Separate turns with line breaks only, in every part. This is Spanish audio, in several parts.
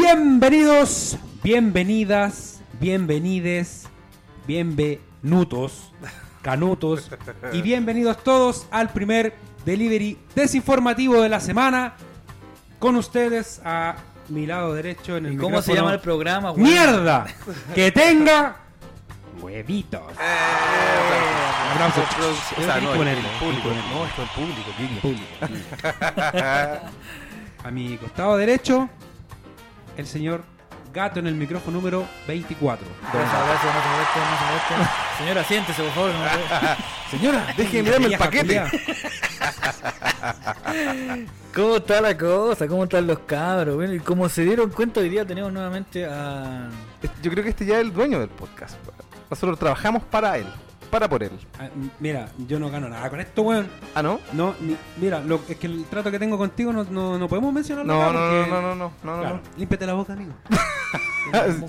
Bienvenidos, bienvenidas, bienvenides, bienvenutos, canutos y bienvenidos todos al primer delivery desinformativo de la semana. Con ustedes a mi lado derecho en el
¿Y cómo se llama el
micrófono.
programa? weón?
¡Mierda! Que tenga huevitos. Aplausos.
O sea, no,
Con
el
él,
público.
con él.
No, esto es público, Guille.
A mi costado derecho, el señor Gato en el micrófono número 24.
Gracias, gracias, no se molesten, no se molesten. Señora, siéntese, por favor. no-
Señora,
deje de mirarme el paquete.
¿Cómo está la cosa? ¿Cómo están los cabros? Bueno, y como se dieron cuenta, hoy día tenemos nuevamente a...
Este- Yo creo que este ya es el dueño del podcast. weón. Nosotros trabajamos para él, para por él.
Ah, Mira, yo no gano nada con esto, weón.
¿Ah, no?
No, ni- mira, lo, es que el trato que tengo contigo no, no, no podemos mencionarlo.
No,
acá
no, no,
porque-
no, no, no, no,
Claro,
no.
límpiate la boca, amigo.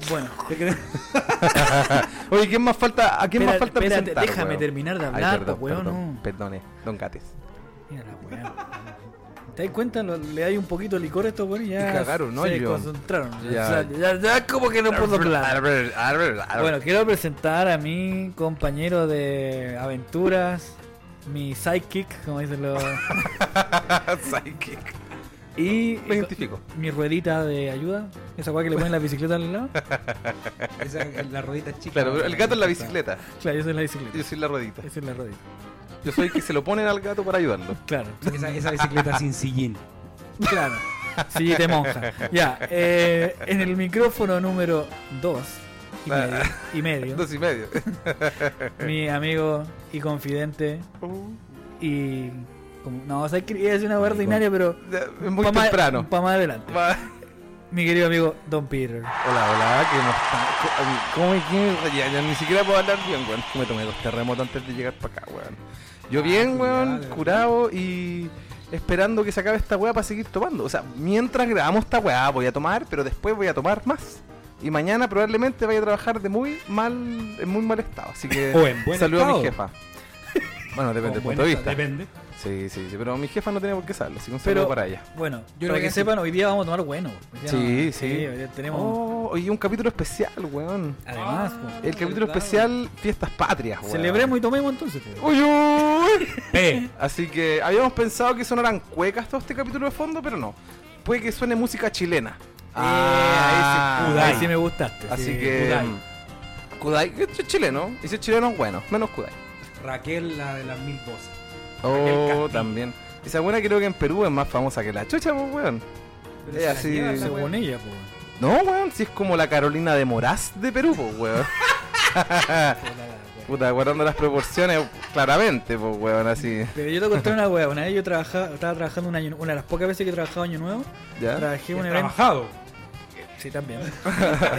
Bueno,
Es que-
Oye, ¿quién más falta? ¿A quién más
Espérate,
falta
espérate,
presentar,
déjame
weón?
terminar de
Ay,
hablar,
perdón,
pues, weón,
perdón,
no.
Perdone, don Gates.
mira la weá. ¿Te das cuenta? Lo- le hay un poquito de licor a estos weones y ya
Y cagaron, ¿no?
se
Yo-
concentraron.
Ya.
O sea, Ya, ya como Ah, que no puedo hablar. Bueno, quiero presentar a mi compañero de aventuras, mi sidekick, como dicen los...
Psychic.
Y
Me identifico.
mi ruedita de ayuda, esa weá que le ponen la bicicleta al lado.
esa- la rodita chica.
Claro, pero el gato en la bicicleta.
Claro, yo soy la bicicleta.
Yo soy la ruedita.
Esa es la ruedita.
Yo soy el que se lo ponen al gato para ayudarlo.
Claro,
Esa, esa bicicleta sin sillín.
claro. Sí, te monja. Ya, eh, en el micrófono número 2 y medio, y medio,
Ah. Dos y medio.
mi amigo y confidente y... como- no, o sea, quería decir una weá ordinaria, pero...
Ya, es Muy
pa' más-
temprano.
pa' más adelante.
Va.
Mi querido amigo Don Peter.
Hola, hola, que no está. ¿Cómo es que.? Ya, ya ni siquiera puedo hablar bien, weón. Me tomé dos terremotos antes de llegar para acá, weón.
Ah,
Yo bien, weón,
cuidado.
curado y esperando que se acabe esta weá para seguir tomando. O sea, mientras grabamos esta weá voy a tomar, pero después voy a tomar más. Y mañana probablemente vaya a trabajar de muy mal, en muy mal estado. Así que.
O en buen
saludo a mi
estado.
jefa. Bueno, depende del
Con
punto de
buena-
vista.
Depende.
Sí, sí, sí, pero mi jefa no tiene por qué saberlo, así que un saludo
Pero,
para ella.
bueno,
Yo creo
para que,
que sí.
sepan, hoy día vamos a tomar bueno. Hoy día
Sí,
no-
sí.
hoy día tenemos...
Oh, Eh, y un capítulo especial, weón.
Además,
Ah,
pues,
El capítulo
Verdad,
especial Fiestas Patrias, weón.
Celebremos y tomemos entonces. pues.
Uy, uy.
Eh,
Así que habíamos pensado que sonaran cuecas todo este capítulo de fondo, pero no. Puede que suene música chilena. Eh,
Ah, ahí sí,
Kudai.
ahí sí me gustaste.
Así
sí,
que.
Kudai.
mm, Kudai, que es chileno. Y si es chileno, bueno, menos Kudai.
Raquel, la de las mil voces. Raquel
Oh,
Castillo.
también. Esa buena creo que en Perú es más famosa que la chucha, pues, weón.
Pero
Eh,
se la
así-
lleva la
se
weá.
Según ella, pues.
No, weón, si es como la Carolina de Moraz de Perú, pues, weón.
Ah,
Puta, guardando las proporciones, claramente, pues, weón, así.
Pero yo te conté una wea. Una vez yo trabajaba, estaba trabajando un año, una de las pocas veces que he trabajado año nuevo.
¿Ya?
Trabajé
Y
un
has
evento.
trabajado.
Sí, también.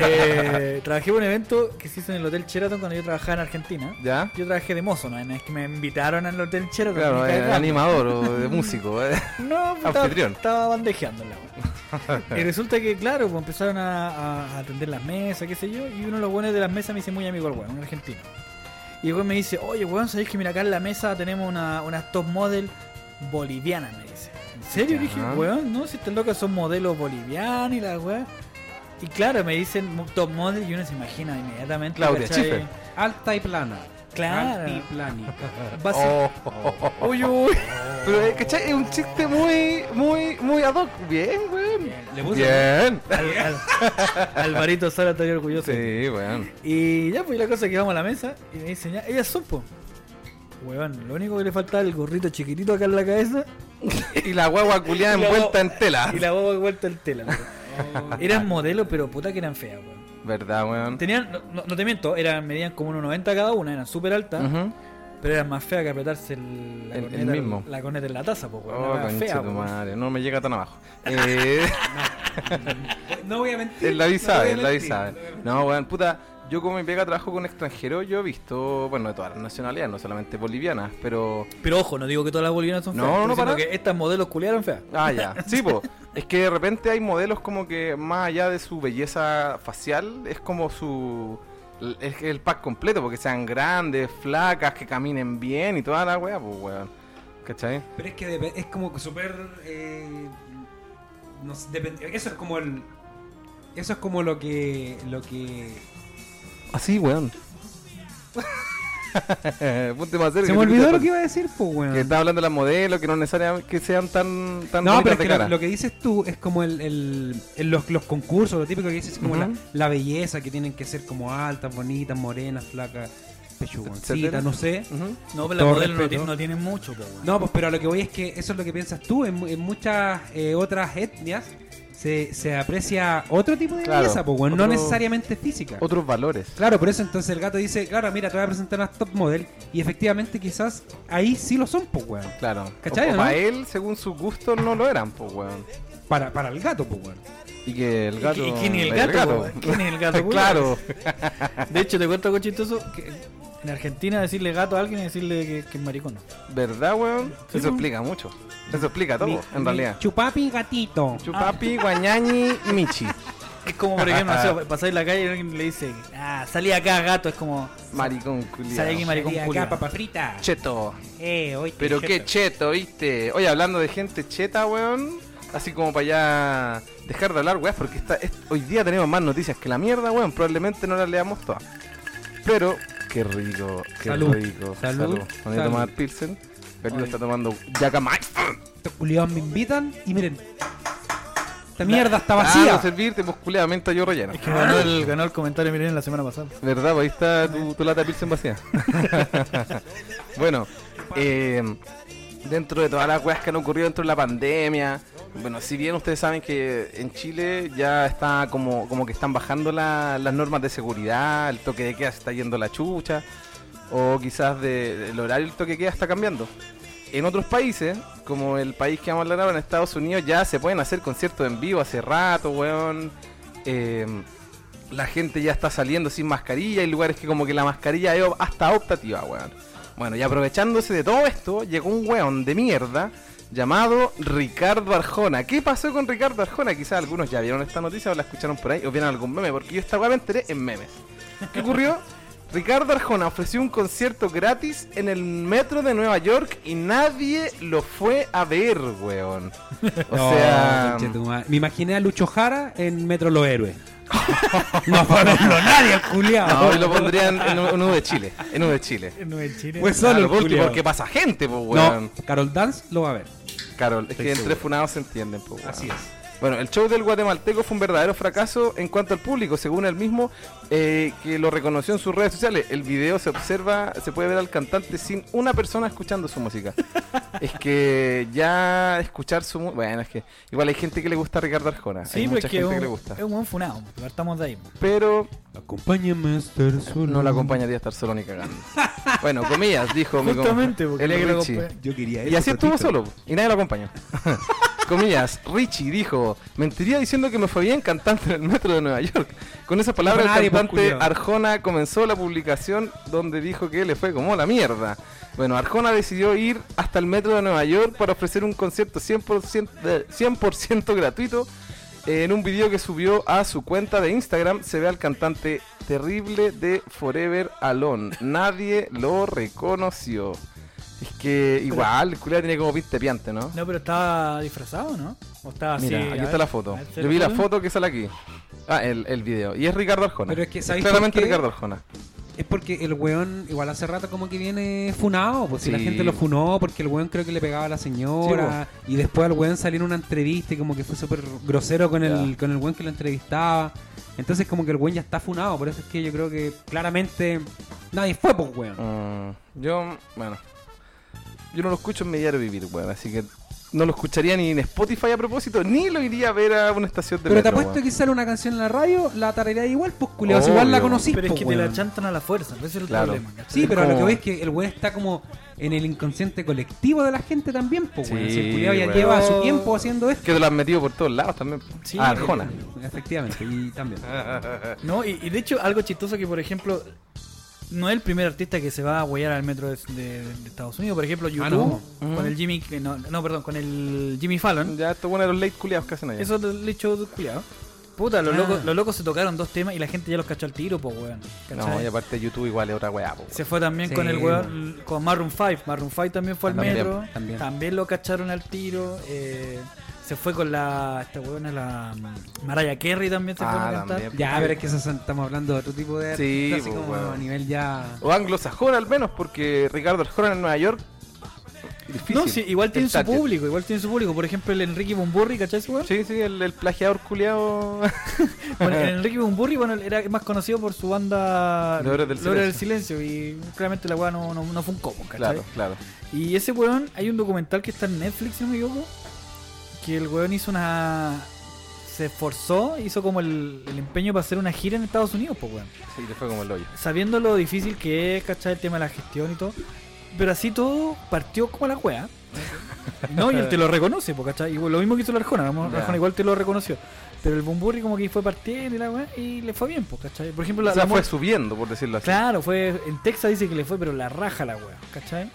Eh, trabajé un evento que se hizo en el Hotel Sheraton cuando yo trabajaba en Argentina.
¿Ya?
Yo trabajé de mozo, ¿no? Es que me invitaron al Hotel Sheraton.
Claro,
me
eh,
cagaron.
animador o de músico, eh.
No, pues, estaba,
Anfitrión.
estaba bandejeando la wea. Y resulta que, claro, pues empezaron a, a- a atender las mesas, qué sé yo. Y uno de los buenos de las mesas me dice muy amigo el weón, un argentino. Y el weón me dice, oye, weón, ¿sabéis que mira acá en la mesa tenemos una, unas top model bolivianas? Me dice. ¿En serio? Y dije,
Ya.
weón, no, si están locas son modelos bolivianos y la weón. Y claro, me dicen mo- top model y uno se imagina inmediatamente.
Claudia
¿cachai?
Schiffer.
Alta y plana.
Claro.
Altiplánica.
Va a ser-
Oh.
Uy, uy.
Pero, eh, ¿cachai? Es un chiste muy, muy, muy ad hoc. Bien, weón.
Le puse.
Bien.
Al- al- Alvarito Sara estaría orgulloso.
Sí, weón.
Y ya, pues la cosa es que vamos a la mesa y me dicen, ya, ellas son, po. Weón, lo único que le faltaba era el gorrito chiquitito acá en la cabeza
Y la guagua culiada
Y la
envuelta
guagua-
en tela.
y la boba vuelta en tela. loco. eran modelos, pero puta que eran feas, weón.
¿Verdad, weón?
Tenían, no, no- no te miento, eran, medían como 1,90 cada una, eran súper altas,
Ujú.
pero eran más feas que apretarse el, la,
El- el
corneta,
mismo.
la corneta en la taza, po, weón.
Oh,
era
concha
fea,
tu
po.
madre. No me llega tan abajo. Eh,
No voy a mentir.
el David
no
sabe,
voy a
el David
mentir,
sabe.
no voy a mentir.
No, weón, puta. Yo como mi pega trabajo con extranjeros, yo he visto, bueno, de todas las nacionalidades, no solamente bolivianas, pero...
Pero ojo, no digo que todas las bolivianas son
No,
feas. estoy
no,
diciendo
para.
que estas modelos culiaron feas.
Ah, ya. Sí, po. Es que de repente hay modelos como que más allá de su belleza facial, es como su. Es el pack completo, porque sean grandes, flacas, que caminen bien y toda la weá, pues weón. ¿Cachai?
Pero es que depe- es como que súper. eh, no sé, depende- eso es como el. Eso es como lo que. lo que.
Así, weón. Ponte más cerca.
Se me olvidó lo que iba a decir, pues, weón.
Que estaba hablando de las modelos, que no necesariamente que sean tan, tan
No, pero
bonitas
es que
de
lo,
cara.
lo que dices tú es como el, el- el- los, los concursos, lo típico que dices, como la-
Ujú.
la, belleza, que tienen que ser como altas, bonitas, morenas, flacas,
Etcétera.
pechugoncitas, no sé.
Ujú.
Con
No, pero las
todo
modelos no,
respeto.
tienen- no tienen mucho, pues, weón.
No, pues pero a lo que voy es que eso es lo que piensas tú. En, mu- en muchas eh, otras etnias se, se aprecia otro tipo de
Claro,
belleza, pues, weón, no
otro-
necesariamente física.
Otros valores.
Claro, por eso entonces el gato dice, claro, mira, te voy a presentar unas top model. Y efectivamente quizás ahí sí lo son, pues, weón.
Claro.
¿Cachai,
O- o
no?
Para él, según su gusto, no lo eran, pues, weón.
Para, para el gato, pues, weón.
Y que el gato.
¿Y quién es el gato? weón? ¿Quién es el gato? weón?
claro.
De hecho, te cuento algo chistoso. Que en Argentina decirle gato a alguien es decirle que, que es maricón.
¿Verdad, weón?
Sí,
Eso
weón.
explica mucho. Eso explica todo,
Mi-
en
mi Ah.
realidad.
Chupapi gatito.
Chupapi, guañañi, michi.
Es como, por ejemplo, no sé, pasáis la calle y alguien le dice, ah, salí acá, gato. Es como,
Maricón
salí aquí,
culiado.
maricón
Acá,
culiao.
papa frita.
Cheto.
Eh, hoy te
Pero qué
cheto.
cheto, viste. Oye, hablando de gente cheta, weón. Así como para ya dejar de hablar, weón, porque está, es- hoy día tenemos más noticias que la mierda, weón. Probablemente no las leamos todas. Pero, qué rico, qué
Salud.
rico.
Salud.
Voy a
Salud.
tomar Pilsen. Carlito
Ay.
está tomando Yakamai.
Estos culiados me invitan y miren. Esta mierda está vacía.
Claro, servirte, pues culiada, menta yo rellena.
Es que ganó el, ganó el comentario, miren, la semana pasada.
¿Verdad? Pues ahí está tu, tu lata de Pilsen vacía. bueno, eh, dentro de todas las weas que han ocurrido dentro de la pandemia, bueno, si bien ustedes saben que en Chile ya está como, como que están bajando la- las normas de seguridad, el toque de queda se está yendo a la chucha, o quizás de, el horario del toque de queda está cambiando. En otros países, como el país que vamos a hablar ahora, en Estados Unidos, ya se pueden hacer conciertos en vivo hace rato, weón. Eh, la gente ya está saliendo sin mascarilla, hay lugares que como que la mascarilla es hasta optativa, weón. Bueno, y aprovechándose de todo esto, llegó un weón de mierda llamado Ricardo Arjona. ¿Qué pasó con Ricardo Arjona? Quizás algunos ya vieron esta noticia o la escucharon por ahí o vieron algún meme, porque yo esta weá me enteré en memes. ¿Qué ocurrió? Ricardo Arjona ofreció un concierto gratis en el metro de Nueva York y nadie lo fue a ver, weón. O
No,
sea...
conchetumare. me imaginé a Lucho Jara en Metro Los Héroes. no fue a verlo nadie, el
No,
culiado.
y lo pondrían en un- en uno de Chile. En uno de Chile.
No en Chile.
Fue solo
Claro, por
el
último,
culiao.
porque pasa gente, pues, weón.
No, Carol Dance lo va a ver.
Carol, es que
Estoy
entre
seguro.
funados se entienden, pues, weón.
Así es.
Bueno, el show del guatemalteco fue un verdadero fracaso en cuanto al público, según él mismo, eh, que lo reconoció en sus redes sociales. El video se observa, se puede ver al cantante sin una persona escuchando su música. es que ya escuchar su música. Bueno, es que igual hay gente que le gusta a Ricardo Arjona.
Sí,
hay
pues
mucha
es que
gente
es un,
que le gusta.
es un buen funado. Partamos de ahí.
Pero
Acompáñame a estar solo.
no lo acompañaría a estar solo ni cagando. bueno, comillas, dijo mi com-
Justamente, porque
el
quería que lo
Richie.
acompañe.
Yo quería
Y así estuvo solo, y nadie lo acompañó. Comillas, Richie dijo, mentiría diciendo que me fue bien cantando en el metro de Nueva York. Con esas palabras
Nadie,
el
pues,
cantante
culiao.
Arjona comenzó la publicación donde dijo que le fue como la mierda. Bueno, Arjona decidió ir hasta el metro de Nueva York para ofrecer un concierto 100%, de- 100% gratuito. En un video que subió a su cuenta de Instagram se ve al cantante terrible de Forever Alone. Nadie lo reconoció. Es que igual, el culiao tiene como pinta de piante, ¿no?
No, pero estaba disfrazado, ¿no? O estaba así.
Mira,
a
aquí
ver,
está la foto.
a ver, ¿se
Yo vi la
puede?
foto que sale aquí. Ah, el, el video. Y es Ricardo Arjona.
Pero es que, ¿sabéis
claramente
por qué?
Ricardo Arjona.
Es porque el weón, igual hace rato como que viene funado, pues si la
Sí.
gente lo funó, porque el weón creo que le pegaba a la señora, y después al weón salió en una entrevista y como que fue súper grosero con el,
Ya.
con el weón que lo entrevistaba. Entonces como que el weón ya está funado, por eso es que yo creo que claramente nadie fue, pues weón.
Mm, yo, bueno. Yo no lo escucho en mi diario vivir, weón. Así que no lo escucharía ni en Spotify a propósito, ni lo iría a ver a una estación de
Pero te
metro,
apuesto
weón.
que sale una canción en la radio, la tarareará igual, pues culiao, si igual la
Obvio.
conocí,
Pero es que
pues,
te la
weón.
chantan a la fuerza. Ese es el
Claro.
problema. ¿cachai?
Sí,
Es
pero a lo que
como-
voy es que el weón está como en el inconsciente colectivo de la gente también, pues weón.
Sí,
Si el culiao ya
weón.
lleva su tiempo haciendo esto.
Que te lo han metido por todos lados también.
Sí,
Ah, Arjona.
Efectivamente, y también.
No, y, y de hecho, algo chistoso que, por ejemplo, no es el primer artista que se va a huear al metro de, de- de Estados Unidos. Por ejemplo, YouTube,
Ah, no.
con el Jimmy. eh, No, no, perdón, con el Jimmy Fallon.
Ya estos bueno de los late culiados que hacen allá.
Eso del hecho culiado. Puta, los,
Ah.
locos, los locos se tocaron dos temas y la gente ya los cachó al tiro, pues, weón. ¿cachai?
no, y aparte YouTube igual es otra weá, po, weón.
Se fue también
Sí,
con el weón, con Maroon 5. Maroon 5 también fue al
También,
metro.
también.
También lo cacharon al tiro. eh, Se fue con la. Esta weona, la. Maraya Kerry también se fue
Ah,
a cantar.
también.
Ya, pero es que esas son- estamos hablando de otro tipo de
Sí,
artistas, así
pues,
como
weón.
a nivel ya.
O anglosajón al menos, porque Ricardo Arjona en Nueva York. difícil.
No, sí, igual tiene
El
su
target.
público, igual tiene su público. Por ejemplo, el Enrique Bumburri, ¿cachai ese weón?
Sí, sí, el, el plagiador culiado.
Bueno, el Enrique Bumburri, bueno, era más conocido por su banda
Los Héroes del
Silencio. Y claramente la weá no, no, no fue un copo, ¿cachai?
claro, claro.
Y ese weón, hay un documental que está en Netflix, si no me equivoco, que el weón hizo una... Se esforzó, hizo como el, el empeño para hacer una gira en Estados Unidos, pues weón.
Sí, le fue como el hoyo.
Sabiendo lo difícil que es, ¿cachai? El tema de la gestión y todo. Pero así todo partió como la weá. No, y él te lo reconoce, pues, ¿cachai? Y lo mismo que hizo el Arjona, el Arjona
Ya.
igual te lo reconoció. Pero el Bumburri como que fue partiendo y la weá, y le fue bien, pues, ¿cachai? Por ejemplo, la,
o sea,
la
fue
mo-
subiendo, por decirlo así.
Claro, fue en Texas dice que le fue, pero la raja la weá, ¿cachai?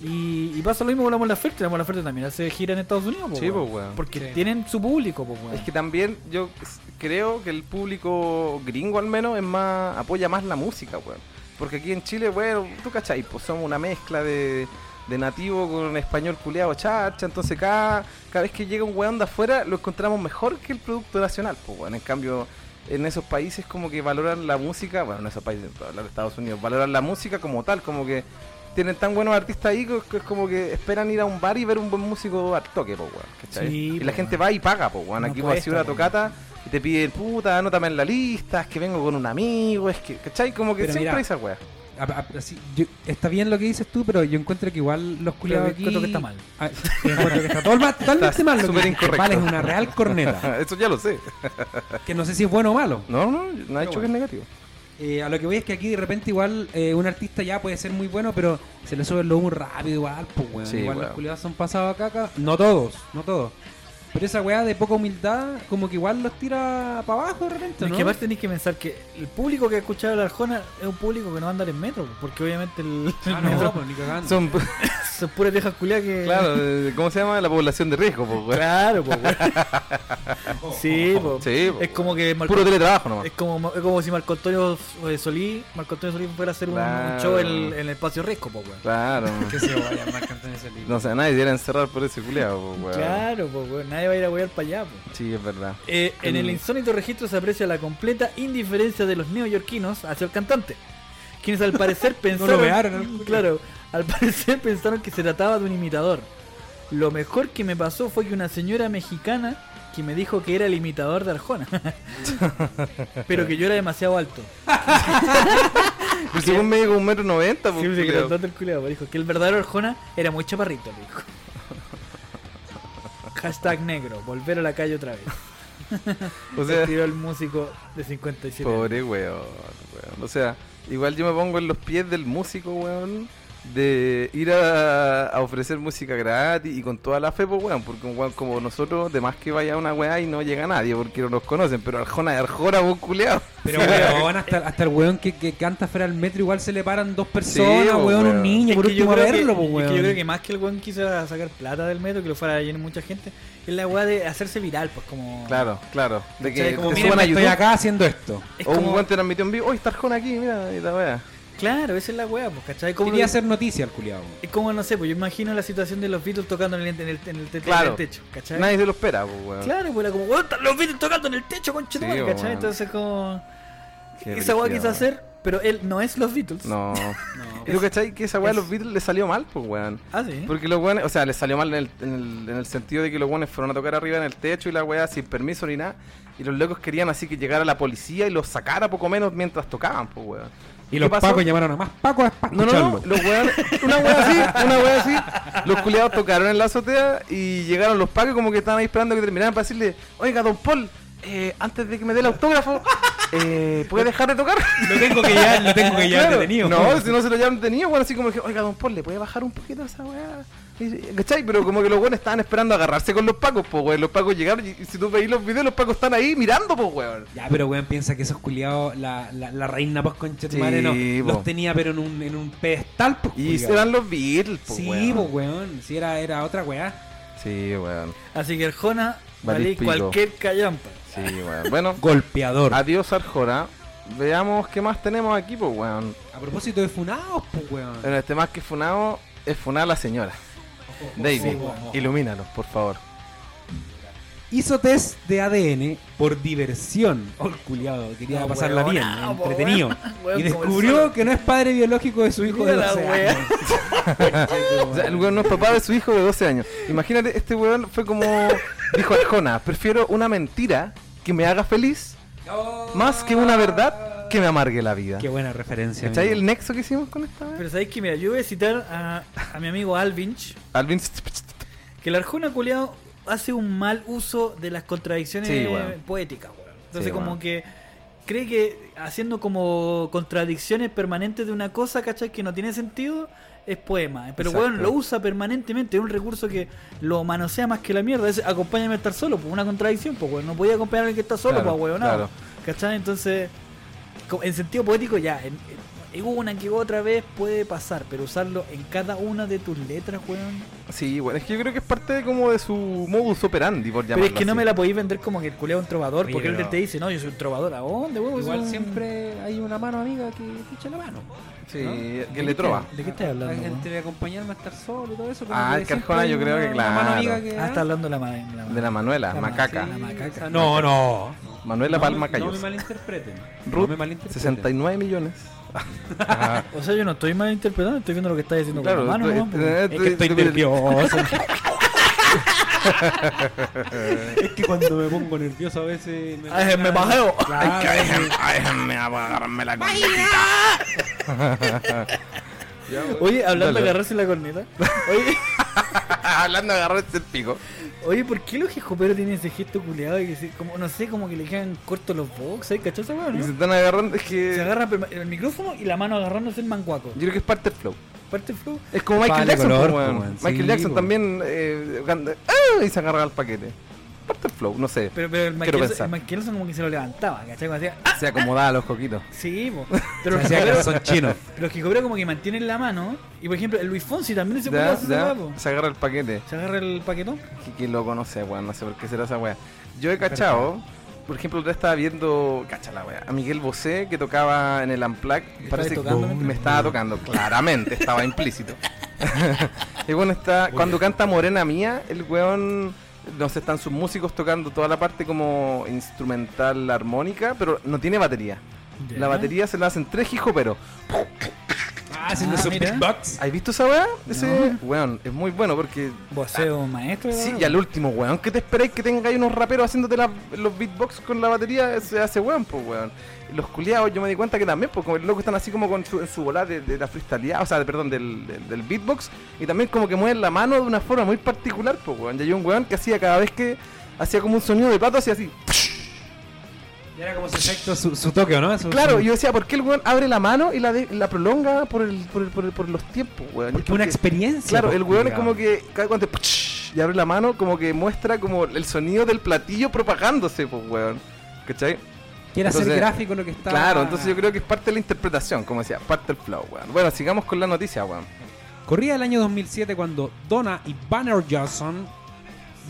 Y, y pasa lo mismo con la Mola Ferte, la Mola Ferte también hace gira en Estados Unidos, po,
Sí,
weón.
pues, weón.
porque
Sí.
tienen su público, po, weón.
Es que también yo s- creo que el público gringo al menos es más apoya más la música, weón. Porque aquí en Chile, bueno, tú cachai, pues somos una mezcla de, de nativo con español culeado chacha, entonces cada, cada vez que llega un weón de afuera lo encontramos mejor que el producto nacional, pues weón. En cambio, en esos países como que valoran la música, bueno, en esos países, puedo hablar de Estados Unidos, valoran la música como tal, como que tienen tan buenos artistas ahí que que es como que esperan ir a un bar y ver un buen músico al toque, pues weón, ¿cachai?
Sí,
y
po,
la
weón.
gente va y paga, pues weón.
No
Aquí va a
cuesta,
una
po.
tocata y te piden, puta, anótame en la lista, es que vengo con un amigo, es que, ¿cachai? Como que
Pero
siempre
mira,
hay esa weá.
A- a- así, yo- está bien lo que dices tú, pero yo encuentro que igual los culiados aquí...
encuentro que está mal.
Ah, yo encuentro que está todo mal- totalmente
Está
mal. Lo
súper
que
incorrecto.
Vale, es una real corneta.
Eso ya lo sé.
que no sé si es bueno o malo.
No, no, no ha dicho que es
bueno.
negativo.
Eh, a lo que voy es que aquí de repente igual eh, un artista ya puede ser muy bueno, pero se le sube el humo rápido igual, pues weón.
Sí,
igual
weón.
los culiados son pasados a caca. No todos, no todos. Pero esa weá de poca humildad, como que igual los tira para abajo de repente,
Es
¿no?
que aparte tenéis que pensar que el público que ha escuchado la Arjona es un público que no va a andar en metro, porque obviamente el,
Ah,
el
no,
metro
pues, ni cagando.
Son,
son puras viejas culiadas que...
claro, eh, ¿cómo se llama? La población de riesgo, pues weón.
Claro, po, weón. Sí, po.
Sí, po,
Es como que Marco-
Puro teletrabajo nomás.
es como, es como si Marco Antonio eh, Solís, Marco Antonio Solís fuera a hacer un, un
Claro.
show en, en el espacio Resco, po, weón.
Claro.
Que se vaya Marc Anthony Solís.
no sé, a nadie debería encerrar por ese culiado, pues weón.
Claro, pues, weón. Nadie va a ir a huear para allá, po.
Sí, es verdad.
Eh, en el
Mm.
insólito registro se aprecia la completa indiferencia de los neoyorquinos hacia el cantante, quienes al parecer pensaron,
vearon, ¿no?
claro, al parecer pensaron que se trataba de un imitador. Lo mejor que me pasó fue que una señora mexicana que me dijo que era el imitador de Arjona, pero que yo era demasiado alto.
Pero si vos me digo un metro noventa, pues.
Sí, sí, que
culiao.
trató el culiao, pues, dijo que el verdadero Arjona era muy chaparrito, le dijo. Hashtag negro, volver a la calle otra vez.
o
Se
sea,
tiró el músico de 57 años.
Pobre weón, weón. O sea, igual yo me pongo en los pies del músico, weón. De ir a, a ofrecer música gratis y con toda la fe, pues weón. Porque un weón como nosotros, de más que vaya una weá y no llega nadie porque no nos conocen. Pero Arjona de Arjona, vos culeado.
Pero weón, hasta, hasta el weón que, que canta fuera del metro igual se le paran dos personas,
Sí, po,
weón,
weón.
un niño,
Es
por
que yo
último a
creo que-
verlo, po,
es que
weón.
yo creo que más que el weón quiso sacar plata del metro, que lo fuera a llenar mucha gente, es la weá de hacerse viral, pues como.
Claro, claro. De que
¿Cachai? Como,
te
miren,
suban a
estoy
YouTube.
acá haciendo esto.
Es
o un
como-
weón te transmitió en vivo. hoy está Arjona aquí! Mira, y la weá.
Claro, esa es la weá, pues, ¿cachai? Como
Quería hacer noticia el culiado.
Es como, no sé, pues yo imagino la situación de los Beatles tocando en el, en el, en el te- en
Claro.
el techo, ¿cachai?
Nadie se lo espera, pues weón.
Claro, pues era como, weón, están los Beatles tocando en el techo, conchetumare,
Sí,
¿cachai?
weón.
Entonces, como.
Qué
esa weá
brígido,
quiso
weón.
hacer, pero él no es los Beatles.
No.
No.
Y tú cachai que esa weá a
es-
los Beatles le salió mal, pues weón.
Ah,
¿Mm?
sí.
Porque los guanes, o sea, les salió mal en el, en, el, en el sentido de que los guanes fueron a tocar arriba en el techo y la weá sin permiso ni nada. Y los locos querían así que llegara la policía y los sacara poco menos mientras tocaban, pues weón.
Y los
¿Qué pasó?
pacos llamaron a más pacos para
No, no,
escucharlo.
no, los weones, una weá así, una weá así. Los culiados tocaron en la azotea y llegaron los pacos como que estaban ahí esperando que terminaran para decirle, oiga, don Paul, eh, antes de que me dé el autógrafo, eh, ¿puede dejar de tocar?
Lo tengo que ya, lo tengo que
Claro. No, si no se lo llevan detenido, bueno, así como que, oiga, don Paul, ¿le puede bajar un poquito a esa weá? Y- ¿Cachai? Pero como que los weones estaban esperando agarrarse con los pacos, pues weón. Los pacos llegaron y y si tú veis los videos, los pacos están ahí mirando, pues weón.
Ya, pero weón, piensa que esos culiados, la, la, la reina pues concha de tu
Sí,
madre, no,
po.
los tenía pero en un, en un pedestal, pues
Y
culiao.
se dan los Beatles, pues
Sí,
weón.
pues weón, si era, era otra weá.
Sí, weón.
Así que Arjona, valí
Valís pico.
cualquier callampa.
Sí, weón. Bueno,
Golpeador. A,
adiós Arjona. Veamos qué más tenemos aquí, pues weón.
propósito de funados, pues weón.
Bueno, este más que funado es funar a la señora. David,
ojo.
ilumínanos, por favor.
Hizo test de ADN por diversión. Oh, el culiado, quería
No,
pasarla
weón,
bien,
no, po,
entretenido.
weón.
y
Weón, como el
descubrió
sol.
que no es padre biológico de su hijo de
Mira la
12
wea.
años.
O sea, el weón no es papá de su hijo de 12 años. Imagínate, este weón fue como. Dijo Arjona: prefiero una mentira que me haga feliz más que una verdad que me amargue la vida.
Qué buena referencia.
¿Cachai
amigo.
el nexo que hicimos con esta? weá?
Pero sabéis que, mira, yo voy a citar a, a mi amigo Alvinch,
Alvin.
que el Arjona culeado hace un mal uso de las contradicciones
Sí, weón.
poéticas, weón. Entonces,
Sí,
como
weón.
que cree que haciendo como contradicciones permanentes de una cosa, ¿cachai? Que no tiene sentido, es poema. Pero,
Exacto.
weón, lo usa permanentemente. Es un recurso que lo manosea más que la mierda. Es acompáñame a estar solo, pues una contradicción, pues, weón. No podía acompañar al que está solo,
Claro,
pues, weón.
claro.
¿Cachai? Entonces, co- en sentido poético, ya. En, en una que otra vez puede pasar, pero usarlo en cada una de tus letras, weón.
Sí, bueno, es que yo creo que es parte de como de su modus operandi, por
Pero
llamarlo
es que no
así.
me la podéis vender como que el culeo es un trovador,
Oye,
porque él
pero-
te dice, no, yo soy un trovador, ¿a dónde, huevo?
Pues
Es
Igual
un-
siempre hay una mano amiga que te echa la mano.
Sí,
¿no?
que le trova.
¿De qué estás hablando?
Entre
huevo?
acompañarme a estar solo y todo eso.
Ah,
como
el
siempre
Carjona
hay
yo creo
una-
que
una mano
claro.
amiga que-
Ah, está hablando la madre. la madre.
De la Manuela,
La ma-
macaca.
sí. La macaca.
No, no.
Manuela
No
Palma
me-
Cayos.
No me malinterpreten.
Ruth,
no me malinterpreten.
69 millones.
O sea, yo no estoy mal interpretando, estoy viendo lo que estás diciendo
Claro,
con la mano,
estoy-
¿no? Porque-
Es que estoy nervioso. es que cuando me pongo nervioso a veces. Me,
Ah,
Ay, me bajeo.
Claro,
Déjenme agarrarme la
Oye, hablando de
Dale.
agarrarse la corneta. Oye,
Hablando de agarrarse el pico.
oye, ¿por qué los jejoperos tienen ese gesto culeado y que se- como, no sé, como que le quedan cortos los boxes, ¿cachai esa hueá,
Y se
no?
están agarrando, es que.
Se
Yo
agarra perma- el micrófono y la mano agarrándose el manguaco.
creo que es parte del flow.
Parte flow.
Es como Michael
Vale,
Jackson.
color,
po, weón.
po, weón.
Michael
Sí,
Jackson
po.
también. eh, cuando- ¡Ah! Y se agarra al paquete. Parte del flow, no sé.
Pero, pero el
Quiero
Michaelson,
pensar.
el Michaelson como que se lo levantaba, ¿cachai? Como hacía, ¡ah!
Se acomoda a los coquitos.
Sí, po. pero
me
los
hacía que
jicoperos,
son chinos.
los jicoperos como que mantienen la mano. Y por ejemplo, el Luis Fonsi también se puede
Ya,
hacer
ya,
esa weá, po.
Se agarra el paquete.
Se agarra el paquetón.
Que, que loco, no sé, weón, no sé por qué será esa weá. Yo he cachado, por ejemplo, otra vez estaba viendo, cacha la weá, a Miguel Bosé que tocaba en el Amplac. Parece que
tocando,
me
mientras-
estaba tocando, claramente, estaba implícito. y bueno, está, cuando canta Morena Mía, el weón, no sé, están sus músicos tocando toda la parte como instrumental armónica, pero no tiene batería. La batería se la hacen tres hijos, pero.
Ah, haciendo
Ah,
su
mira.
beatbox.
¿Has visto esa weá? Ese weón es muy bueno porque
Voceo maestro. de la
Ah. Sí,
weá,
y al
po.
último, weón, ¿qué te esperáis que tengáis unos raperos haciéndote la- los beatbox con la batería? Se hace weón, pues weón. Los culiados, yo me di cuenta que también, pues como el loco están así como con su, en su volada de, de la freestaleada, o sea, de- perdón, del, del, del beatbox, y también como que mueven la mano de una forma muy particular, pues weón. Y hay un weón que hacía cada vez que hacía como un sonido de plato, hacía así.
Y Era como su efecto, su, su toque, ¿no? Su-
Claro,
su-
y yo decía, ¿por qué el weón abre la mano y la, de- la prolonga por, el, por, el- por el- por los tiempos, weón? Y es
Porque una
porque-
experiencia.
Claro,
po,
el weón es
culiao.
como que cada cuando y abre la mano, como que muestra como el sonido del platillo propagándose, pues weón. ¿Cachai?
Quiere hacer
entonces-
gráfico lo que está.
Claro, entonces yo creo que es parte de la interpretación, como decía, parte del flow, weón. Bueno, sigamos con la noticia, weón.
Corría el año 2007 cuando Donna y Banner Johnson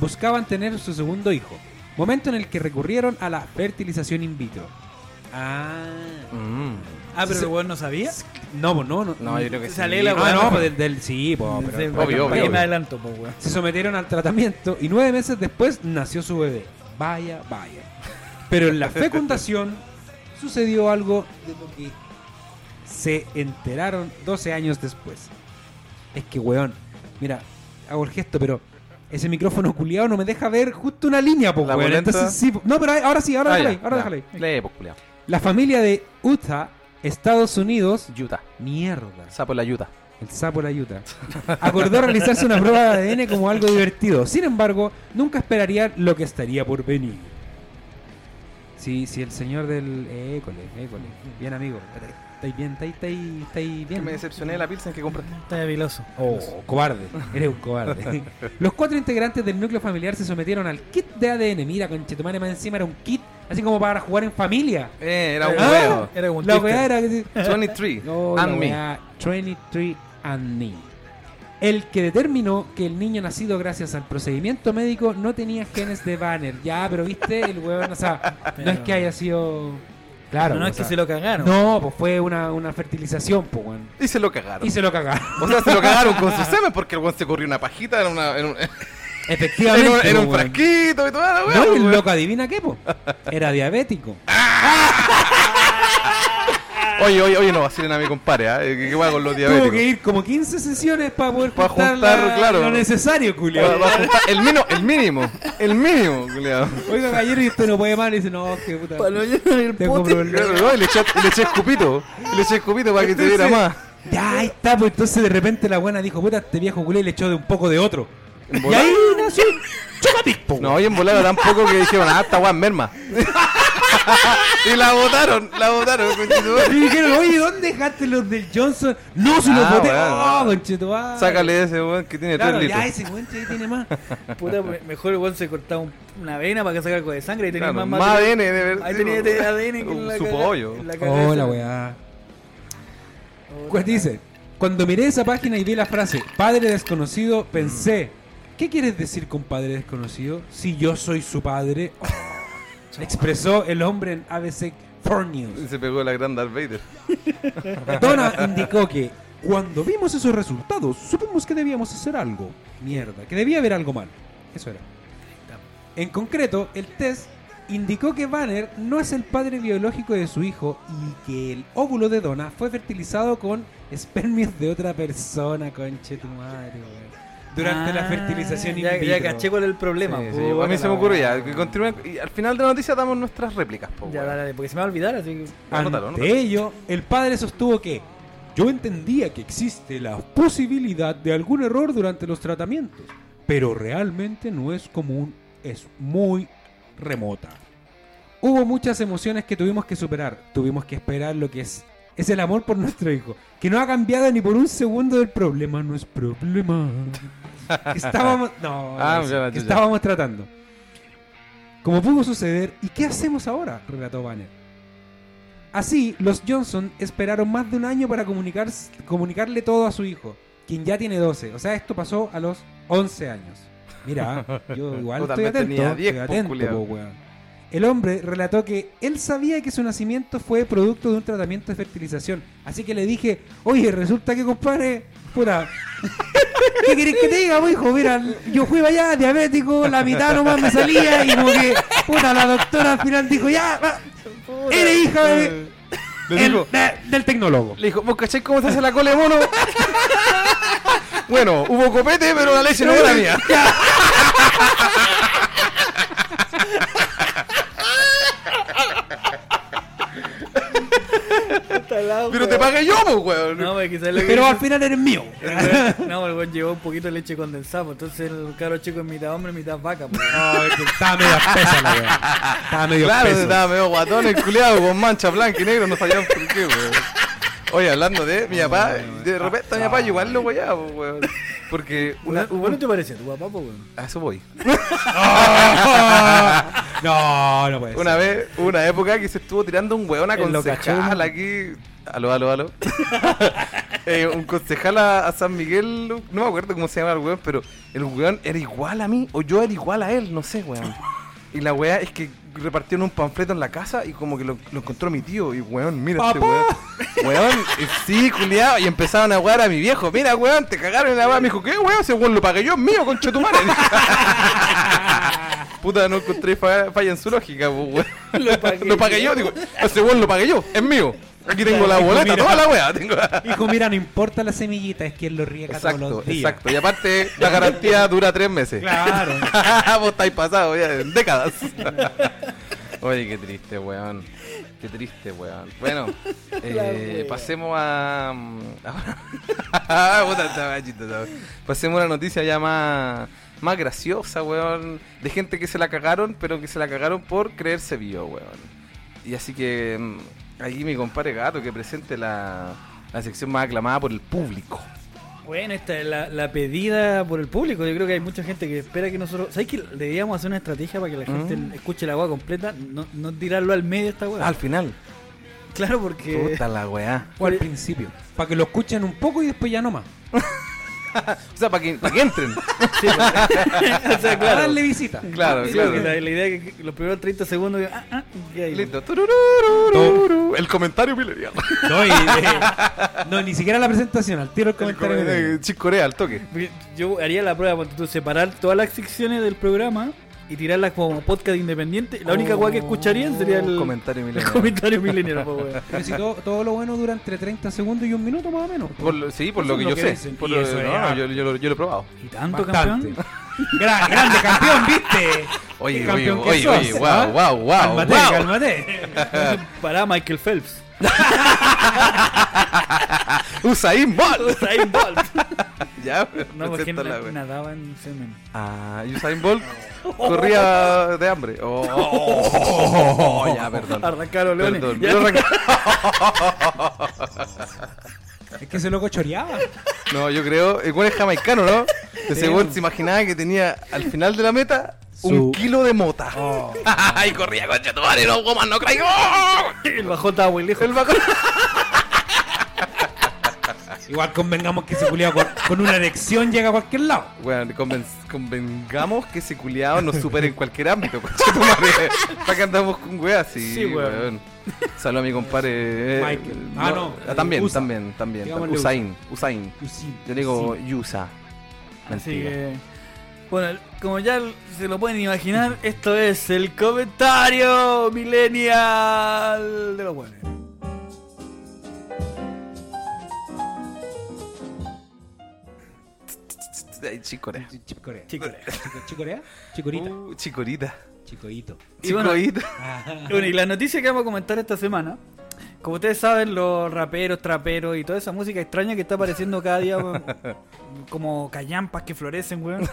buscaban tener su segundo hijo, momento en el que recurrieron a la fertilización in vitro. Ah,
Ah, pero
Sí.
el weón no sabía.
no, pues, no, no.
Mm. No, yo creo que
Sale
sí.
la
Ah,
weá,
no,
¿no?
pues del, del- sí, po, pero-
Desde-
pero-
para
obvio,
que
obvio.
me adelanto, po, weón.
se sometieron al tratamiento y nueve meses después nació su bebé. Vaya, vaya. Pero en la fecundación sucedió algo de lo que se enteraron 12 años después. Es que, weón, mira, hago el gesto, pero ese micrófono culiado no me deja ver justo una línea, po,
La
weón.
boleta.
Entonces, sí, po- no, pero ahí- ahora sí, ahora
Ah,
déjala
ya,
ahí, ahora
ya.
déjala ahí.
Lee, pues, culiao.
La familia de Utah, Estados Unidos.
Utah.
Mierda.
Sapo en la Utah.
El sapo de la Utah. Acordó realizarse una prueba de ADN como algo divertido. Sin embargo, nunca esperaría lo que estaría por venir. Sí, sí, el señor del... eh, École, école. Bien, amigo. ¿Estáis bien? ¿Estáis, estáis, estáis
Que
bien?
me decepcioné de la pilsen que compré.
Está debiloso.
Oh, cobarde. Eres un cobarde. Los cuatro integrantes del núcleo familiar se sometieron al kit de ADN. Mira, con Chetumane más encima era un kit. Así como para jugar en familia.
Eh, Ah. era un
Ah.
huevo.
Era como un
La
twister.
weá era... que-
23.
No,
and
la
me.
weá, 23 and me. El que determinó que el niño nacido gracias al procedimiento médico no tenía genes de Banner. Ya, pero viste, el huevón, o sea, no es que haya sido. Claro.
No, no
o
es que
sea,
se lo cagaron.
No, pues fue una, una fertilización, pues, weón.
Y se lo cagaron.
Y se lo cagaron.
O sea, se lo cagaron con su semen porque el weón se corrió una pajita en una. en un-
Efectivamente.
Era, un-
pues,
era un
weón.
frasquito y toda la
No, y
weá. pues,
el
weón.
loco, adivina qué, po. Era diabético.
Oye, oye, oye, no vacilen a mi compadre, ¿ah? ¿eh? ¿Qué weá con los
Tuvo que
diabéticos?
ir como 15 sesiones para poder
Pa'
juntar,
juntar,
la-
claro.
lo necesario, Julio.
Va- va a juntar- el, mino- el mínimo, el mínimo, culiao.
Oiga, caballero, y usted no puede más. Y dice, no, qué puta.
Para no llenar el
Tengo
pote.
problemas.
Claro, ¿no? Y le eché, y le eché escupito, y le eché escupito para
Este
que te diera
Entonces-
más.
Ya, ahí está, pues entonces de repente la buena dijo, puta, este viejo culé le echó de un poco de otro.
En
Y
volada-
ahí nació el chupapispo.
No, y en volada tampoco que dijeron, ah, esta weá es merma. y la botaron, la botaron, conchetumare.
Y dijeron, oye, ¿dónde dejaste los del Johnson? No, se los
Ah,
boté.
weón.
Oh, conchetumare.
Sácale ese weón que tiene
Claro,
tres
ya
litros.
ese cuento ahí tiene más.
Puta, me- mejor el weón se cortaba un- una vena para que sacara algo de sangre y tenía
Claro,
más,
más ADN de ver-
Ahí
sí,
tenía este
pues,
de ADN que en la
su
caga-
pollo.
en la caga de
Hola,
esa-
weá.
Hola.
Pues dice, cuando miré esa página y vi la frase padre desconocido, pensé,
Mm.
¿qué quieres decir con padre desconocido? Si yo soy su padre, expresó el hombre en ABC 4 News.
Se pegó la gran Darth Vader.
Donna indicó que cuando vimos esos resultados, supimos que debíamos hacer algo. Mierda, que debía haber algo mal. Eso era. En concreto, el test indicó que Banner no es el padre biológico de su hijo y que el óvulo de Donna fue fertilizado con espermios de otra persona, conche tu madre, weón. Durante la
Ah,
fertilización in
ya,
vitro.
ya caché cuál es el problema.
Sí, sí,
puta
a mí se
la
me ocurrió
weá.
ya. que continúen- y al final de la noticia damos nuestras réplicas. po,
Ya,
weón.
dale, dale, porque se me va a olvidar, así que.
Anótalo, anótalo.
Ante ello, el padre sostuvo que yo entendía que existe la posibilidad de algún error durante los tratamientos, pero realmente no es común, es muy remota. Hubo muchas emociones que tuvimos que superar, tuvimos que esperar lo que es es el amor por nuestro hijo, que no ha cambiado ni por un segundo del problema, no es problema. Estábamos, no,
Ah,
eso,
ya la chucha.
estábamos tratando. Como pudo suceder, ¿y qué hacemos ahora? relató Banner. Así, los Johnson esperaron más de un año para comunicar- comunicarle todo a su hijo, quien ya tiene 12. O sea, esto pasó a los 11 años. Mira, yo igual
Yo
estoy
también
atento.
tenía 10,
estoy
po,
atento,
culiao.
po, weón. El hombre relató que él sabía que su nacimiento fue producto de un tratamiento de fertilización. Así que le dije, oye, resulta que compadre, pura, ¿Qué querés que te diga, po, hijo? Mira, yo fui para allá, diabético, la mitad nomás me salía y como que, puta, la doctora al final dijo, ya, va, eres hija de-
Le
el-
digo-
de- del tecnólogo.
Le dijo, ¿vos cacháis cómo se hace la cola de mono? bueno, hubo copete, pero la leche no era mía. Pero te pagué yo, pues, weón.
No, pues quizás lo que.
Pero al final eres mío.
No, el weón llevó un poquito de leche condensada, pues, entonces el caro chico es mitad hombre, mitad vaca. pues.
Ah,
Estaba medio espesa la weá. Estaba medio
claro,
espeso.
estaba medio guatón el culiado con mancha blanca y negro, no sabíamos por qué, weón. Oye, hablando de mi papá, de repente a mi papá yo igual lo weyaba, pues, weón. Porque una,
Una- ¿Vos no te parecía tu papá, po, weón?
a eso voy.
No, no puede ser.
Una vez, hubo una época que se estuvo tirando un weón a
Él lo
concejal
cachó.
aquí. Aló, aló, aló. Eh, un concejal a, a San Miguel, no me acuerdo cómo se llama el weón, pero el weón era igual a mí, o yo era igual a él, no sé, weón. Y la weá es que repartieron un panfleto en la casa y como que lo, lo encontró mi tío. Y weón, mira este weón. Weón, eh, sí, culiado. Y empezaron a wear a mi viejo. Mira, weón, te cagaron en la weá. Me dijo, ¿qué weón? Ese weón lo pagué yo, es mío, concha de tu madre. Puta, no encontré fa- falla en su lógica, pues, weón. Lo pagué, yo, digo, ese weón lo pagué yo, es mío. Aquí tengo la
Hijo,
boleta,
mira.
toda la weá. Tengo la-
Hijo, mira, no importa la semillita, es quien lo riega todos
Exacto,
los días.
exacto. Y aparte, la garantía dura tres meses.
Claro.
Vos estáis pasado ya en décadas. Oye, qué triste, weón. Qué triste, weón. Bueno, eh, pasemos a. mm, Puta, esta weá, chito, esta weá. pasemos a una noticia ya más, más graciosa, weón. De gente que se la cagaron, pero que se la cagaron por creerse vio, weón. Y así que. mm, Aquí mi compadre gato que presente la, la sección más aclamada por el público.
Bueno, esta es la, la pedida por el público. Yo creo que hay mucha gente que espera que nosotros. ¿Sabes que deberíamos hacer una estrategia para que la gente
Mm.
escuche la agua completa? No, no tirarlo al medio esta weá.
Ah, Al final.
Claro, porque.
Puta la weá.
O al principio. Para que lo escuchen un poco y después ya no más.
o sea, para que, para que entren.
Sí, pues. o sea,
Para
claro.
darle visita.
claro,
Sí, porque
claro.
La, la idea es que los primeros 30 segundos. digan, Ah, ah, y ahí,
Listo. Turururururu. El comentario milenial.
No, y- eh, no, ni siquiera la presentación, al tiro el
El
comentario.
comentario Corea al toque.
Porque Yo haría la prueba, ponte tú, separar todas las secciones del programa y tirarlas como podcast independiente. La única guay que escucharían sería el
Oh, comentario
el
milenial.
comentario milenio. po, weón.
Pero si todo, todo lo bueno dura entre 30 segundos y un minuto más o menos.
Por lo- sí, por
Eso
lo que
es
yo
lo que
sé.
dicen.
Por
Y
lo-
eso es- ah.
no, yo, yo lo- yo lo he probado.
¿Y tanto,
Bastante.
campeón?
Gra- grande campeón, viste. Qué
Oye, oye,
campeón que
oye,
sos,
oye,
¿ah?
wow, wow, wow.
Cálmate,
wow.
cálmate.
Para Michael Phelps.
Usain Bolt.
Usain Bolt. No,
ya,
pues,
porque
presenta la
na-
wea.
nadaba en semen.
Ah, y Usain Bolt corría de hambre. Oh, oh, oh, oh, ya, perdón.
Arrancaron leones.
Perdón.
Ya.
Yo arranqué-
Es que ese loco choreaba.
No, yo creo, el güey es jamaicano, ¿no?
Sí.
Ese güey se imaginaba que tenía al final de la meta un
Su-
kilo de mota.
Oh.
y corría con tu madre, no, goma, no caigo.
El bajón estaba muy lejos. El bajón.
Igual convengamos que ese culiao con, con una erección llega a cualquier lado.
Bueno, conven- convengamos que ese culiado nos supera en cualquier ámbito, conchetumare. ¿Para que andamos con weas? Sí,
Sí, weón.
weón. Salud a mi compadre. eh,
Michael. Ah, no, eh,
también,
Usa.
también, también.
Digámosle
Usain, Usain.
Y sí,
Yo le digo
sí.
Yusa.
Así
Mentira.
que. Bueno, como ya se lo pueden imaginar, esto es el comentario millennial de los buenos.
Ay, chicorea.
Ch- Chicorea.
Chicos.
Chico- Chicorea. Chicorita.
Uh, chicorita.
Chicoito.
Y bueno,
Chicoita.
Ah.
Bueno, y la noticia que vamos a comentar esta semana, como ustedes saben, los raperos, traperos y toda esa música extraña que está apareciendo cada día, weón, como callampas que florecen, weón.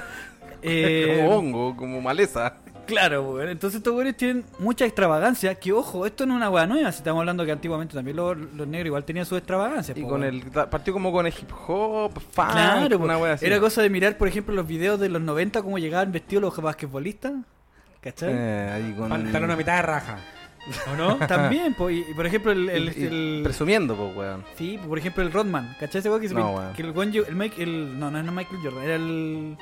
Eh,
como hongo, como maleza.
claro, weón. Entonces estos weones tienen mucha extravagancia, que ojo, esto no es una weá nueva, si estamos hablando que antiguamente también los, los negros igual tenían sus extravagancias.
Y
po,
con
weón.
el. Partió como con el hip hop, funk,
Claro,
una
po.
wea así.
era cosa de mirar, por ejemplo, los videos de los 90, cómo llegaban vestidos los basquetbolistas, ¿cachai?
Eh, ahí con.
Pantalón a mitad de raja. ¿O no?
También, po, y, y por ejemplo, el, el-
y- y
el-
Presumiendo, pues, weón.
Sí, por ejemplo el Rodman, ¿cachai ese weón que se
No,
pin-
weón.
que el weón lle- el Mike, el no, no era Michael Jordan, era el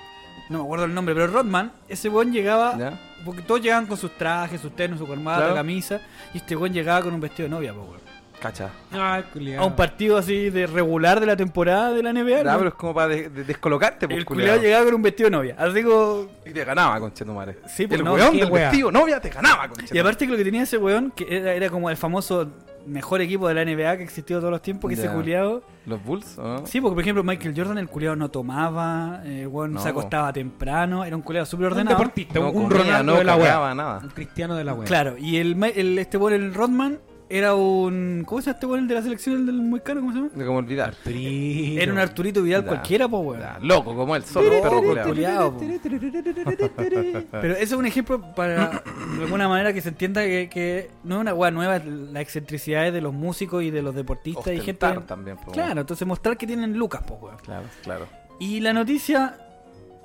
no me acuerdo el nombre, pero el Rodman, ese weón llegaba
¿Ya?
porque todos llegaban con sus trajes, sus ternos, su corbata,
Claro.
camisa, y este weón llegaba con un vestido de novia, po, weón.
Cacha.
Ay, Ah, culiao.
A un partido así de regular de la temporada de la NBA.
Ya,
¿no?
pero es como para de- de- descolocarte,
Y
pues,
el
culiao.
culiado llegaba con un vestido de novia. Así como
Y te ganaba, conchetumare.
Sí, pues,
el
no,
weón
qué
del
wea.
vestido novia te ganaba,
y
conchetumare.
aparte que lo que tenía ese weón que era, era como el famoso mejor equipo de la NBA que existió todos los tiempos, que ese
Ya.
culiado
¿Los Bulls? ¿o no?
Sí, porque por ejemplo Michael Jordan, el culeado no tomaba, eh, weón,
No,
se acostaba temprano, era un culeado súper
Un
ordenado.
deportista,
No
un, un
comía,
Ronaldo
no
de la
cagaba
wea.
nada.
Un cristiano de la wea.
Claro, y el, ma- el este weón, el Rodman, era un. ¿Cómo se llama este weón el de la selección el del muy caro? ¿Cómo se llama?
De cómo olvidar.
Arturito.
Era un Arturito Vidal
Da,
cualquiera, po weón.
Ya, loco como él, solo perro culiao.
tiri, Pero ese es un ejemplo para, de alguna manera, que se entienda que, que no es una weá nueva las excentricidades de los músicos y de los deportistas y gente.
Ostentar también, po, weón.
Claro, entonces mostrar que tienen lucas, po weón.
Claro, claro.
Y la noticia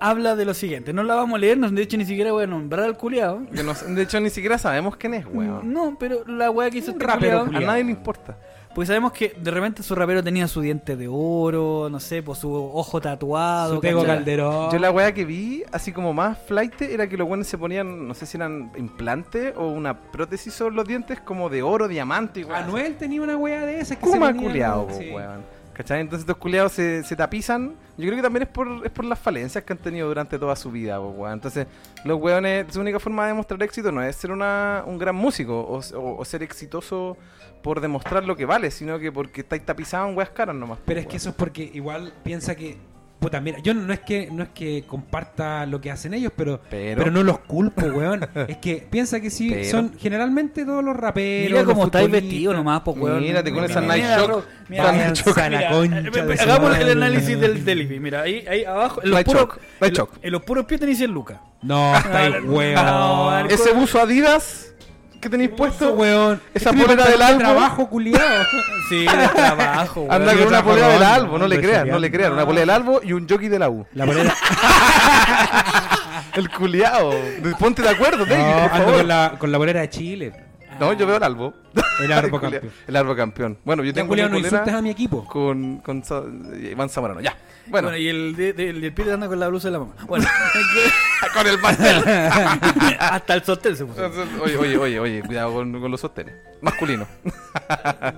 habla de lo siguiente. No la vamos a leer, no, de hecho ni siquiera voy a nombrar al culeado.
Que nos- de hecho, ni siquiera sabemos quién es, weón.
No, pero la weá que hizo
Un
este
rapero
culiao,
A
culiao.
nadie le importa.
Pues sabemos que de repente su rapero tenía su diente de oro, no sé, por su ojo tatuado.
Su Tego
¿cachai?
Calderón.
Yo la weá que vi, así como más flight, era que los weones se ponían, no sé si eran implantes o una prótesis sobre los dientes, como de oro, diamante y weá.
Anuel tenía una wea de esas Ah, que
Kuma
ponía-
culiao, po,
sí.
weón. ¿Cachai? Entonces estos culiados se, se tapizan. Yo creo que también es por, es por las falencias que han tenido durante toda su vida, po, weón. Entonces, los weones, su única forma de demostrar éxito no es ser una, un gran músico o, o- o ser exitoso por demostrar lo que vale, sino que porque estáis tapizados en weas caras nomás. po,
Pero es que
weón.
eso es porque igual piensa que. Puta, mira, yo no, no es que no es que comparta lo que hacen ellos, pero,
Pero-
pero, no los culpo, weón. es que piensa que sí,
Pero-
son generalmente todos los raperos.
Mira cómo
los
estáis
futbolistas.
vestido nomás, po, weón.
Mírate con esa Nike
mira,
Shock.
bro, mira,
Tan
mira,
Váyanse
Shock.
a la concha
mira,
de su
Hagamos el
madre.
análisis del delivery. Mira, ahí, ahí abajo. En los,
Nike
puros,
Shock, Nike
en, lo-
Shock.
en los puros pies tenéis 100 lucas.
No,
No,
estáis
no,
weón.
no,
Es
Ese buzo Adidas que tenéis puesto,
puesto, weón.
Esa
Escribe
polera
un
del álbum.
trabajo culiado.
Sí, de trabajo, weón.
Anda con
yo
una
trabajo
polea del
robando,
Albo, no le
hombre,
crean, no le
serial.
crean. Una polea del Albo y un jockey de la U.
La polera.
El culiao. Ponte de acuerdo,
Ah. No,
David, por
ando
favor.
con la, con la polera de Chile.
No, yo veo el Albo.
El árbol campeón.
El árbol campeón. Bueno, yo
Ya,
tengo una
Julián, no
polera
insultas a mi equipo.
con, con Sa- Iván Zamorano. Ya.
Bueno,
Bueno,
y el, de, de- el Peter anda con la blusa de la mamá. Bueno,
con el pastel.
hasta el sostén se puso.
oye, oye, oye, oye, cuidado con, con los sostenes. Masculino.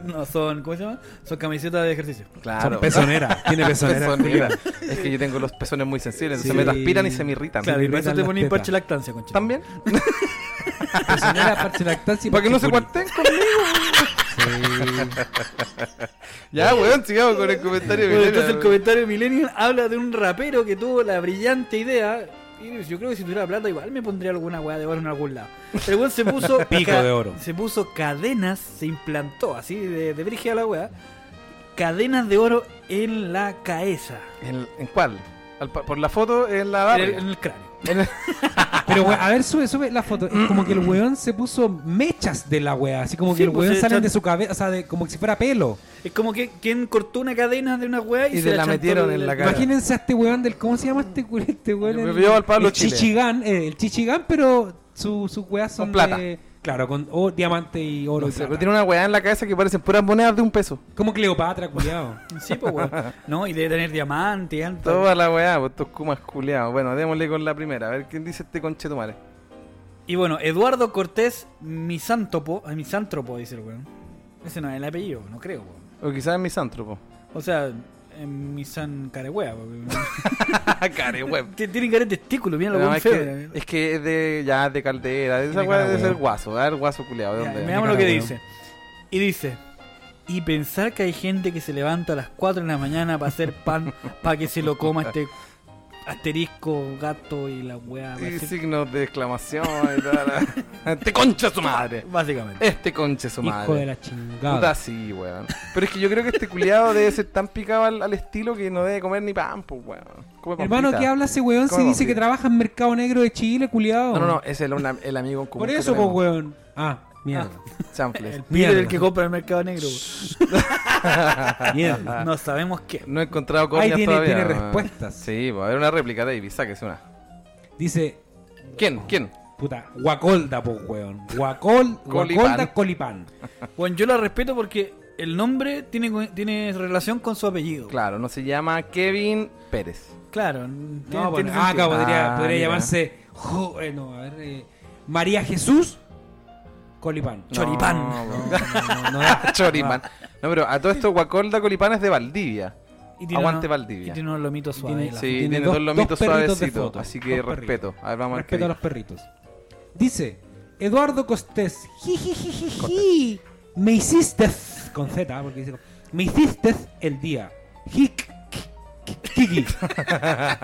No, son, ¿cómo se llama? Son camisetas de ejercicio.
Son pezonera. Tiene pezonera.
Pezonera.
Julián.
Es que yo tengo los pezones muy sensibles,
Sí.
se me transpiran y se me irritan.
Claro, y
me
para eso
irritan
te
las
ponen
tetas.
parche lactancia, concha.
¿También?
Pezonera, parche lactancia y
Para que no se
parche
cuarten conmigo. Ya, weón, sigamos con el comentario.
Bueno,
Milena.
entonces el comentario de Millennium habla de un rapero que tuvo la brillante idea. Y yo creo que si tuviera plata, igual me pondría alguna weá de oro en algún lado. El weón se puso.
Pico
ca-
de oro.
Se puso cadenas, se implantó así de, de brígida la weá. Cadenas de oro en la cabeza.
¿En, en cuál? Al pa- por la foto en la
En el,
barriga.
en el cráneo.
En el-
Pero, weón, a ver, sube, sube la foto. Es como que el weón se puso mechas de la wea. Así como que
Sí,
el
pues,
weón
se
salen
echan-
de su cabeza, o sea, de- como que si fuera pelo.
Es como que quien cortó una cadena de una weá y,
Y
se
se la
chantó
metieron en la cara.
Imagínense a este weón del. ¿Cómo se llama este, cu- este weón?
Me vio al Pablo
el
Chile.
Chichigán, eh, el Chichigán, pero su- sus weas son.
Con plata.
de- claro, con o, diamante y oro.
No
y
sé, pero
plata.
tiene una weá en la cabeza que parecen puras monedas de un peso.
Como Cleopatra, culiado.
Sí, pues weón. No, y debe tener diamantes, antes.
Toda la weá, pues estos kumas culiados. Bueno, démosle con la primera, a ver quién dice este conchetumare.
Y bueno, Eduardo Cortés Misántropo, ah, misántropo dice el weón. Ese no es el apellido, no creo. po.
O quizás es misántropo.
O sea, eh, misan carehue, porque
Care, weón.
T- Tienen cara de testículo, mira lo
No,
weón
es,
feo.
que, es que es de, ya es de caldera, de esa
Tiene
weá
cara,
debe ser
weón.
guaso. A ver, guaso culiado, ¿de
Ya,
dónde? es?
Veamos lo que
Nicaragua.
dice. Y dice, y pensar que hay gente que se levanta a las 4 de la mañana para hacer pan, para que se lo coma este asterisco, gato y la weá. para
Y
hacer-
signos de exclamación y toda la... ¡Este concha su madre!
Básicamente.
¡Este concha su madre!
Hijo de la
Puta,
chingada.
sí, weón. Pero es que yo creo que este culiado debe ser tan picado al, al estilo que no debe comer ni pan, pues, weón. Come
Hermano,
pampita.
¿qué habla ese weón? Se
Come
dice que
pampita.
trabaja en Mercado Negro de Chile, culiado.
No, no, no, es el, una- el amigo en común.
Por
que
eso, pues,
tenemos.
weón. Ah, mierda.
Chanfles.
El pibe del
mierda.
que compra en el mercado negro.
mierda.
weón. No sabemos qué.
No he encontrado copias
Ahí tiene-
todavía.
tiene
weón.
respuestas.
Sí, pues, a ver una réplica, David, sáquese una.
Dice,
¿Quién? ¿Quién?
puta, Guacolda, po, weón. Guacol,
Colipán.
Guacolda Colipán.
Bueno, yo la respeto porque el nombre tiene, co- tiene relación con su apellido.
Claro, no se llama Kevin Pérez.
Claro, n- tiene-
No,
tiene
bueno, ah, acá
sentido.
podría,
Ah,
podría
mira.
llamarse. jo- eh, no, a ver. eh, María Jesús Colipán.
Choripán.
weón.
No, no, no da.
Choripán. No, pero a todo esto, Guacolda Colipán es de Valdivia.
Y tiene
Aguante
unos- Y
Valdivia.
tiene unos lomitos suaves.
Tiene-
la-
Sí, tiene,
tiene
dos,
dos- dos
lomitos
perritos de
suavecitos,
foto,
así que
dos perritos.
respeto. A ver, vamos a ver qué
Respeto a los
dice.
perritos. Dice Eduardo Costés. Jijijijiji. Me hiciste. Con Z, ¿ah? porque dice. Me hiciste el día. Jic. Jiji.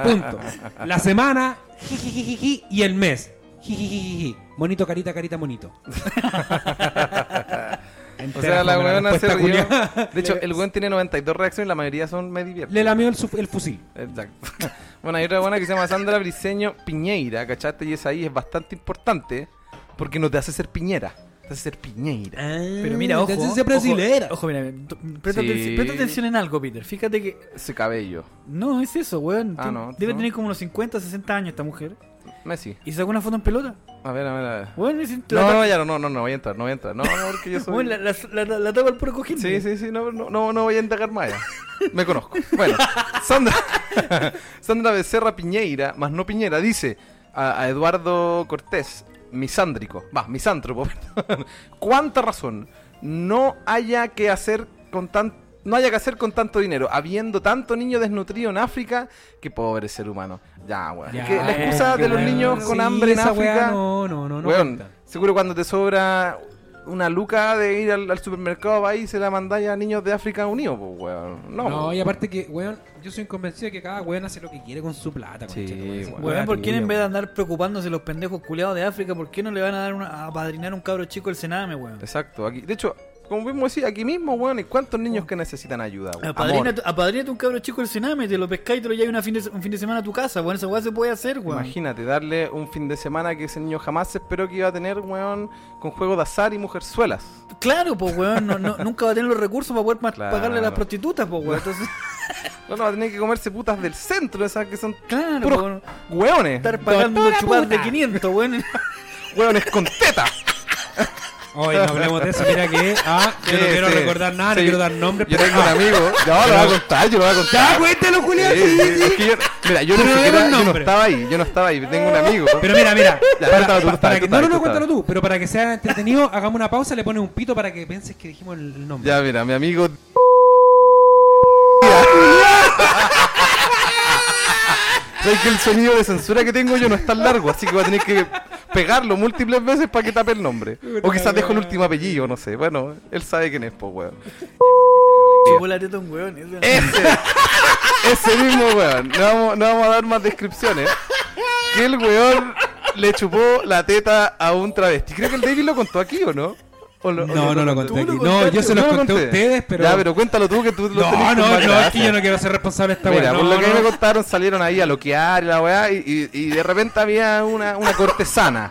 Punto. La semana. jijijijiji, Y el mes. Jijijijiji. Monito, carita, carita, monito.
O sea, la weona se rió. De hecho,
Le-
el weón tiene 92 reacciones y la mayoría son me divierte.
Le lamió el, su- el fusil.
Exacto. Bueno, hay otra buena que se llama Sandra Briseño Piñeira, ¿cachaste? Y esa ahí es bastante importante porque no te hace ser piñera, te hace ser piñeira.
Pero mira, ojo. ojo, Ojo, mira, mira, t- presta,
Sí.
atención, presta atención en algo, Peter. Fíjate que.
Ese cabello.
No, es eso, weón.
Ah,
Tien-
no,
debe
no.
tener como unos 50, 60 años esta mujer.
Messi.
Y sacó una foto en pelota.
A ver, a ver, a ver.
Weón, es la,
No, no,
tapa-
ya no, no, no, no voy a entrar, no voy a entrar. No, no, porque yo soy.
weón, la, la, la- la- la tapa el puro cojín.
Sí, sí, sí, no, no, no, no voy a indagar más allá. Me conozco. Bueno, Sandra, Sandra Becerra Piñeira, más no Piñera, dice a, a Eduardo Cortés, misándrico, va, misántropo, perdón. ¿Cuánta razón no haya que hacer con tan, no haya que hacer con tanto dinero, habiendo tanto niño desnutrido en África, que pobre ser humano. Ya, weón.
Ya,
Que la excusa
eh,
de los
weón.
niños con
Sí,
hambre en
esa weá
África.
No, no, no, no.
Weón,
cuenta.
seguro cuando te sobra una luca de ir al, al supermercado va y se la mandáis a niños de África Unidos, pues, weón. No,
No,
po.
y aparte que, weón, yo soy convencido de que cada weón hace lo que quiere con su plata,
Sí,
conchetumare.
weón.
Esa
Weón,
weá
¿por qué en
tuya,
vez de andar preocupándose los pendejos culiados de África, por qué no le van a dar una, a padrinar un cabro chico el Sename, weón?
Exacto. Aquí, de hecho, como vimos decir, aquí mismo, weón, ¿y cuántos
Oh.
niños que necesitan ayuda? weón? Amor.
Apadrínate, apadrínate un cabro chico el Sename, te lo pescáis y te lo lleváis una fin de- un fin de semana a tu casa, weón. Esa weá se puede hacer, weón.
Imagínate, darle un fin de semana que ese niño jamás se esperó que iba a tener, weón, con juego de azar y mujerzuelas.
Claro, pues, weón. no- no- nunca va a tener los recursos para poder ma-
Claro.
pagarle a las prostitutas, pues, weón. Entonces,
No, no, va a tener que comerse putas del centro, esas que son
claro,
Puros
po, weón.
weones.
Estar pagando
Doctora
chupas
puta.
de 500, weón.
Weones con teta.
Oye, no hablemos de eso, mira que. Ah, yo no
Sí,
quiero
sí.
recordar nada, no
Eh, este, Sí.
quiero dar nombres.
Yo
pero-
tengo un
ah,
amigo. No, lo voy a contar, yo lo voy a
Ya,
contar.
cuéntalo, Julián.
Sí,
sí,
sí,
sí.
es que yo, mira, yo, ni
Pero no
siquiera-
demos
yo no
nombre.
estaba ahí, yo no estaba ahí, tengo un amigo.
Pero mira, mira. para-
Ya, cuéntalo tú,
para-
cuéntalo
para que-
tú,
No, no,
cuéntalo
no,
tú.
cuéntalo tú. Pero para que sea entretenido, hagamos una pausa, le pones un pito para que pienses que dijimos el el nombre.
Ya, mira, mi amigo. ¿Sabes que el sonido de censura que tengo yo no es tan largo? Así que voy a tener que pegarlo múltiples veces para que tape el nombre. O quizás dejo el último apellido, no sé. Bueno, él sabe quién es, pues, weón.
Chupó la teta un weón. ese-
Ese, ese mismo weón. No vamos, no vamos a dar más descripciones. Que el weón le chupó la teta a un travesti. Creo que el David lo contó aquí, ¿o no? ¿O lo- o
No, no lo
contó?
conté
lo
aquí. No,
contaste,
yo se
No
los
lo
conté a
conté.
ustedes, pero.
Ya, pero cuéntalo tú que tú lo tenés
No,
con
no,
más
no, es que
gracia.
yo no quiero ser responsable de esta
Mira,
weá.
por
No,
lo que a
no.
mí me contaron, salieron ahí a loquear y la weá, y, y- y de repente había una, una cortesana,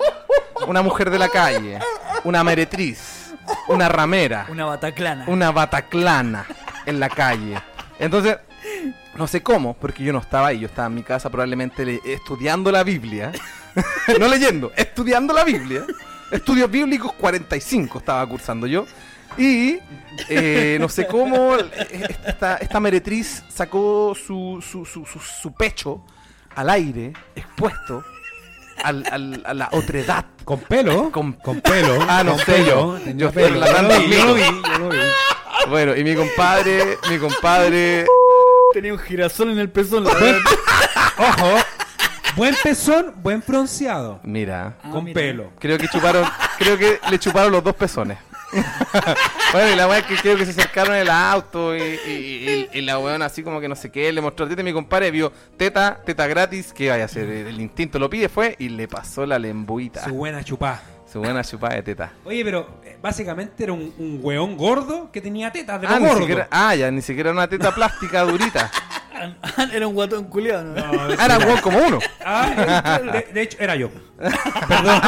una mujer de la calle, una meretriz, una ramera,
Una bataclana.
una bataclana en la calle. Entonces, no sé cómo, porque yo no estaba ahí, yo estaba en mi casa probablemente le- estudiando la Biblia, no leyendo, estudiando la Biblia. Estudios bíblicos 45 estaba cursando yo. Y eh, no sé cómo eh, esta, esta meretriz sacó su, su, su, su- su pecho al aire, expuesto al- al- a la otredad.
Con pelo.
Con-
pelo.
Ah, no
con
sé yo.
tenía
Yo estoy
pelo. Yo
relatando
lo vi,
el
yo lo vi,
mito.
yo lo vi.
Bueno, y mi compadre, mi compadre
Tenía un girasol en el pezón. La
Buen-
verdad.
Ojo. Buen pezón, buen fronceado.
Mira,
Ah,
con
mira.
pelo.
creo que chuparon, creo que le chuparon los dos pezones. bueno, y la weá es que creo que se acercaron en el auto y, y- y- y la weón así como que no sé qué, le mostró teta y mi compadre vio teta, teta gratis, que vaya a hacer, el instinto lo pide, fue y le pasó la lembuita.
Su buena chupada.
Su buena chupada de teta.
Oye, pero eh, básicamente era un, un weón gordo que tenía tetas de lo
Ah, ni
gordo.
siquiera- ah, ya, ni siquiera una teta plástica durita.
Era un guatón culiado, ¿no?
No,
Ah, era un weón como uno.
ah, de, de hecho, era yo. Perdón.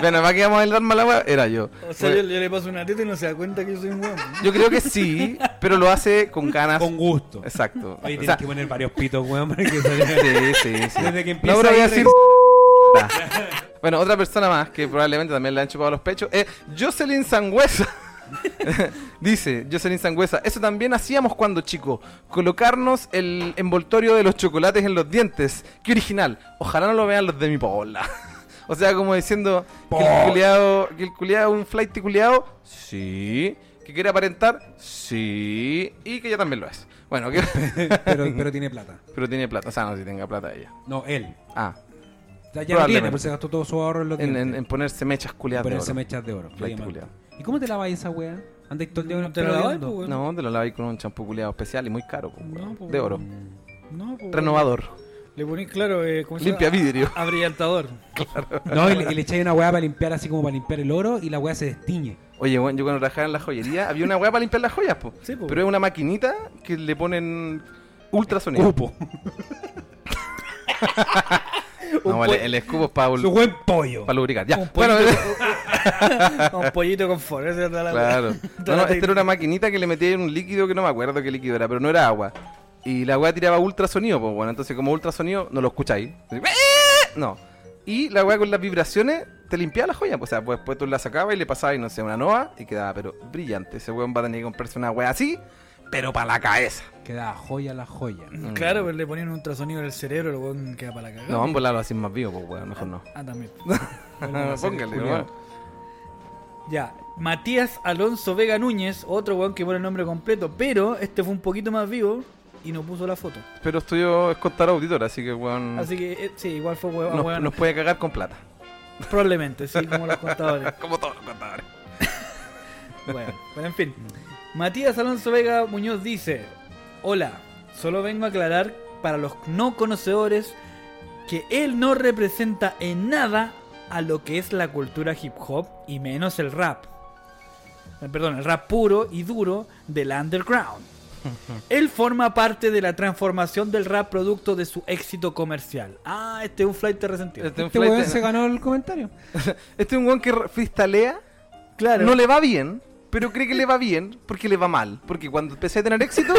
Bueno, para que vamos a bailar más la weá, era yo.
O sea, yo, yo le paso una teta y no se da cuenta que yo soy un weón. ¿no?
Yo creo que sí, pero lo hace con ganas.
Con gusto.
Exacto.
Oye,
Ah, O
tienes
sea,
que poner varios pitos, weón, para que salga.
Sí, sí, sí.
Desde que empieza
no, pero voy a
ahí,
decir.
re-
Bueno, otra persona más que probablemente también le han chupado los pechos es Jocelyn Sangüesa. Dice Jocelyn Sangüesa, eso también hacíamos cuando chico, colocarnos el envoltorio de los chocolates en los dientes. Qué original, ojalá no lo vean los de mi pola. o sea, como diciendo que el culiado, que el culiado un flight culiado, sí, que quiere aparentar, sí, y que ella también lo es. Bueno, que,
Pero, pero tiene plata.
pero tiene plata, o sea, no si tenga plata ella.
No, él.
Ah,
O sea, Ya lo tiene,
Probablemente.
porque se gastó todo su ahorro en los
en,
dientes.
en- en ponerse mechas culiadas. de
ponerse
oro.
mechas de oro.
Flight
de diamante.
culiao.
¿Y cómo te lavas esa weá? Antes todo el día
No te lo lavas,
oliendo.
pues, weón.
No, te lo laváis con un champú culiado especial y muy caro, pues, weón.
No, pues,
de oro.
No, pues,
Renovador.
Le ponís, claro, eh, ¿cómo se llama?
Limpia vidrio.
Abrillantador.
No, y le, y le echáis una weá para limpiar así como para limpiar el oro y la weá se destiñe.
Oye, weón, yo cuando trabajaba en la joyería había una weá para limpiar las joyas, po.
Sí, po.
Pero es una maquinita que le ponen ultrasonido.
Cupo.
No,
Un
vale, el escupo es para
Su buen pollo.
lubricar. Ya.
Un
Bueno,
pollito, un pollito con forro, esa es la-
claro.
toda
No, no,
la
esta era una maquinita que le metía en un líquido que no me acuerdo qué líquido era, pero no era agua. Y la weá tiraba ultrasonido, pues bueno, entonces como ultrasonido no lo escucháis. Así, "Bee". No. Y la weá con las vibraciones te limpiaba la joya. pues, O sea, pues después tú la sacabas y le pasabas, y no sé, una nova y quedaba, pero brillante. Ese weón va a tener que comprarse una weá así, pero para la cabeza.
Queda joya la joya.
técnica. Claro, pues le ponían un ultrasonido en el cerebro, lo weón queda para la cagada.
No, vamos a volarlo así más vivo, pues weón, mejor no. Ah,
Ah, también.
Póngale,
culiao.
weón.
Ya, Matías Alonso Vega Núñez, otro weón que pone el nombre completo, pero este fue un poquito más vivo y no puso la foto.
Pero estudio es contar auditor, así que weón.
Así que, eh, sí, igual fue huevón,
nos, nos puede cagar con plata.
probablemente, sí, como los contadores.
Como todos los contadores.
Bueno, pero en fin. Matías Alonso Vega Muñoz dice: Hola, solo vengo a aclarar para los no conocedores que él no representa en nada a lo que es la cultura hip hop y menos el rap. Eh, Perdón, el rap puro y duro del underground. Él forma parte de la transformación del rap producto de su éxito comercial. Ah, este es un flight resentido.
Este
Este
flete-
weón se ganó el comentario.
Este es un weón que re- freestalea,
Claro.
no le va bien, pero cree que le va bien porque le va mal. Porque cuando empecé a tener éxito,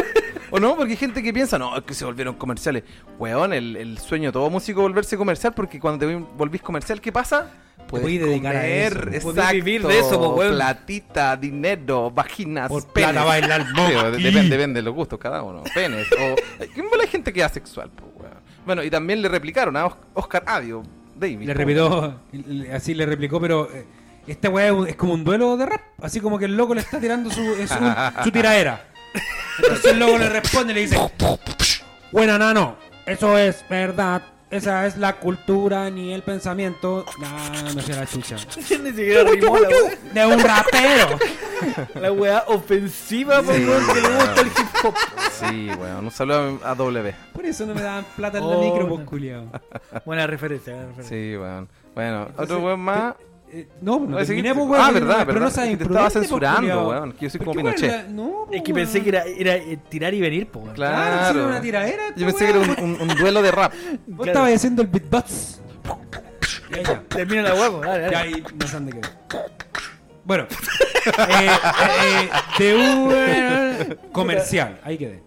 o no, porque hay gente que piensa, no, es que se volvieron comerciales. Weón, el, el sueño de todo músico es volverse comercial porque cuando te volvís comercial, ¿qué pasa? Puedes
podéis dedicar a
comer,
eso, pues.
exacto,
Podéis vivir de eso, pues, weón.
Platita, dinero, vaginas,
Por
penes.
plata bailar
Pero
monkey.
depende, depende de los gustos cada uno. Penes. O, ¿Qué mala gente que es asexual? po, weón? Bueno, y también le replicaron a Os- Oscar Adio, David.
Le
po.
replicó, le- así le replicó, pero eh, esta weá es un- es como un duelo de rap. Así como que el loco le está tirando su, es un- su tiradera. Entonces el loco le responde y le dice: Buena, nano, eso es verdad. Esa es la cultura ni el pensamiento. Nah, me fui a la chucha.
Ni siquiera rimó la weá.
De un rapero.
La weá ofensiva, pues,
Sí.
weón, que le gusta el hip hop.
Sí, weón. Un saludo a, a W.
Por eso no me daban plata en la
Oh,
micro, pues,
no.
culiao.
Buena referencia, buena referencia.
Sí, weón. Bueno,
Entonces,
otro weón más.
Eh, no, no
Oye,
terminé,
sí,
pues,
sí.
weón,
Ah,
pero-
verdad,
Pero no
verdad.
sabes
Es que te estaba
imprudente, pues,
censurando,
culiao.
weón, que yo soy
Pero
como
qué weón,
Pinochet.
la- no,
Es
pues,
que pensé
weón.
que era, era eh, tirar y venir, pues. weón.
Claro, si
Claro.
era una tiradera. esta
Yo pensé que era
weá.
un, un- un duelo de rap.
Vos
Claro.
estabas haciendo el beatbox. Ya, ya.
Termina la weá, pues, dale, dale.
Ya ahí no sé dónde quedó. Bueno, eh, eh, de un comercial, ahí quedé.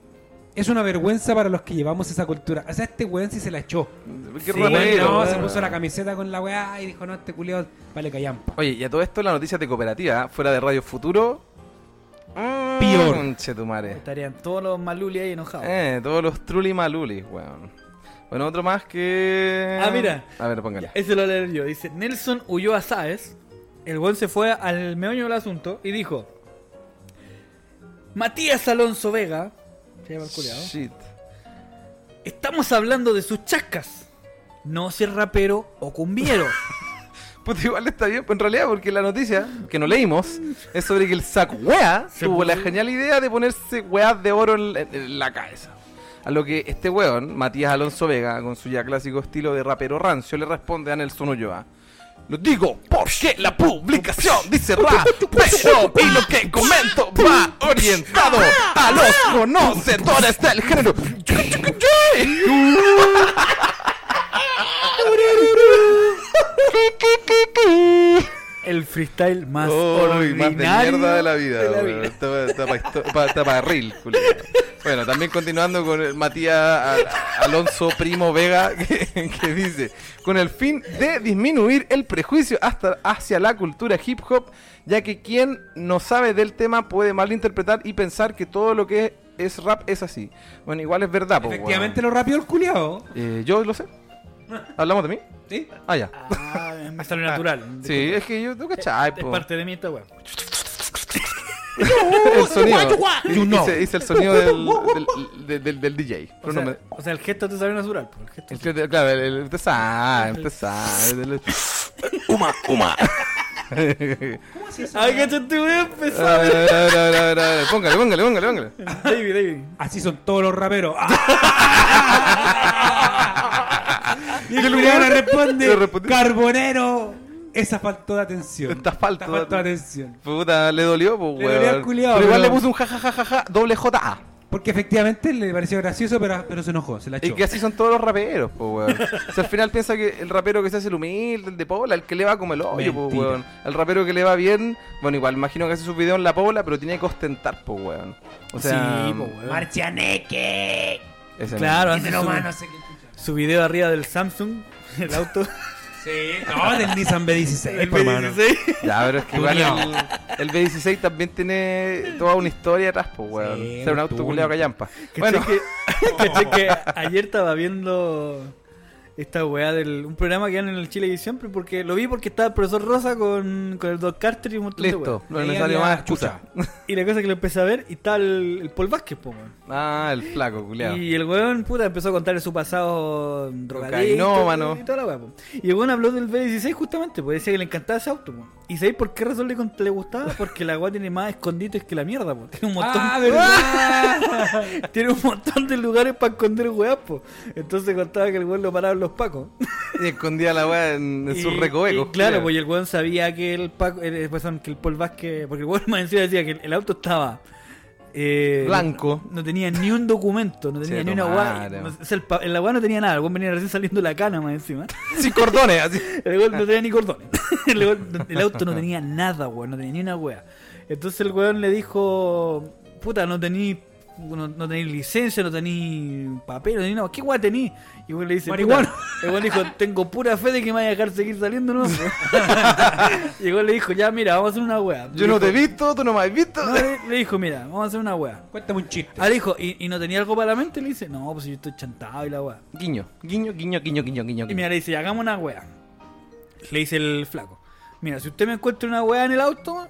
Es una vergüenza para los que llevamos esa cultura. O sea, este weón sí se la echó.
Qué
Sí,
rapero,
no,
weón.
se puso la camiseta con la weá y dijo, no, este culiao vale callampa.
Oye, y a todo esto, las noticias de cooperativa, ¿eh? fuera de Radio Futuro. mm,
Peor.
conchetumare.
Estarían todos los maluli ahí enojados.
Eh, todos los Truli Malulis, weón. Bueno, otro más que.
Ah, mira.
A ver, póngale.
Ya, Ese lo leo yo. Dice, Nelson huyó a Sáez. El buen se fue al meoño del asunto y dijo, Matías Alonso Vega, se llama el culiao,
Shit.
estamos hablando de sus chascas, no si es rapero o cumbiero.
Puta, Pues igual está bien, en realidad, porque la noticia que no leímos es sobre que el sac wea tuvo la genial idea de ponerse weas de oro en, en la cabeza. A lo que este weón, Matías Alonso Vega, con su ya clásico estilo de rapero rancio, le responde a Nelson Ulloa. Lo digo porque la publicación dice rap, pero y lo que comento va orientado a los conocedores del género.
el freestyle más
Uy,
ordinario
más de mierda de la vida.
de la
weón.
vida.
Está, para reel, culiao. Bueno, también continuando con el Matías Al- Alonso Primo Vega, que, que dice, con el fin de disminuir el prejuicio hasta hacia la cultura hip hop, ya que quien no sabe del tema puede malinterpretar y pensar que todo lo que es, rap es así. Bueno, igual es verdad, po, Oh, weón.
Efectivamente lo rapió el culiao.
Eh, yo lo sé. ¿Hablamos de mí?
¿Sí?
Ah, ya.
Ah, me salió natural.
Sí, es que yo tengo cachai,
Es
po.
parte de mí esta weá.
el sonido.
You know.
Hice, hice el sonido del, del, del, del- del DJ.
O,
Pero no
sea,
me-
o sea, el gesto te salió natural. po, el gesto.
el que te- claro, el, el- usted sabe, usted sabe, el- el- Uma, uma. A ver,
¿Cómo así son,
Ay, cachate, weón, empezó.
a ver, a ver, a ver, a ver, a ver. Póngale, póngale, póngale, póngale.
David, David.
así son todos los raperos. y
Y
el
el
culiao le
weón- le
responde,
responde-
carbonero. Esa faltó de atención.
Esta falta
Esta faltó de atención.
Puta, le dolió, pues,
Le dolió al
weón.
culiao,
Pero igual
pero-
le puso un jajajajaja doble JA.
Porque efectivamente le pareció gracioso, pero, pero se enojó, se la
Y
echó.
que así son todos los raperos, pues, weón. O sea, al final piensa que el rapero que se hace el humilde, el de Pobla, el que le va como el hoyo, pues,
Mentira.
weón. El rapero que le va bien, bueno, igual imagino que hace su video en la Pobla, pero tiene que ostentar, pues, weón. O sea,
sí, po, weón.
Marcianeque.
ese
Claro,
Ese
hace
lo más, no
su,
sé qué escucha.
su video arriba del Samsung, el auto.
Sí, no, del Nissan B16,
el
por hermano.
B16.
mismo. Ya, pero es que igual el, el B16 también tiene toda una historia atrás, pues, weón.
Sí,
o sea, un auto
tú.
culeado callampa.
Bueno.
Bueno,
Caché que ayer estaba viendo esta weá del un programa que dan en el Chilevisión, pero porque lo vi porque estaba el profesor Rosa con, con el Doc Carter y un montón de
listo,
weá.
no
Ahí
es necesario
había
más excusa.
Y la cosa es que lo empecé a ver y está el, el Paul Vázquez, po, weón.
Ah, el flaco culeado.
Y el weón, puta, empezó a contarle su pasado drogadicto
Cocainómano.
y toda la weá, po. Y el weón habló del B16 justamente, porque decía que le encantaba ese auto, po. ¿Y sabéis por qué razón le, cont- le gustaba? Porque la weá tiene más escondites que la mierda, po. Tiene un montón
Ah, ¿verdad?
Tiene un montón de lugares para esconder weas, po. Entonces contaba que el weón lo paraban los pacos.
Y escondía la weá en, en
Y-
sus recovecos.
y Claro,
culiao.
pues y el weón sabía que el Paco, el, eh, perdón, que el Paul Vázquez, porque el weón más encima decía que el, el auto estaba eh,
Blanco.
No, no tenía ni un documento, no tenía
Sí,
ni una
tu
weá.
madre,
no-
weón.
o sea, el pa- en la weá no tenía nada, el weón venía recién saliendo de la cana más encima.
Sin cordones, así.
El weón no tenía ni cordones. El, weón no- el auto no tenía nada, weón. No tenía ni una wea. Entonces el weón le dijo: Puta, no tení, no, no tení licencia, no tení papel, no tení nada. ¿Qué wea tení? Y el weón le dice: "Puta,
Marihuana.
El weón dijo, tengo pura fe de que me vaya a dejar seguir saliendo, ¿no? y el weón le dijo, ya, mira, vamos a hacer una weá.
Yo no te he visto, tú no me has visto.
No, le, le dijo, mira, vamos a hacer una weá.
Cuéntame un chiste.
Ah, le dijo, ¿y, y no tenía algo para la mente? Le dice, no, pues yo estoy chantado y la weá.
Guiño, guiño, guiño, guiño, guiño, guiño.
Y mira, le dice, hagamos una weá. Le dice el flaco. Mira, si usted me encuentra una weá en el auto,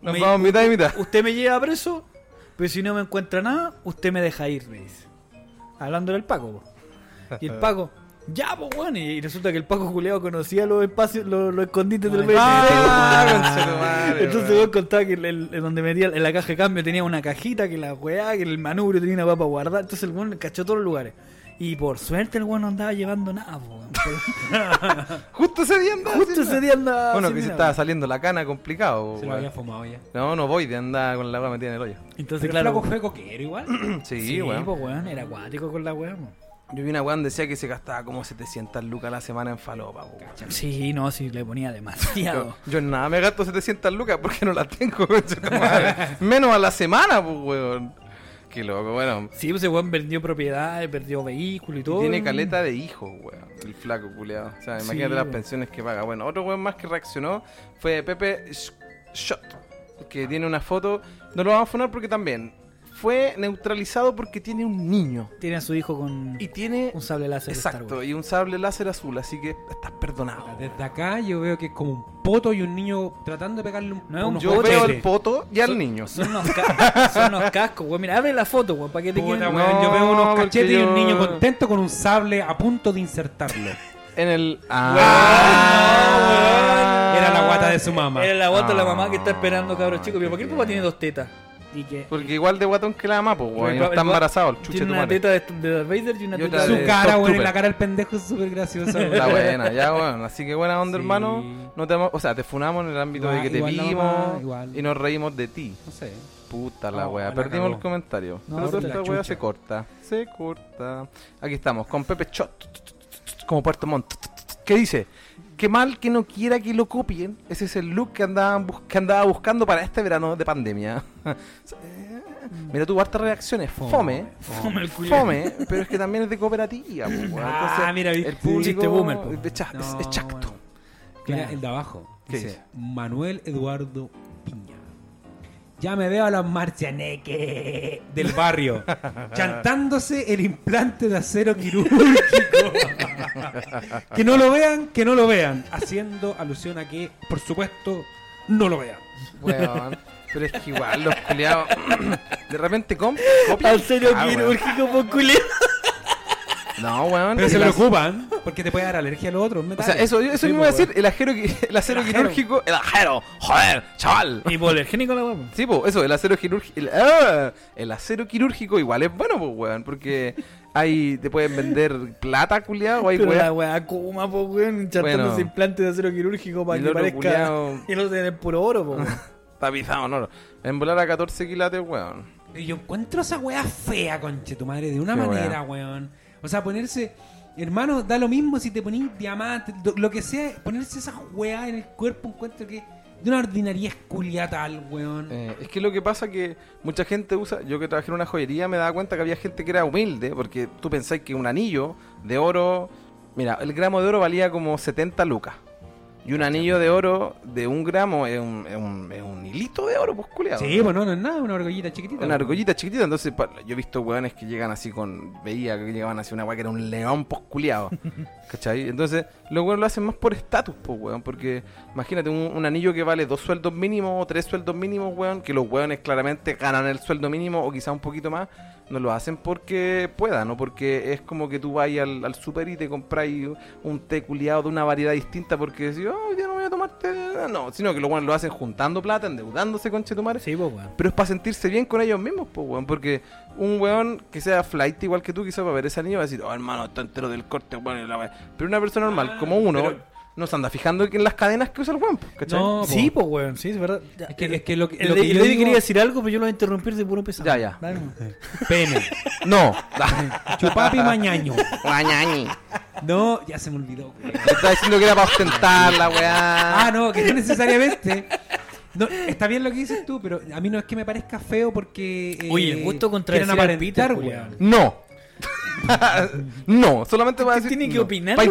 Nos
me- Uh.
vamos mitad y mitad.
usted me lleva preso, pero si no me encuentra nada, usted me deja ir, le dice. Hablándole al Paco, po. Y el Paco, ya, pues, weón. Y, y resulta que el Paco culeado conocía los espacios, los, los escondites del medio.
Ah, concha tu madre,
Entonces
weón.
weón contaba que el- el- el donde metía en la caja de cambio tenía una cajita, que la weá, que el manubrio tenía una papa guardada. Entonces el weón cachó todos los lugares. Y por suerte el weón no andaba llevando nada, po, weón.
Justo ese día andaba.
Justo
sin
ese
nada.
día andaba.
Bueno,
sin
que si
nada,
estaba
weón.
saliendo la cana, complicado.
Se lo
weón.
habían fumado ya.
No, no voy de andar con la weá metida en el hoyo.
Entonces,
Pero
claro.
el flaco fue coquero igual.
Sí,
Sí,
weón.
po, weón, era acuático con la weá, po.
Yo vi una weá donde decía que se gastaba como 700 lucas a la semana en falopa, weón.
Sí, no, sí, le ponía demasiado.
Yo, yo en nada me gasto 700 lucas porque no las tengo, concha tu madre. Menos a la semana, pues, weón. Qué loco, bueno.
Sí, pues ese weón vendió propiedades, perdió vehículo y todo.
Tiene caleta de hijos, weón. El flaco culeado. O sea,
Sí,
imagínate las
weón.
pensiones que paga. Bueno, otro weón más que reaccionó fue Pepe Sh- Shot, que tiene una foto. No lo vamos a funar porque también fue neutralizado porque tiene un niño.
Tiene a su hijo con
Y tiene.
un sable láser. de Star
Exacto,
Wars.
y un sable láser azul, así que estás perdonado.
Desde acá yo veo que es como un poto y un niño tratando de pegarle un
No es un
unos
Yo veo
cohetes.
al poto y al
Son-
niño.
Son unos, ca- son unos cascos, weón. Mira, abre la foto, weón, para que te
Puta,
queden.
weón, yo veo
No,
unos
porque
cachetes y
yo-
un niño contento con un sable a punto de insertarlo.
En el.
Ah, Era la guata de su mamá.
Era la guata de la mamá que está
Ah,
esperando, cabros chicos. Pero ¿por qué el
qué
papá
bien.
tiene dos tetas? Y que.
Porque igual de guatón que la mamá, pues, weón.
el
y no
pa- el
está
pa-
embarazada, el chuche
Tiene
tu
una
madre.
teta de, de Darth Vader y una
Y
teta
otra
de.
Su
de
cara,
Stop
weón, y la
Trooper.
cara del pendejo es súper graciosa. weón.
Está buena, ya, weón. Así que buena onda,
Sí.
hermano. No te vamos- o sea, te funamos en el ámbito
Igual-
de que te
igual la
vimos
mamá, igual.
y nos reímos de ti.
No sé.
Puta la
No,
weá,
la
perdimos
cagó.
el comentario.
No,
Pero
sí,
toda
la
esta weá
chucha.
se corta, se corta. Aquí estamos, con Pepe Shot, como Puerto Montt. ¿Qué dice? Qué mal que no quiera que lo copien. Ese es el look que, andaban bus- que andaba buscando para este verano de pandemia. Mira tu harta reacciones, fome.
Fome el culiao.
Fome, pero es que también es de cooperativa. po, weón.
Ah,
Entonces,
mira, viste.
el público
Chiste boomer, po.
es cha- es- es
No,
chacto.
bueno. Mira,
Claro.
el de abajo.
¿Qué
Dice,
dice?
Manuel Eduardo Piña. Ya me veo a los marcianeques del barrio chantándose el implante de acero quirúrgico. que no lo vean, que no lo vean. Haciendo alusión a que, por supuesto, no lo vean.
Weón, Pero es que igual los culiados de repente com- copian.
Al serio
Ah, weón.
quirúrgico, por culiao.
No, weón.
Pero se
el ac-
preocupan porque te puede dar alergia a los otros.
O
metales.
sea, eso, eso
Sí,
mismo iba a
pues,
decir, el acero, qui- el acero
El ajero.
quirúrgico, el ajero, joder, chaval.
Y polergénico la weón.
Sí, pues, eso, el acero quirúrgico, el, ¡ah! el acero quirúrgico igual es bueno, pues, weón, porque hay, te pueden vender plata, culiado, o hay
Pero la
weón.
weá Kuma, po, weón, inchantándose
Bueno.
implantes de acero quirúrgico para
Y el
que
otro
parezca.
culiao.
Y el otro tiene puro oro, po, weón.
Tapizado, no, no. En volar a 14 quilates, weón.
Y yo encuentro esa wea fea, conche tu madre, de una
Qué
manera, weón. O sea, ponerse. Hermano, da lo mismo si te ponís diamante, do- lo que sea, ponerse esa weá en el cuerpo, encuentro que. De una ordinariedad culia tal, weón.
Eh, es que lo que pasa que mucha gente usa, yo que trabajé en una joyería me daba cuenta que había gente que era humilde, porque tú pensáis que un anillo de oro, mira, el gramo de oro valía como 70 lucas. Y un anillo de oro de un gramo es un, es un, es un hilito de oro, pues culiado.
sí, pues no, no es nada, una argollita chiquitita.
Una
weón.
argollita chiquitita, entonces pa- yo he visto hueones que llegan así con. Veía que llegaban así una hueá que era un león posculeado. ¿Cachai? Entonces, los hueones lo hacen más por estatus, po, hueón. Porque imagínate un, un anillo que vale dos sueldos mínimos o tres sueldos mínimos, hueón. Que los hueones claramente ganan el sueldo mínimo o quizá un poquito más. No lo hacen porque puedan, o porque es como que tú vas al, al super y te compráis un té culiado de una variedad distinta porque decís, oh, ya no voy a tomar té. No, sino que los hueones lo hacen juntando plata, endeudándose con chetumares
Sí, po, weón.
pero es para sentirse bien con ellos mismos, pues, weón. Porque un weón que sea flight igual que tú, quizás va a ver ese anillo y va a decir, oh, hermano, está entero del corte, weón. y la weá". Pero una persona
Ah,
normal, como uno, no se anda fijando en las cadenas que usa el weón, pues, ¿cachai?
No,
Sí,
sí,
po, weón, sí, es verdad. Ya,
Es que- es que lo que-
el
lo
de-
que
el
yo
Eddie
digo-
quería decir algo, pero yo lo voy a interrumpir de puro pesado.
Ya, ya.
Dale, weón.
pene.
No.
Chupapi mañaño.
Mañañi.
No, ya se me olvidó, weón.
Me está diciendo que era para ostentar la weá.
Ah, no, que no necesariamente. No, está bien lo que dices tú, pero a mí no es que me parezca feo porque. eh,
Oye, el gusto
quieran
contradecir al Peter,
aparentar,
culiao.
weón.
No. no, solamente para
¿Qué
decir.
tiene que
no,
opinar
Para
lo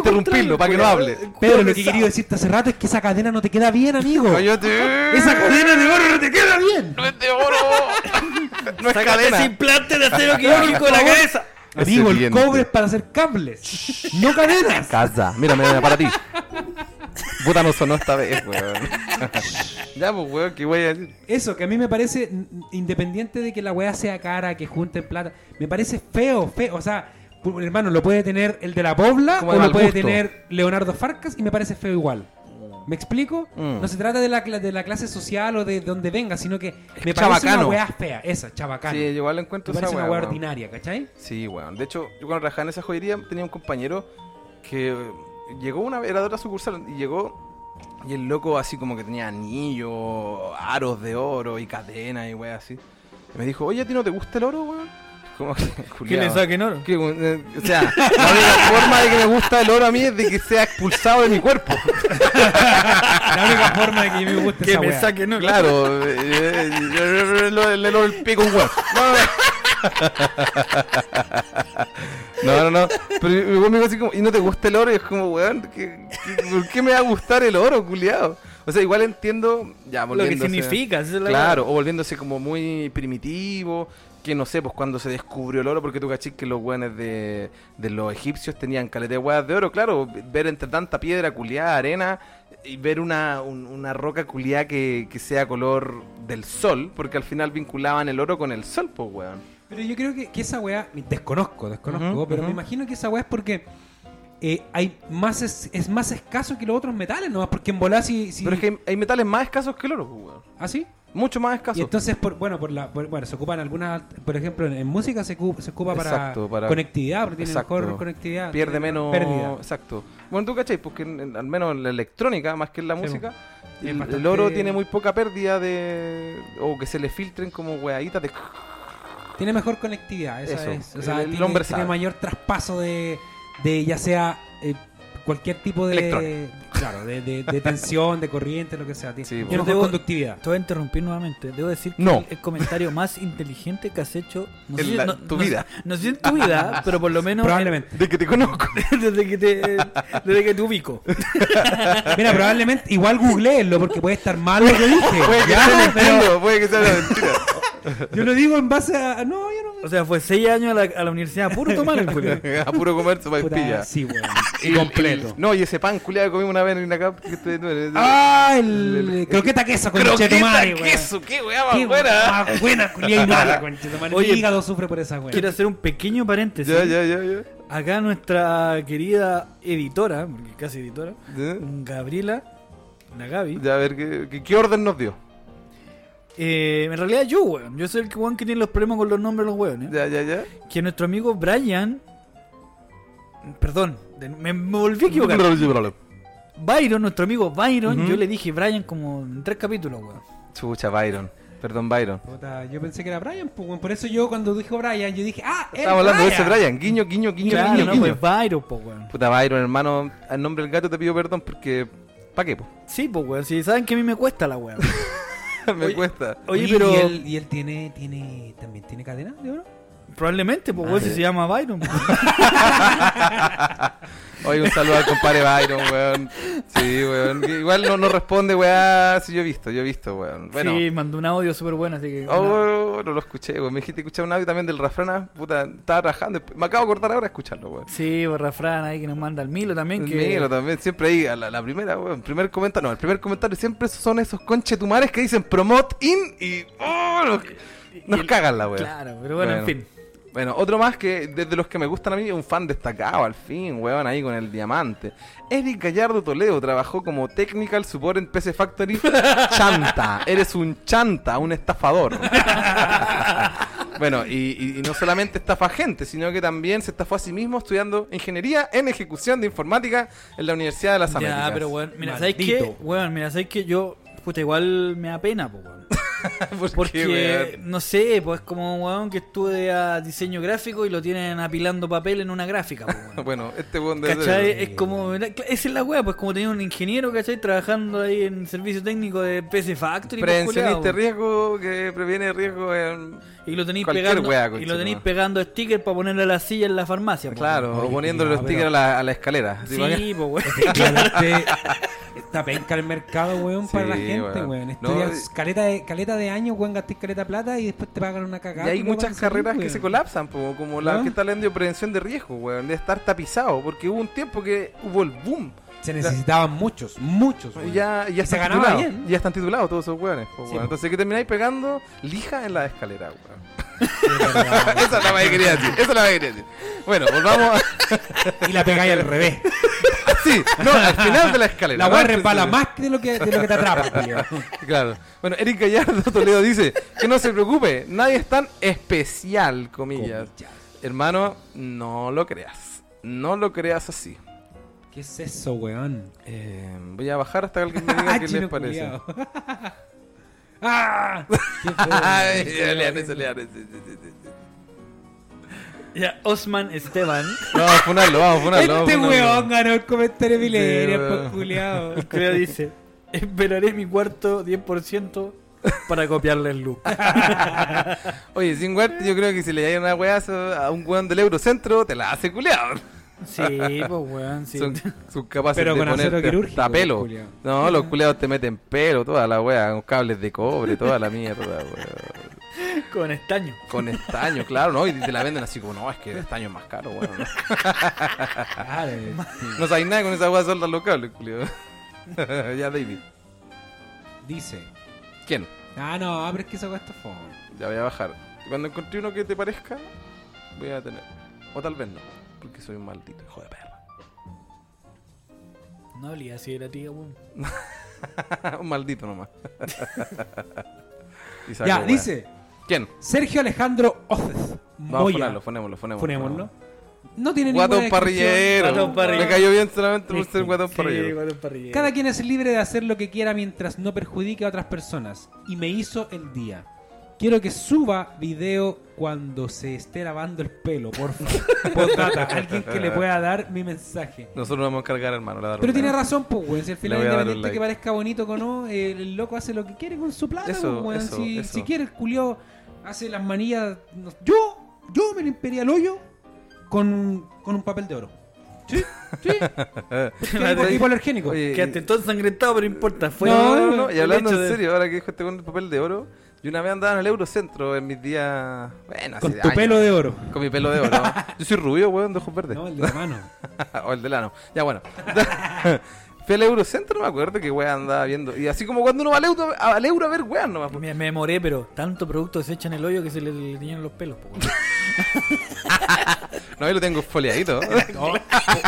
contrario,
interrumpirlo, para que no
culiao?
hable.
Pedro, lo que he querido decirte hace rato es que esa cadena no te queda bien, amigo.
Cállate.
Esa cadena de oro no te queda bien.
no es de oro. no es
Sácate
cadena.
ese implante de acero quirúrgico de la cabeza.
Amigo, el
diente.
cobre es para hacer cables, no cadenas.
Casa. Mira, mira, mira, para ti. Puta, no sonó esta vez, weón. ya, pues, weón, que voy a decir.
Eso, que a mí me parece, n- independiente de que la weá sea cara, que junten plata, me parece feo, feo. O sea, pu- hermano, lo puede tener el de la Pobla o
Como de
lo
mal
puede
gusto.
tener Leonardo Farcas y me parece feo igual. ¿Me explico?
Mm.
No se trata de la, cla- de la clase social o de donde venga, sino que me parece
chabacano.
una weá fea, esa, chabacana.
Sí, yo igual la encuentro
me parece
esa
una
weá,
weá
weón.
ordinaria, ¿cachai?
Sí, weón. De hecho, yo cuando trabajaba en esa joyería tenía un compañero que llegó una vez, era de otra sucursal, y llegó y el loco así como que tenía anillos, aros de oro y cadenas y weón así. Y me dijo, oye, ¿a ti no te gusta el oro, weón? Como que,
Que le
culiao.
saquen oro.
Que, eh, o sea, la única forma de que me gusta el oro a mí es de que sea expulsado de mi cuerpo.
La única forma de que me guste
Que
esa
me
weá.
saquen oro.
Claro, eh, eh, eh, lo- le lo el pico un huevo. No, no, no. No, no, no. Pero mi weón me dijo así como, ¿y no te gusta el oro? Y es como, weón, ¿qué- qué- ¿por qué me va a gustar el oro, culiado? O sea, igual entiendo, ya,
Lo que
volviéndose-
significa. esa es la
Claro, o volviéndose como muy primitivo, que no sé, pues cuando se descubrió el oro, porque tú cachis que los weones de, de los egipcios tenían caleta de hueás de oro, claro, ver entre tanta piedra culiada, arena, y ver una, un- una roca culiada que, que sea color del sol, porque al final vinculaban el oro con el sol, pues weón.
Pero yo creo que, que esa weá, desconozco, desconozco,
Ujú,
pero
ujú.
me imagino que esa weá es porque eh, hay más es, es más escaso que los otros metales, nomás porque en volar si... si
Pero es que hay, hay metales más escasos que el oro, pues weón.
¿Ah, sí?
Mucho más
Y
escasos.
entonces, por, bueno, por la, por- bueno, se ocupan algunas, por ejemplo, en, en música se, ocu- se ocupa para,
Exacto, para-
conectividad, porque tiene
Exacto.
mejor conectividad.
pierde
tiene
menos.
Pérdida.
Exacto. Bueno, tú cachai, porque en- en- al menos en la electrónica, más que en la
Sí,
música,
Es
el,
bastante-
el oro tiene muy poca pérdida de. o que se le filtren como hueaditas de.
Tiene mejor conectividad, esa
Eso,
es. O sea,
el
tiene,
hombre
tiene
sabe.
mayor traspaso de, de ya sea eh, cualquier tipo de...
Electrónico.
Claro, de, de- de tensión, de corriente, lo que sea. Tiene
Sí,
tiene
bueno.
mejor
Debo-
conductividad.
Te voy a interrumpir nuevamente. Debo decir que
No.
el, el comentario más inteligente que has hecho no
En la-
no-
tu
no-
vida.
No sé en tu vida, pero por lo menos.
Probablemente.
de que te conozco.
desde, que te, desde que te ubico.
Mira, probablemente igual googleenlo porque puede estar mal lo que dije.
puede que
¿ya?
sea
Pero
mentira, puede que sea una mentira.
yo lo digo en base a. No, yo no.
O sea, fue seis años a la, a la universidad a puro tomar el culo.
A puro comer sopa y
Puta,
pilla.
sí, weón.
Y- y- no, y ese pan culiado que comimos una vez en acá. Que este, eh, te,
Ah, el. Croqueta queso con chetumare, weón.
queso, qué weá
Qué
más buena.
más buena, culia y mala, conchetumare.
Oye,
El hígado sufre por esa weón.
Quiero hacer un pequeño paréntesis.
Ya, ya, ya, ya.
Acá nuestra querida editora, porque casi editora,
Ya,
Gabriela, la Gaby.
Ya, a ver, ¿qué, qué, qué orden nos dio?
eh, en realidad yo, weón. Yo soy el que, weón, que tiene los problemas con los nombres de los weones.
Ya, ya, ya.
que nuestro amigo Brian. Perdón, de- me, me volví a equivocar. Byron, nuestro amigo Byron,
Ujú.
yo le dije Brian como en tres capítulos, weón.
Chucha, Byron. Perdón, Byron.
Puta, yo pensé que era Brian, pues, weón. Por eso yo cuando dijo Brian, yo dije, ah, el
Estamos hablando de ese
Brian.
Brian. Guiño, guiño, guiño,
Claro,
guiño,
no,
guiño.
pues Byron, pues weón.
Puta, Byron, hermano. Al nombre del gato te pido perdón porque. ¿Pa' qué, po?
Sí, pues weón, si saben que a mí me cuesta la weón.
Me
Oye.
cuesta.
Oye,
Oye,
pero
¿Y él, y él tiene, tiene. ¿También tiene cadena de oro?
probablemente, pues weón, si
Ah, sí.
se llama Byron. weón.
Oye, un saludo al compadre Byron, weón. Sí, weón. que Igual no, no responde, weón. Sí, yo he visto, yo he visto, weón. Bueno.
Sí, mandó un audio súper bueno, así que.
Oh,
nada.
no lo escuché, weón. Me dijiste escuchar un audio también del Rafrana. Puta, estaba rajando. Me acabo de cortar ahora a escucharlo, weón.
Sí, pues Rafran ahí que nos manda el Milo también. Que...
Mira, también siempre ahí, a la, la primera, weón, primer comentario, no, el primer comentario siempre son esos conchetumares que dicen promote in y oh, nos, nos cagan la weón.
Claro, pero bueno, en fin.
Bueno, otro más que desde los que me gustan a mí, un fan destacado al fin, weón, ahí con el diamante. Eric Gallardo Toledo trabajó como technical support en PC Factory. chanta, eres un chanta, un estafador. bueno, y, y- y no solamente estafa gente, sino que también se estafó a sí mismo estudiando ingeniería en ejecución de informática en la Universidad de las
Ya,
Américas.
pero weón, mira, ¿sabes
Maldito.
qué? Weón, mira, ¿sabes qué? Yo, puta, igual me da pena, pues weón.
¿Por qué,
Porque,
weón?
no sé, pues como un weón que estudia diseño gráfico y lo tienen apilando papel en una gráfica. pues, weón.
Bueno, este weón de
¿Cachai? Es como. Esa es la weá, pues como tenía un ingeniero, ¿cachai? Trabajando ahí en servicio técnico de PC Factory. pues,
Prevencionista de
culiao.
riesgo que previene riesgo en...
Y lo tenéis
cualquier
pegando,
weá,
y lo
conchetumare.
tenéis pegando stickers para ponerle a la silla en la farmacia. pues,
Claro,
Oye,
o poniéndole
ya,
los stickers
pero-
a, la, a la escalera. ¿Te
weón.
imaginas?
Sí, pues weón.
Efectivamente, Esta penca el mercado, weón, para
Sí,
la gente,
weón.
weón.
No,
Estudias
eh.
caleta, de, caleta de años, weón, gastas caleta de plata y después te pagan una
Y
cagada.
hay
culiao,
muchas
para salir,
carreras que
weón.
se colapsan, po, como la
¿Ah?
que está hablando de prevención de riesgo, weón, de estar tapizado, porque hubo un tiempo que hubo el boom.
Se necesitaban muchos, muchos,
Y
weón.
ya, y ya,
Y se
están
ganaba
titulados,
bien.
ya están titulados todos esos weones. po,
Sí,
weón.
po.
Entonces que termináis pegando lija en la escalera, weón.
Es verdad,
Esa es la mayoría quería decir, esa es la mayoría quería decir. Bueno, volvamos a...
weón. Y la pegáis al revés.
Sí, no, al final de la escalera.
La
¿no?
weá
Al
resbala
principio.
más que de lo que, de lo que te atrapa, weón.
Claro. Bueno, Eric Gallardo Toledo dice que no se preocupe, nadie es tan especial, comillas. Hermano, no lo creas. No lo creas así.
¿Qué es eso, weón? Ah,
Eh, voy a bajar hasta que alguien me diga qué les
Chino
parece.
culiao. ¡Ah! Qué feo,
Ay,
weón.
Leandro, eso, Leandro, sí, sí, sí, sí, sí.
Ya, Osman Esteban.
No, Vamos a funarlo, vamos a funarlo. vamos a
Este
funarlo.
weón ganó el comentario
Sí,
milenio,
weón.
pues culiao.
Creo dice, esperaré mi cuarto 10% para copiarle el look.
Oye, sin huerto, yo creo que si le dais una weazo a un weón del Eurocentro, te la hace culeado.
Sí, pues weón, sí.
Son, son capaces
Pero
de
con acero
ponerte
quirúrgico,
hasta pelo.
los culiados.
No, los culeados te meten pelo, toda la wea, con cables de cobre, toda la mierda, weón.
Con estaño.
Con estaño, claro, ¿no? Y te la venden así como, no, es que el estaño es más caro, weón. No,
Claro, eh, sí.
No sabéis nada con esa weá solda los cables, culiao. ya, David.
Dice.
¿Quién?
Ah, no, pero es que esa weá está fome.
Ya voy a bajar. Cuando encontré uno que te parezca, voy a tener. O tal vez no, porque soy un maldito hijo de perra.
No olía así era tía, weón.
un maldito nomás. Y saco
Ya,
weá.
dice.
¿Quién?
Sergio Alejandro Oces.
Vamos a
Moya.
ponerlo, ponémoslo, ponémoslo.
Funémoslo. No tiene ninguna
Guatón
descripción.
parrillero.
Guatón parrillero.
Me cayó bien solamente por ser guatón
Sí,
parrillero.
con un parrillero.
Cada quien es libre de hacer lo que quiera mientras no perjudique a otras personas. Y me hizo el día. Quiero que suba video cuando se esté lavando el pelo, por favor. Postdata, alguien que le pueda dar mi mensaje.
Nosotros lo vamos a cargar, hermano. le voy a dar
Pero
un
tiene
like.
razón, pues, weón. Si al final,
voy a dar un
independiente
like.
que parezca bonito o no, eh, el loco hace lo que quiere con su plata, pues,
Eso,
weón.
eso,
si,
eso.
si quiere, el culiao hace las manillas. no- Yo, yo me limpiaría el hoyo con, con un papel de oro. Sí, sí. Porque
Madre-
es hipoalergénico.
Oye,
Quedaste todo sangrentado, pero no importa. Fue
No,
el-
no, no. Y
el
hablando
hecho
en
de-
serio, ahora que dijo este con el papel de oro, yo una vez andaba en el Eurocentro en mis días. Bueno, hace
con tu
años.
pelo de oro.
Con mi pelo de oro. yo soy rubio, weón, de ojos verdes.
No, el de la mano.
o el de lano. Ya, bueno. Fui al Eurocentro, me acuerdo que weón andaba viendo. Y así como cuando uno va al euro, al euro a ver weón nomás. pues.
Me, me demoré, pero tanto producto se echa en el hoyo que se le, le tiñeron los pelos, po, weón.
No, yo lo tengo exfoliadito.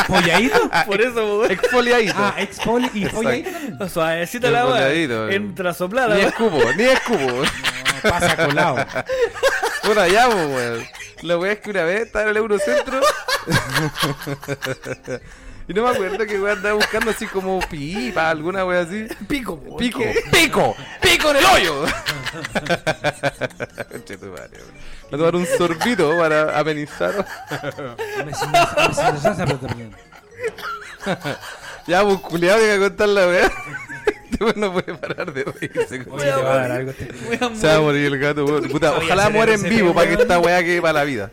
¿Folladito?
Ah,
Por
eh.
eso, weón.
exfoliadito.
Ah, expoli y folladito. también.
Suavecita la weá.
Enroladito, weón.
Entra soplada.
ni
weón.
escupo, ni escupo.
No, pasa colado.
Puta, ya, po, weón. La weá es que una vez estaba en el Eurocentro. y no me acuerdo que weón andaba buscando así como pipa, alguna weá así.
Pico, weón.
Pico, pico, pico en el hoyo. Conche tu madre, weón. Voy a tomar un sorbito para amenizar.
Me siento- me siento salsa, pero también.
Ya, pues culiado, que contar la weá. Este weón no puede parar de reírse.
Oye, te va a dar algo este culiao.
Weón,
Se va a morir el gato, weón. Puta, ojalá muera en vivo para que esta weá quede para la vida.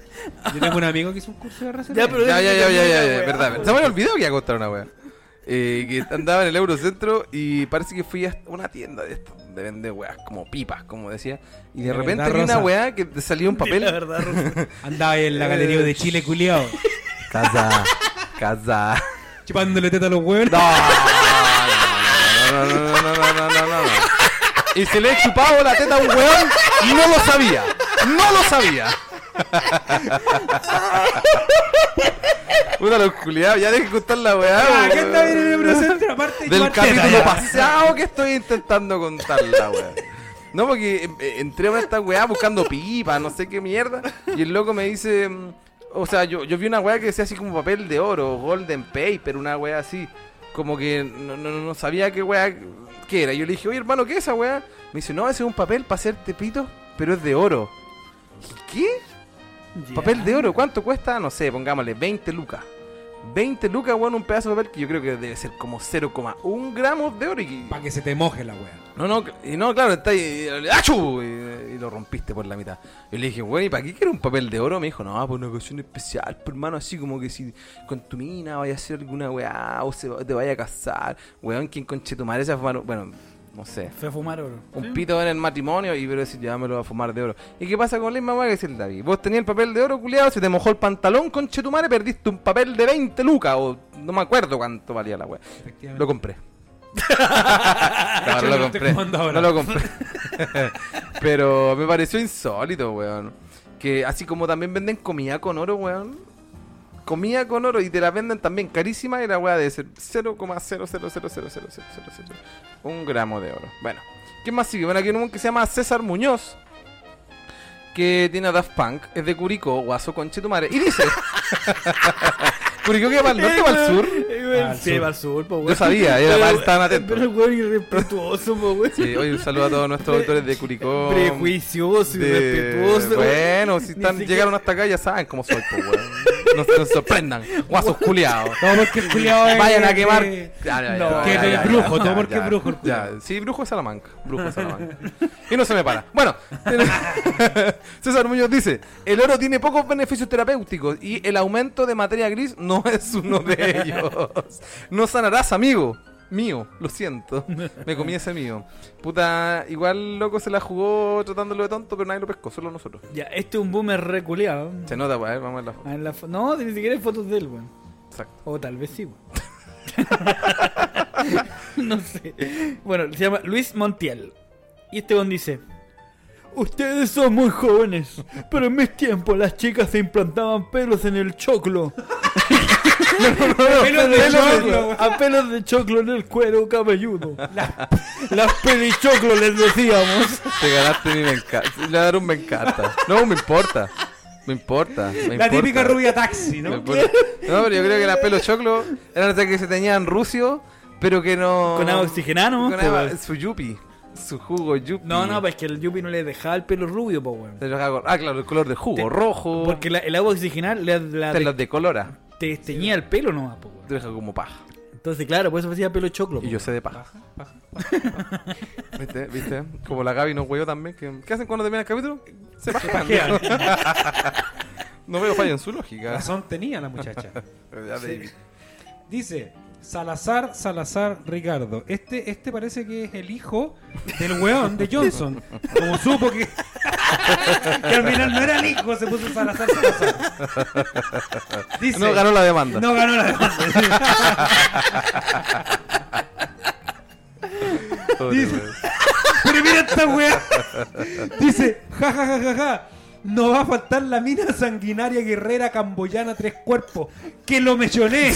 Yo tengo un amigo que hizo un curso de raza.
Ya, pero-
Ya, ya, ya, ya, ya,
Una
ya,
weá,
verdad. Se me había olvidado que iba a contar una wea. Eh, que andaba en el Eurocentro y parece que fui a una tienda de esto, donde vende weas como pipas, como decía. Y de
De
repente
verdad,
vi una
Rosa.
wea que te salía un
La
papel.
verdad, Rufo.
Andaba en
Eh,
la galería de Chile, culiao.
Casa, casa.
Chupándole teta a los huevos.
No, no, no, no, no, no, no, no, no, no. Y se le he chupado la teta a un weón, no lo sabía. No lo sabía. Puta los culiados, ya dejen de contar la weá.
Ah, ¿Qué
weón.
está bien en el Eurocentro? Aparte de
Del
chupar teta,
capítulo
ya.
pasado que estoy intentando contar la weá. No, porque eh, eh, entré a esta weá buscando pipa, no sé qué mierda. Y el loco me dice. mm, O sea, yo, yo vi una weá que decía así como papel de oro, golden paper, una weá así. como que no, no, no sabía qué weá que era. Yo le dije, oye hermano, ¿qué es esa weá? Me dice, no, ese es un papel para hacer tepitos, pero es de oro. Dije, ¿Qué? Papel de oro, ¿cuánto cuesta? No sé, pongámosle 20 lucas. 20 lucas, weón, un pedazo de papel que yo creo que debe ser como 0,1 gramos de oro. Y...
Para que se te moje la wea.
No, no, cl- y no, claro, está ahí, y- ¡achú! Y, y lo rompiste por la mitad. Yo le dije, güey, ¿para qué quiero un papel de oro? Me dijo, no, por una ocasión especial, por hermano, así como que si con tu mina vaya a hacer alguna weá o se, va- te vaya a casar, weón, ¿quién conche tu madre se va a fumar un- Bueno, no sé.
Fue a fumar oro.
Un pito en el matrimonio y pero decir, ya me lo va a fumar de oro. ¿Y qué pasa con la misma weá que dice el David? Vos tenías el papel de oro, culiado, se te mojó el pantalón, conche tu madre, perdiste un papel de 20 lucas o no me acuerdo cuánto valía la weá.
Efectivamente.
Lo compré. no, no lo
Lo estoy
compré.
fumando ahora.
No lo compré. Pero me pareció insólito, weón. Que así como también venden comida con oro, weón. Comida con oro y te la venden también carísima y la weá de ser 0,000000000. Un gramo de oro. Bueno, ¿qué más sigue? Bueno, aquí hay un que se llama César Muñoz. Que tiene a Daft Punk, es de Curicó, guaso conche tu madre. Y dice: ¿Curicó que va al
Eh,
norte o al sur?
Al
Sí,
sur.
va al sur, po,
Yo
weón.
sabía, era
Pero-
para estaban atentos.
Pero, weón, irrespetuoso, po, weón.
Sí, oye, un saludo a todos nuestros autores de Curicó.
Prejuicioso,
de-
irrespetuoso.
Bueno, si
Ni
están,
siquiera-
llegaron hasta acá ya saben cómo soy, pues, weón. No se no se sorprendan, guasos culiados.
Todo porque el culiao es- eh,
Vayan a
que-
quemar.
No, que
es brujo, todo porque
ya,
es brujo el
ya.
culiao.
Sí, brujo es Salamanca. Brujo es Salamanca. Y no se me para. Bueno, César Muñoz dice: El oro tiene pocos beneficios terapéuticos y el aumento de materia gris no es uno de ellos. No sanarás, amigo. Mío, lo siento. Me comí ese mío. Puta, igual loco se la jugó tratándolo de tonto, pero nadie lo pescó, solo nosotros.
Ya, este es un boomer reculeado.
Se nota, pues, a ver, vamos a ver la foto.
Ah, en la fo- No, ni siquiera hay fotos de él, weón.
Exacto.
O tal vez sí, weón. no sé. Bueno, se llama Luis Montiel. Y este weón dice: Ustedes son muy jóvenes, pero en mis tiempos las chicas se implantaban pelos en el choclo.
Pelos de choclo, weón.
a pelos de choclo en el cuero cabelludo. Las, las pelichoclos les decíamos.
Te ganaste mi me encanta. Le voy a dar un me encanta. No, me importa. Me importa. me
La típica
importa.
rubia taxi,
Me
¿no?
importa. No, pero yo creo que las pelos choclo eran esas que se teñían rucio, pero que no.
Con agua oxigenada, ¿no?
Con agua- su yupi. Su jugo yupi.
No, no, pues que el Yuppie no le dejaba el pelo rubio, po, weón.
Te los hago- Ah, claro, el color de jugo,
Te-
rojo.
Porque la- el agua oxigenal le, la-
te los decolora.
te teñía el pelo nomás, po, weón.
Te deja como paja.
Entonces, claro, por eso hacía pelo choclo. po.
Y yo sé de paja.
Paja,
¿Viste? ¿Viste? Como la Gaby nos hueó también. Que... ¿Qué hacen cuando termina el capítulo? Se pajan.
paja.
No veo falla en su lógica.
Razón tenía la muchacha.
Ya, David.
Dice Salazar, Salazar, Ricardo. Este, este parece que es el hijo del weón de Johnson. Como supo que, que al final no era el hijo, se puso Salazar, Salazar. Dice,
No ganó la demanda.
no ganó la demanda.
Pobre
Dice-
weón.
Pero mira esta weá. Dice, ja, ja, ja, ja, ja. No va a faltar la mina sanguinaria guerrera camboyana tres cuerpos. Que lo mencioné.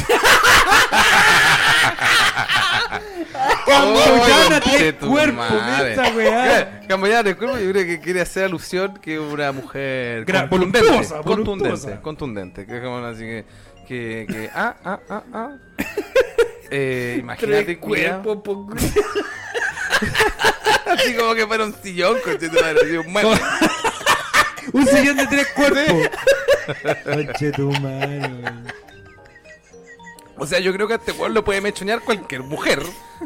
Camboyana
Oye,
tres
conche tu
cuerpos.
madre.
Mira esta weá.
Eh, Camboyana tres cuerpos, yo creo que quiere hacer alusión que una mujer
Gra-
con-
voluptuosa,
contundente,
voluptuosa.
contundente, que es como así que que, que ah ah ah ah. Eh, imagínate
Tres
culiao.
cuerpos, po,
así como que fuera un sillón, coche, tu madre, así un mueble.
Un sillón de tres cuerpos. Conche tu madre, weón.
O sea, yo creo que a este weón lo puede mechonear cualquier mujer,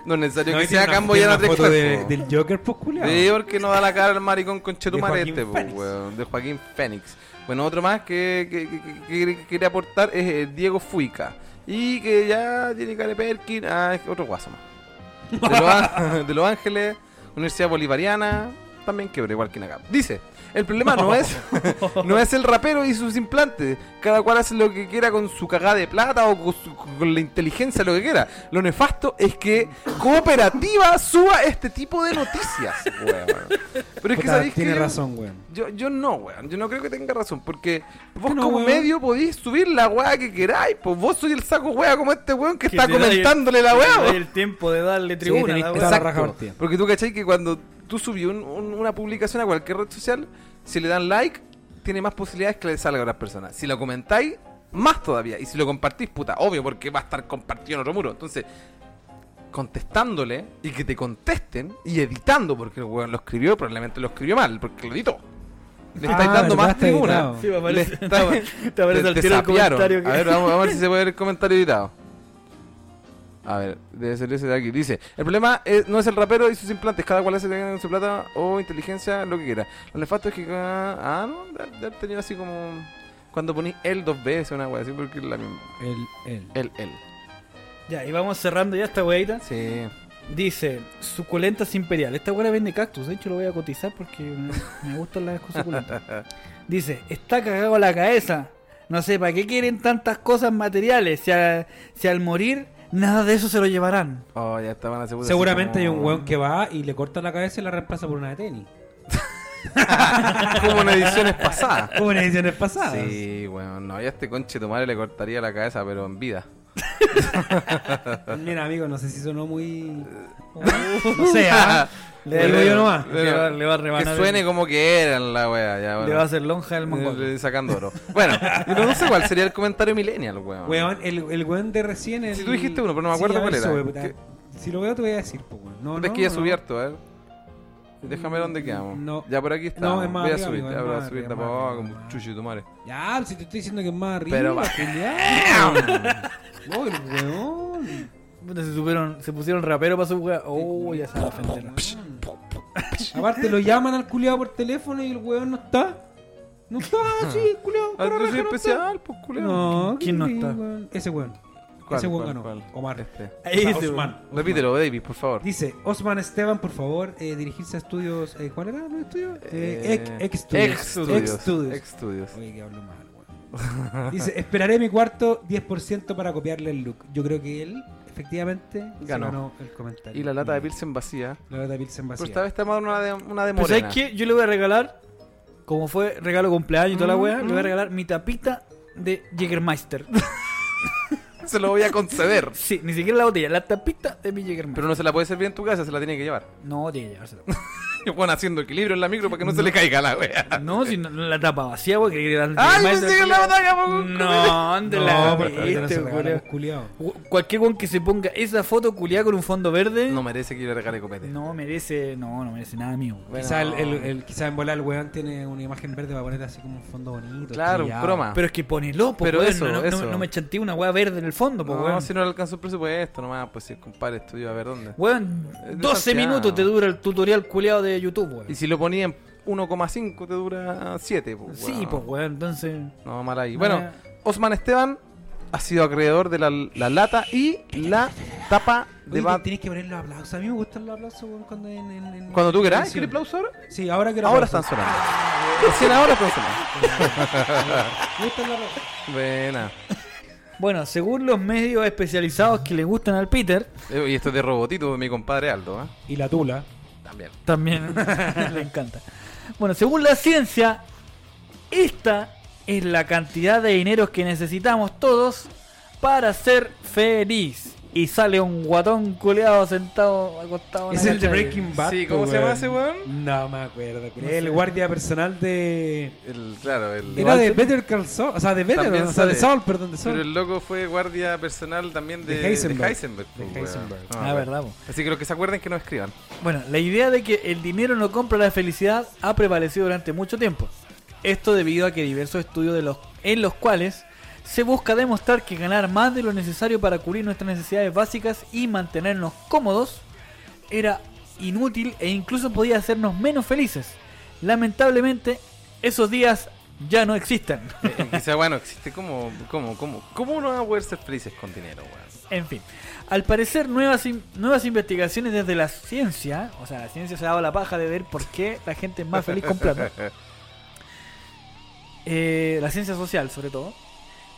no es necesario
No,
que
y
sea
tiene una- tiene
camboyana tres
una
cuerpos.
foto de- del Joker pues, culiao.
Sí, porque no da la cara al maricón con
De Joaquín
Chetumarete,
Fénix.
de Joaquín Fénix. Bueno, otro más que, que, que- que- que quería aportar es eh, Diego Fuica. Y que ya tiene Care Perkin, ah, es otro guaso más. De Los, Á- de Los Ángeles, Universidad Bolivariana, también quebró igual que Nagam. Dice, el problema no es no es el rapero y sus implantes. Cada cual hace lo que quiera con su cagada de plata o con, su- con la inteligencia, lo que quiera. Lo nefasto es que Cooperativa suba este tipo de noticias, weón. Pero es que
Puta,
sabéis que
tiene
yo-
razón, weón.
Yo, yo no, weón. Yo no creo que tenga razón. Porque vos
qué no,
como
weón?
medio podéis subir la weá que queráis. Pues vos sois el saco weá como este weón que,
Que
está
te doy el-
comentándole la
que
weá.
te doy
weón.
el tiempo de darle tribuna.
tenés
a la
que
weá.
estar-
Exacto.
raja partida.
Porque tú cachai que cuando tú subís un- un- una publicación a cualquier red social, si le dan like, tiene más posibilidades que le salga a otras personas. Si lo comentáis, más todavía. Y si lo compartís, puta, obvio, porque va a estar compartido en otro muro. Entonces, contestándole y que te contesten y editando, porque el weón lo escribió, probablemente lo escribió mal, porque lo editó. Le
Ah,
estáis
verdad,
dando más
está
tribuna.
editado.
Sí, me
Le
aparece-
está-
te aparece
te-
al
te
tiro el
sapearon.
comentario que-
A ver, vamos, vamos a ver si se puede ver el comentario editado. A ver, debe ser ese de aquí. Dice, el problema es- no es el rapero y sus implantes, cada cual hace con su plata o inteligencia, lo que quiera. Lo nefasto es que... Ah, no, de- de haber tenido así como... Cuando ponís el dos veces una wea así, porque la misma...
El, el.
El, el.
Ya, y vamos cerrando ya esta weadita.
Sí.
Dice, suculentas imperial. Esta weá vende cactus, de hecho lo voy a cotizar porque me, me gustan las cosas suculentas. Dice, está cagado la cabeza. No sé, ¿para qué quieren tantas cosas materiales? Si, a- si al morir, nada de eso se lo llevarán.
Oh, ya estaban asegurados.
Seguramente hay
así como-
un weón que va y le corta la cabeza y la reemplaza por una de tenis.
como en ediciones pasadas.
Como en ediciones pasadas.
Sí, bueno, no, ya este conche tu madre le cortaría la cabeza, pero en vida.
Mira, amigo, no sé si sonó muy. no sé, ah. Le digo yo nomás.
Le va- le va a rebanar
Que suene
el-
como que eran la wea, ya, bueno.
Le va a hacer lonja el
Le-
mongol.
le- Eh, sacando oro. Bueno, yo no sé cuál sería el comentario millennial, weón.
Weón, el, el weón de recién. El...
Si tú dijiste uno, pero no me acuerdo
a ver,
cuál era.
sube, puta.
¿Qué?
Si lo veo, te voy a decir, pues, weón. No,
Pero
no,
es que ya
no.
subí harto, a ver. Déjame ver dónde quedamos.
No.
Ya por aquí está.
No, es más
voy a
arriba,
subir,
amigo,
ya
es
voy a
más
subir
arriba,
de a
más
poco,
arriba,
como
más
chucho tu madre.
Ya, si te estoy diciendo que es más arriba.
Pero va.
culiao. No, el weón.
Puta, Se, supieron- se pusieron rapero para su weá. Oh, ya se va a ofender.
Aparte, lo llaman al culiado por teléfono y el weón no está. No está, sí, culiado.
Ah, yo soy especial, pues culero.
No,
¿Quién no
qué
está?
weón. Ese weón.
¿Cuál,
Ese weón
cuál,
ganó.
cuál?
Omar.
Este.
Ahí
Ah,
dice,
Osman. Osman.
Repítelo, David, por favor.
Dice, Osman Esteban, por favor, eh, dirigirse a estudios. Eh, ¿Cuál era el estudio? Eh,
Eh,
ex estudios.
Ex Studios.
Ex Studios.
Ex Studios.
Oye, que hablo mal, weón. Dice, esperaré mi cuarto 10% para copiarle el look. Yo creo que él, efectivamente, se
Ganó.
ganó, el comentario.
Y la lata de Pilsen vacía.
La lata de Pilsen
Pero
vacía.
esta vez te vamos a dar una de, una de
Pues
morena.
¿sabes qué? Yo le voy a regalar, como fue regalo cumpleaños y toda la
Mm,
weá, le voy a
mm.
regalar mi tapita de Jägermeister.
Se lo voy a conceder.
sí, ni siquiera la botella, la tapita de mi Jägermeister.
Pero no se la puede servir en tu casa, se la tiene que llevar.
No, tiene que llevársela.
Yo bueno, haciendo equilibrio en la micro para que no, se le caiga la wea.
No, si no, la tapa vacía, weón, que quería darle
¡Ay,
Jägermeister
pensé que
al
la
culiao.
botella, po,
No, ¿dónde la
No, porque no
viste,
se regala,
culiao?
pues, culiao.
Cu- Cualquier weón que se ponga esa foto culiada con un fondo verde,
No
no,
merece que yo le regale copete.
merece, no, no merece nada mío. weón.
Quizá, el, el- el- quizá en volar el weón tiene una imagen verde para poner así como un fondo bonito.
Claro, un
estrellado.
croma.
Pero es que ponelo, po,
Ah. Pero
weón,
eso,
no, no- no-
eso.
no me chanteé una weá verde en el fondo, po,
no,
weón.
si no le alcanzó el presupuesto, nomás, pues si el compadre estudió a ver dónde.
Weón,
Es de
12
Santiago.
minutos te dura el tutorial culeado de YouTube, weón.
Y si lo ponía en 1,5 te dura 7, pues. Ah,
Sí, pues, weón, entonces.
No, mal ahí.
No,
Bueno,
ya.
Osman Esteban ha sido acreedor de la, la lata y la tapa de
Oye,
Bad.
tienes que poner los aplausos. A mí me gustan los aplausos weón, cuando en, en- en-
Cuando tú querás,
Sí.
¿quieres aplauso ahora?
Sí, ahora quiero
Ahora están
aplausos.
sonando. Recién ahora están sonando.
Me gustan los aplausos.
Buena.
Bueno, según los medios especializados que le gustan al Peter,
Eh, Y esto es de robotito de mi compadre Aldo, ¿eh?
Y la tula.
También.
también le encanta. Bueno, según la ciencia, esta es la cantidad de dinero que necesitamos todos para ser feliz. Y sale un guatón culeado sentado acostado. en la
Es el de
cancha
Breaking Bad.
Sí,
po,
¿cómo se llama
weón.
ese weón?
No me acuerdo.
No
el
sé.
guardia personal de.
El, claro, el.
Era de Better Call Saul. O sea, de Better.
También
O sea, de
sale.
Saul, perdón, de
Pero
Saul.
el loco fue guardia personal también de,
De
de Heisenberg.
Heisenberg.
pues,
De
weón.
Heisenberg.
Ah,
weón.
verdad, po.
Así que los que se acuerden que nos escriban.
Bueno, la idea de que el dinero no compra la felicidad ha prevalecido durante mucho tiempo. Esto debido a que diversos estudios de los, en los cuales se busca demostrar que ganar más de lo necesario para cubrir nuestras necesidades básicas y mantenernos cómodos era inútil e incluso podía hacernos menos felices. Lamentablemente, esos días ya no existen.
Eh, eh, Quizá, bueno, existe como, como, como, ¿cómo uno va a poder ser felices con dinero, weón?
En fin, al parecer nuevas, in- nuevas investigaciones desde la ciencia, o sea, la ciencia se ha dado la paja de ver por qué la gente es más feliz con plata, eh, la ciencia social sobre todo,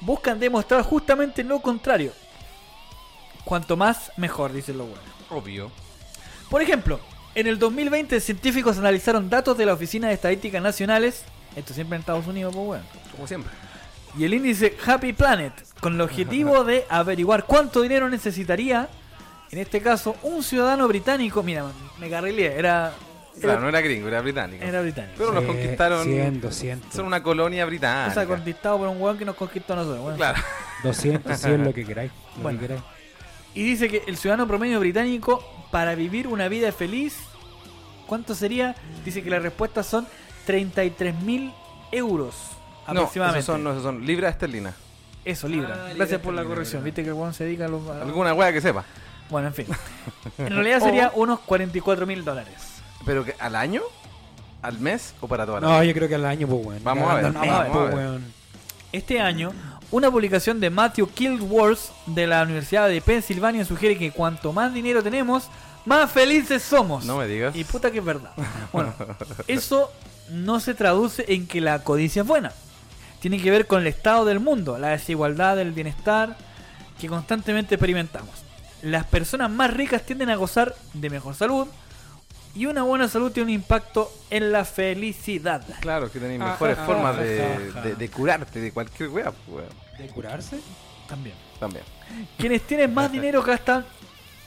buscan demostrar justamente lo contrario. Cuanto más, mejor, dicen los buenos.
Obvio.
Por ejemplo, en el 2020 científicos analizaron datos de la Oficina de Estadísticas Nacionales, esto siempre en Estados Unidos, pues bueno,
Como siempre.
y el índice Happy Planet, con el objetivo de averiguar cuánto dinero necesitaría, en este caso, un ciudadano británico. Mira, me carrilé, era,
Claro,
era,
no era gringo, era británico.
era británico.
Pero nos
Sí,
conquistaron.
100, 200.
Son una colonia
O sea,
británica.
conquistado por un hueón que nos conquistó a nosotros. bueno.
Claro.
200, 100, lo que queráis. Lo
Bueno.
que queráis.
Y dice que el ciudadano promedio británico, para vivir una vida feliz, ¿cuánto sería? Dice que las respuestas son 33 mil euros
No,
aproximadamente.
esos son, no, esos son libras esterlinas.
Eso, libra.
Ah, libra
Gracias por la
esterlina,
corrección.
verdad.
Viste que el weón se dedica a los. a-
Alguna wea que sepa.
Bueno, en fin. En
Oh.
realidad sería unos 44 mil dólares.
¿Pero que, al año? ¿Al mes o para toda la
No, yo creo que al año, pues, weón.
Vamos a ver,
Andan
vamos a
mal,
ver.
po, weón.
Este año, una publicación de Matthew Kildworth de la Universidad de Pensilvania sugiere que cuanto más dinero tenemos, más felices somos.
No me digas.
Y puta que es verdad. Bueno, eso no se traduce en que la codicia es buena. Tiene que ver con el estado del mundo, la desigualdad del bienestar que constantemente experimentamos. Las personas más ricas tienden a gozar de mejor salud y una buena salud tiene un impacto en la felicidad.
Claro, que tenéis
Ah,
mejores
ah,
formas
ah,
de,
ah,
de- de curarte de cualquier wea, pues, wea.
¿De curarse?
También.
También.
Quienes tienen más dinero gastan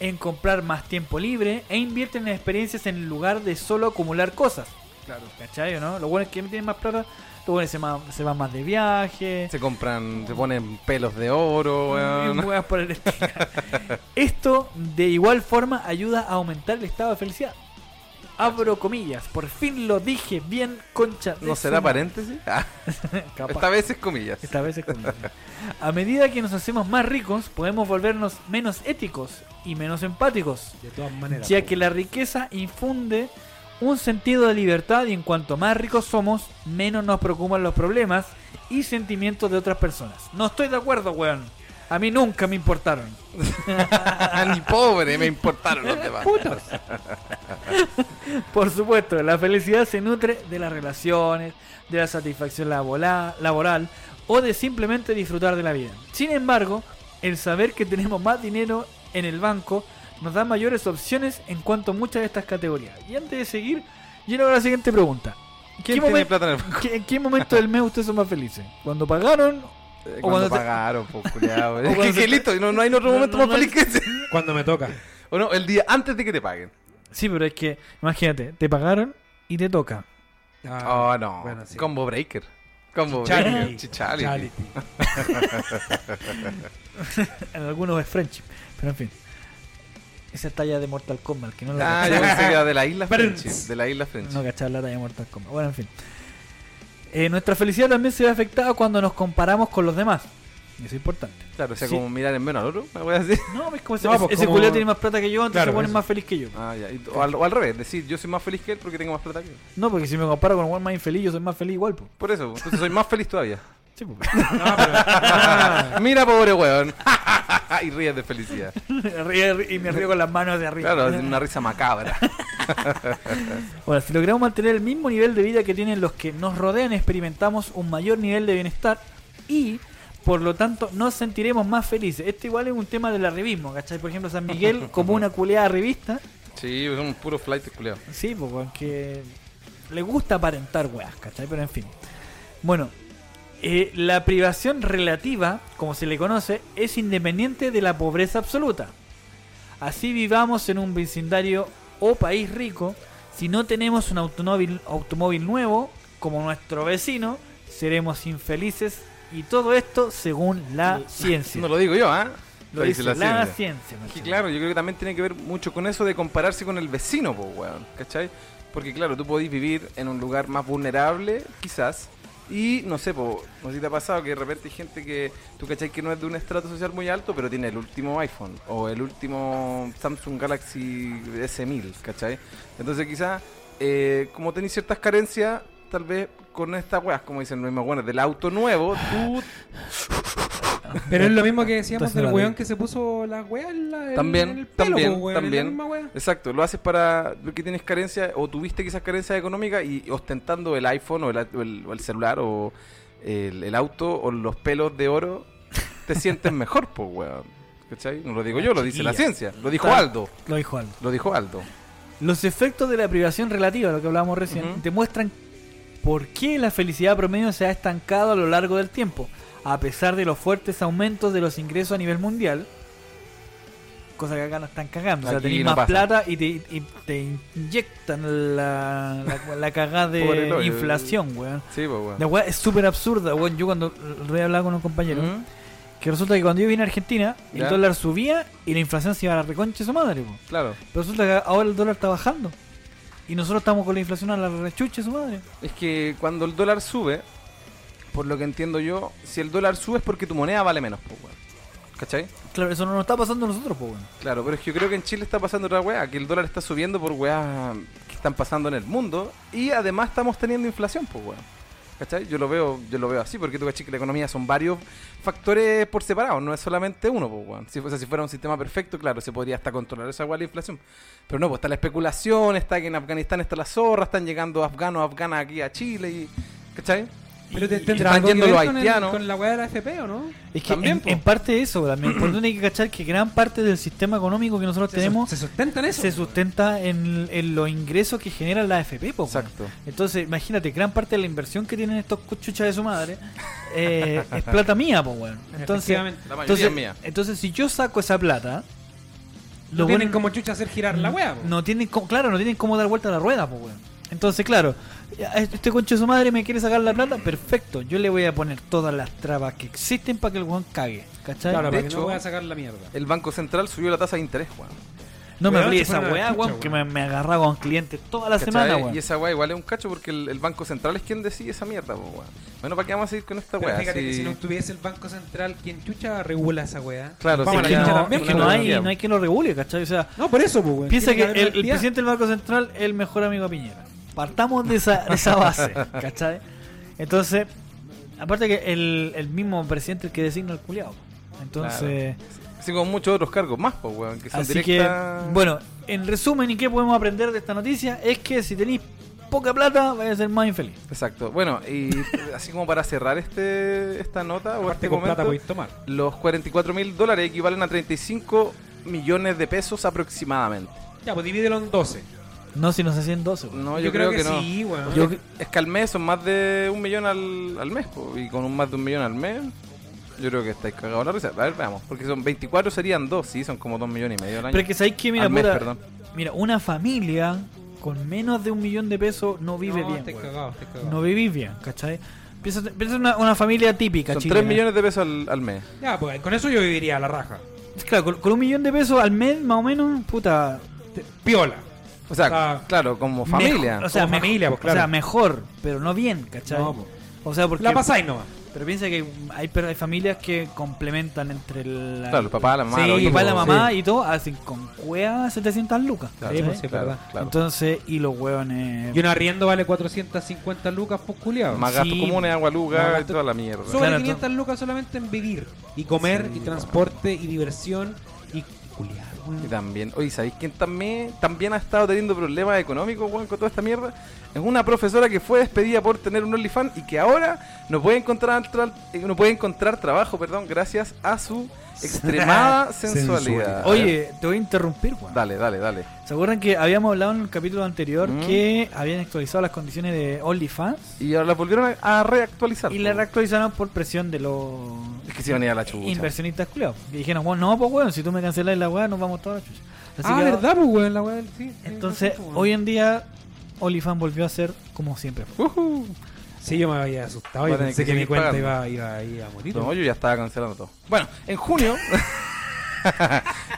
en comprar más tiempo libre e invierten en experiencias en lugar de solo acumular cosas.
Claro.
¿Cachai? o ¿no? Los buenos que tienen más plata, los buenos se, ma- se van más de viaje.
Se compran, se ponen pelos de oro,
y
weón.
weas por el estilo. Esto de igual forma ayuda a aumentar el estado de felicidad. Abro comillas, por fin lo dije bien, concha. de
¿No
su
será
madre.
paréntesis? Ah,
Capaz.
esta vez es comillas.
Esta vez es comillas. A medida que nos hacemos más ricos, podemos volvernos menos éticos y menos empáticos.
De todas maneras. pues.
ya
po.
que la riqueza infunde un sentido de libertad y en cuanto más ricos somos, menos nos preocupan los problemas y sentimientos de otras personas. No estoy de acuerdo, weón. A mí nunca me importaron.
Ah, Ni pobre me importaron los demás.
Putos.
Por supuesto, la felicidad se nutre de las relaciones, de la satisfacción laboral, laboral o de simplemente disfrutar de la vida. Sin embargo, el saber que tenemos más dinero en el banco nos da mayores opciones en cuanto a muchas de estas categorías. Y antes de seguir, yo le hago la siguiente pregunta. ¿En qué
¿Quién tiene
momen-
plata en el banco?
qué- ¿En qué momento del mes ustedes son más felices? ¿Cuando pagaron?
Eh,
O cuando
Cuando
te-
pagaron, pues, culiao.
O
Es que,
cuando
que
te-
listo, no, no hay otro
No,
momento
no,
más
no
feliz que ese.
Cuando me toca.
O no, el día antes de que te paguen.
Sí, pero es que, imagínate, te pagaron y te toca.
Ah,
Oh, no. pues,
bueno, sí.
Combo Breaker. Combo Breaker.
Charity.
Chichali.
Charity.
En algunos es friendship, pero en fin. Esa talla de Mortal Kombat, que no la
Ah, yo pensé que era de la isla French.
Friends.
De la isla French.
No cachar la talla de Mortal Kombat. Bueno, en fin. Eh, nuestra felicidad también se ve afectada cuando nos comparamos con los demás. Y eso es importante.
Claro, o sea,
Sí.
como mirar en menos al otro, una wea así.
No, es como ese,
No, pues,
ese
como-
culiao tiene más plata que yo, entonces
Claro,
se pone
eso.
más feliz que yo.
Ah, ya. Y- O, al, o al revés, decir yo soy más feliz que él porque tengo más plata que él.
No, porque si me comparo con un weón más infeliz, yo soy más feliz igual, po.
Por eso, entonces soy más feliz todavía.
Sí, po.
No, pero-
Mira, pobre weón. y ríes de felicidad.
Ríe, ríe, y me río con las manos de arriba.
Claro, es una risa macabra.
Ahora, si logramos mantener el mismo nivel de vida que tienen los que nos rodean, experimentamos un mayor nivel de bienestar y, por lo tanto, nos sentiremos más felices. Este igual es un tema del arribismo, ¿cachai? Por ejemplo, San Miguel, como una culeada arribista,
Sí, es un puro flight culiao.
sí, porque le gusta aparentar weas, ¿cachai? Pero en fin. Bueno, eh, la privación relativa, como se le conoce, es independiente de la pobreza absoluta. Así vivamos en un vecindario o país rico, si no tenemos un automóvil, automóvil nuevo, como nuestro vecino, seremos infelices y todo esto según la ciencia.
No lo digo yo, ¿ah?
Lo dice la ciencia. macho.
Y claro, yo creo que también tiene que ver mucho con eso de compararse con el vecino, po, weón, ¿cachai? Porque claro, tú podís vivir en un lugar más vulnerable, quizás, y no sé, po, no sé si te ha pasado que de repente hay gente que, tú cachai que no es de un estrato social muy alto, pero tiene el último iPhone o el último Samsung Galaxy S1000, ¿cachai? Entonces quizás, eh, como tenéis ciertas carencias, tal vez con estas weas, como dicen los mismos weones, del auto nuevo, tú
Pero es lo mismo que decíamos
Entonces no
del
la
weón
vi.
que se puso la wea en la. en-
También,
en el pelo,
también,
po, weón,
también.
Es la misma wea.
Exacto, lo haces para lo que tienes carencia o tuviste quizás carencia económica y ostentando el iPhone o el, o el- o el celular o el, el auto o los pelos de oro, te sientes mejor, pues, weón. ¿Cachai? No lo digo yo, lo dice la
Chiquilla.
ciencia. Lo dijo
Tal-
Aldo.
Lo dijo Aldo.
Lo dijo Aldo.
Los efectos de la privación relativa, lo que hablábamos recién,
Ujú.
demuestran por qué la felicidad promedio se ha estancado a lo largo del tiempo, a pesar de los fuertes aumentos de los ingresos a nivel mundial. Cosa que acá no están cagando. o sea,
Aquí
tenés
no
más
pasa.
plata y te, y te inyectan la, la, la cagada
Pobre
de
loco.
inflación, weón.
Sí, pues, weón. Mm,
La weá es súper absurda, weón. Yo cuando el otro día hablaba con un compañero,
Ujú.
Que resulta que cuando yo vine a Argentina, el
Ya.
dólar subía y la inflación se iba a la reconcha de su madre. po.
Claro.
Pero resulta que ahora el dólar está bajando. Y nosotros estamos con la inflación a la rechucha de su madre.
Es que cuando el dólar sube, por lo que entiendo yo, si el dólar sube es porque tu moneda vale menos, pues, weón. ¿Cachai?
Claro, eso no nos está pasando a nosotros, pues, weón.
Claro, pero es que yo creo que en Chile está pasando otra weá, que el dólar está subiendo por weá que están pasando en el mundo y además estamos teniendo inflación, pues weón. ¿Cachai? Yo lo veo, yo lo veo así, porque tú cachai que la economía son varios factores por separado, no es solamente uno, pues weón. Si, o sea, si fuera un sistema perfecto, claro, se podría hasta controlar esa weá la inflación. Pero no, pues está la especulación, está que en Afganistán está la zorra, están llegando afganos, afganas aquí a Chile y. ¿Cachai?
Pero te,
y están
algo que
yendo
ver
los
con el-
haitianos.
Con la weá de la FP, ¿o no?
Es que
También,
en,
po.
en parte eso, también. Por donde hay que cachar que gran parte del sistema económico que nosotros
Se
tenemos
sos- Se sustentan eso.
se sustenta en, en los ingresos que generan la AFP, po, weón.
Exacto.
Entonces, imagínate, gran parte de la inversión que tienen estos chuchas de su madre eh, es plata mía, pues, weón. Entonces,
Efectivamente.
La mayoría
entonces,
es mía.
entonces, si yo saco esa plata,
No
lo
tienen
bueno-
como chucha hacer girar la weá. pues. po.
No tienen, co- claro, no tienen cómo dar vuelta a la rueda, pues, weón. Entonces, claro, ya, este concho de su madre me quiere sacar la plata, perfecto. Yo le voy a poner todas las trabas que existen para que el weón cague, ¿cachai?
Claro,
de
para que no
hecho-
voy a sacar la mierda.
El Banco Central subió la tasa de interés, weón.
no me
weón,
abrí
se
esa
fueron a la
weá,
chucha,
weón, que me, me agarraba con clientes toda la
¿Cachai?
semana, weón.
Y esa weá igual es un cacho porque el, el Banco Central es quien decide esa mierda, po, weón. Bueno, ¿para qué vamos a seguir con esta
Pero
weá?
fíjate que
Si-
si no tuviese el Banco Central, ¿quién chucha regula esa weá?
Claro,
Vamos
sí,
a
Que
la
ya-
chucha
no,
también,
es que
po,
no
weón.
hay, no hay quien lo regule, ¿cachai? O sea,
No, por eso, pues, weón.
Piensa que
Tiene
el,
haber
el
una entidad.
presidente del Banco Central es el mejor amigo de Piñera. Partamos de esa, de esa base, ¿cachai? Entonces, aparte que el, el mismo presidente el que designa el culiado. Entonces,
Así como muchos otros cargos más, pues, weón. Que son
así
directa-
que, bueno, en resumen, ¿y qué podemos aprender de esta noticia? Es que si tenéis poca plata, vais a ser más infeliz.
Exacto. Bueno, y así como para cerrar este esta nota o
Aparte
este
con plata
momento,
podéis tomar.
los 44 mil dólares equivalen a 35 millones de pesos aproximadamente.
Ya, pues divídelo en 12.
No si nos hacían 12. weón.
No, yo, creo, que, no.
sí, weón.
Yo-
Es que al mes son más de un millón al, al mes, po, y con un más de un millón al mes, yo creo que estáis cagados la risa. A ver, veamos, porque son 24 serían dos, sí, son como dos millones y medio al año.
Pero es que sabéis que, mira,
Al mes,
puta,
perdón.
mira, una familia con menos de un millón de pesos no vive
no,
bien.
Te
weón.
cagado, te cagado.
No vivís bien, ¿cachai? Piensa, piensa en una, una familia típica,
Son
chilena.
3 millones de pesos al, al mes.
Ya, pues con eso yo viviría a la raja.
Claro, con, con un millón de pesos al mes, más o menos, puta.
Te- Piola.
O sea,
Ah.
claro, como
mejor-
familia.
o sea,
Como
mejor-
familia, pues,
O
claro.
sea, mejor, pero no bien, ¿cachai?
No, pues, po.
o sea, porque.
La pasáis nomás.
Pero piensa que hay, per- hay familias que complementan entre la,
Claro, el papá, la
Sí,
mamá, los
el papá,
hijos,
la mamá y todo, hacen con cueva 700 lucas.
Claro,
¿cachai?
pues, sí,
claro,
verdad.
claro.
Entonces, y los hueones.
Y un arriendo vale 450 lucas, pues culiado.
Más gastos
Sí.
comunes, agua,
Más
luga y
gastos-
toda la mierda.
Sobre
Claro,
500 lucas solamente en vivir. Y comer, y transporte, y diversión, y culiar,
Y
weón.
también, oye, ¿sabéis quién también, también ha estado teniendo problemas económicos, weón, con toda esta mierda? Es una profesora que fue despedida por tener un OnlyFans y que ahora no puede encontrar, tra- eh, no puede encontrar trabajo, perdón, gracias a su extremada sensualidad.
Oye, te voy a interrumpir, weón.
Dale, dale, dale.
¿Se acuerdan que habíamos hablado en el capítulo anterior
Mm.
que habían actualizado las condiciones de OnlyFans?
Y ahora la volvieron a, a reactualizar.
Y la
po.
reactualizaron por presión de los
Es que se iban a ir a la chucha.
inversionistas culiados. Y dijeron, bueno, no, pues weón, si tú me cancelas la weá, nos vamos todos a la chucha. Así
Ah,
que-
verdad, pues weón, la weá del- sí.
Entonces,
sí, pues,
hoy en día, OnlyFans volvió a ser como siempre. fue.
Ujú.
Sí, yo me había asustado
Va
y
a tener
pensé
que
que, mi
seguir
cuenta
pagando.
iba, iba, iba a morir.
No, yo ya estaba cancelando todo. Bueno, en junio.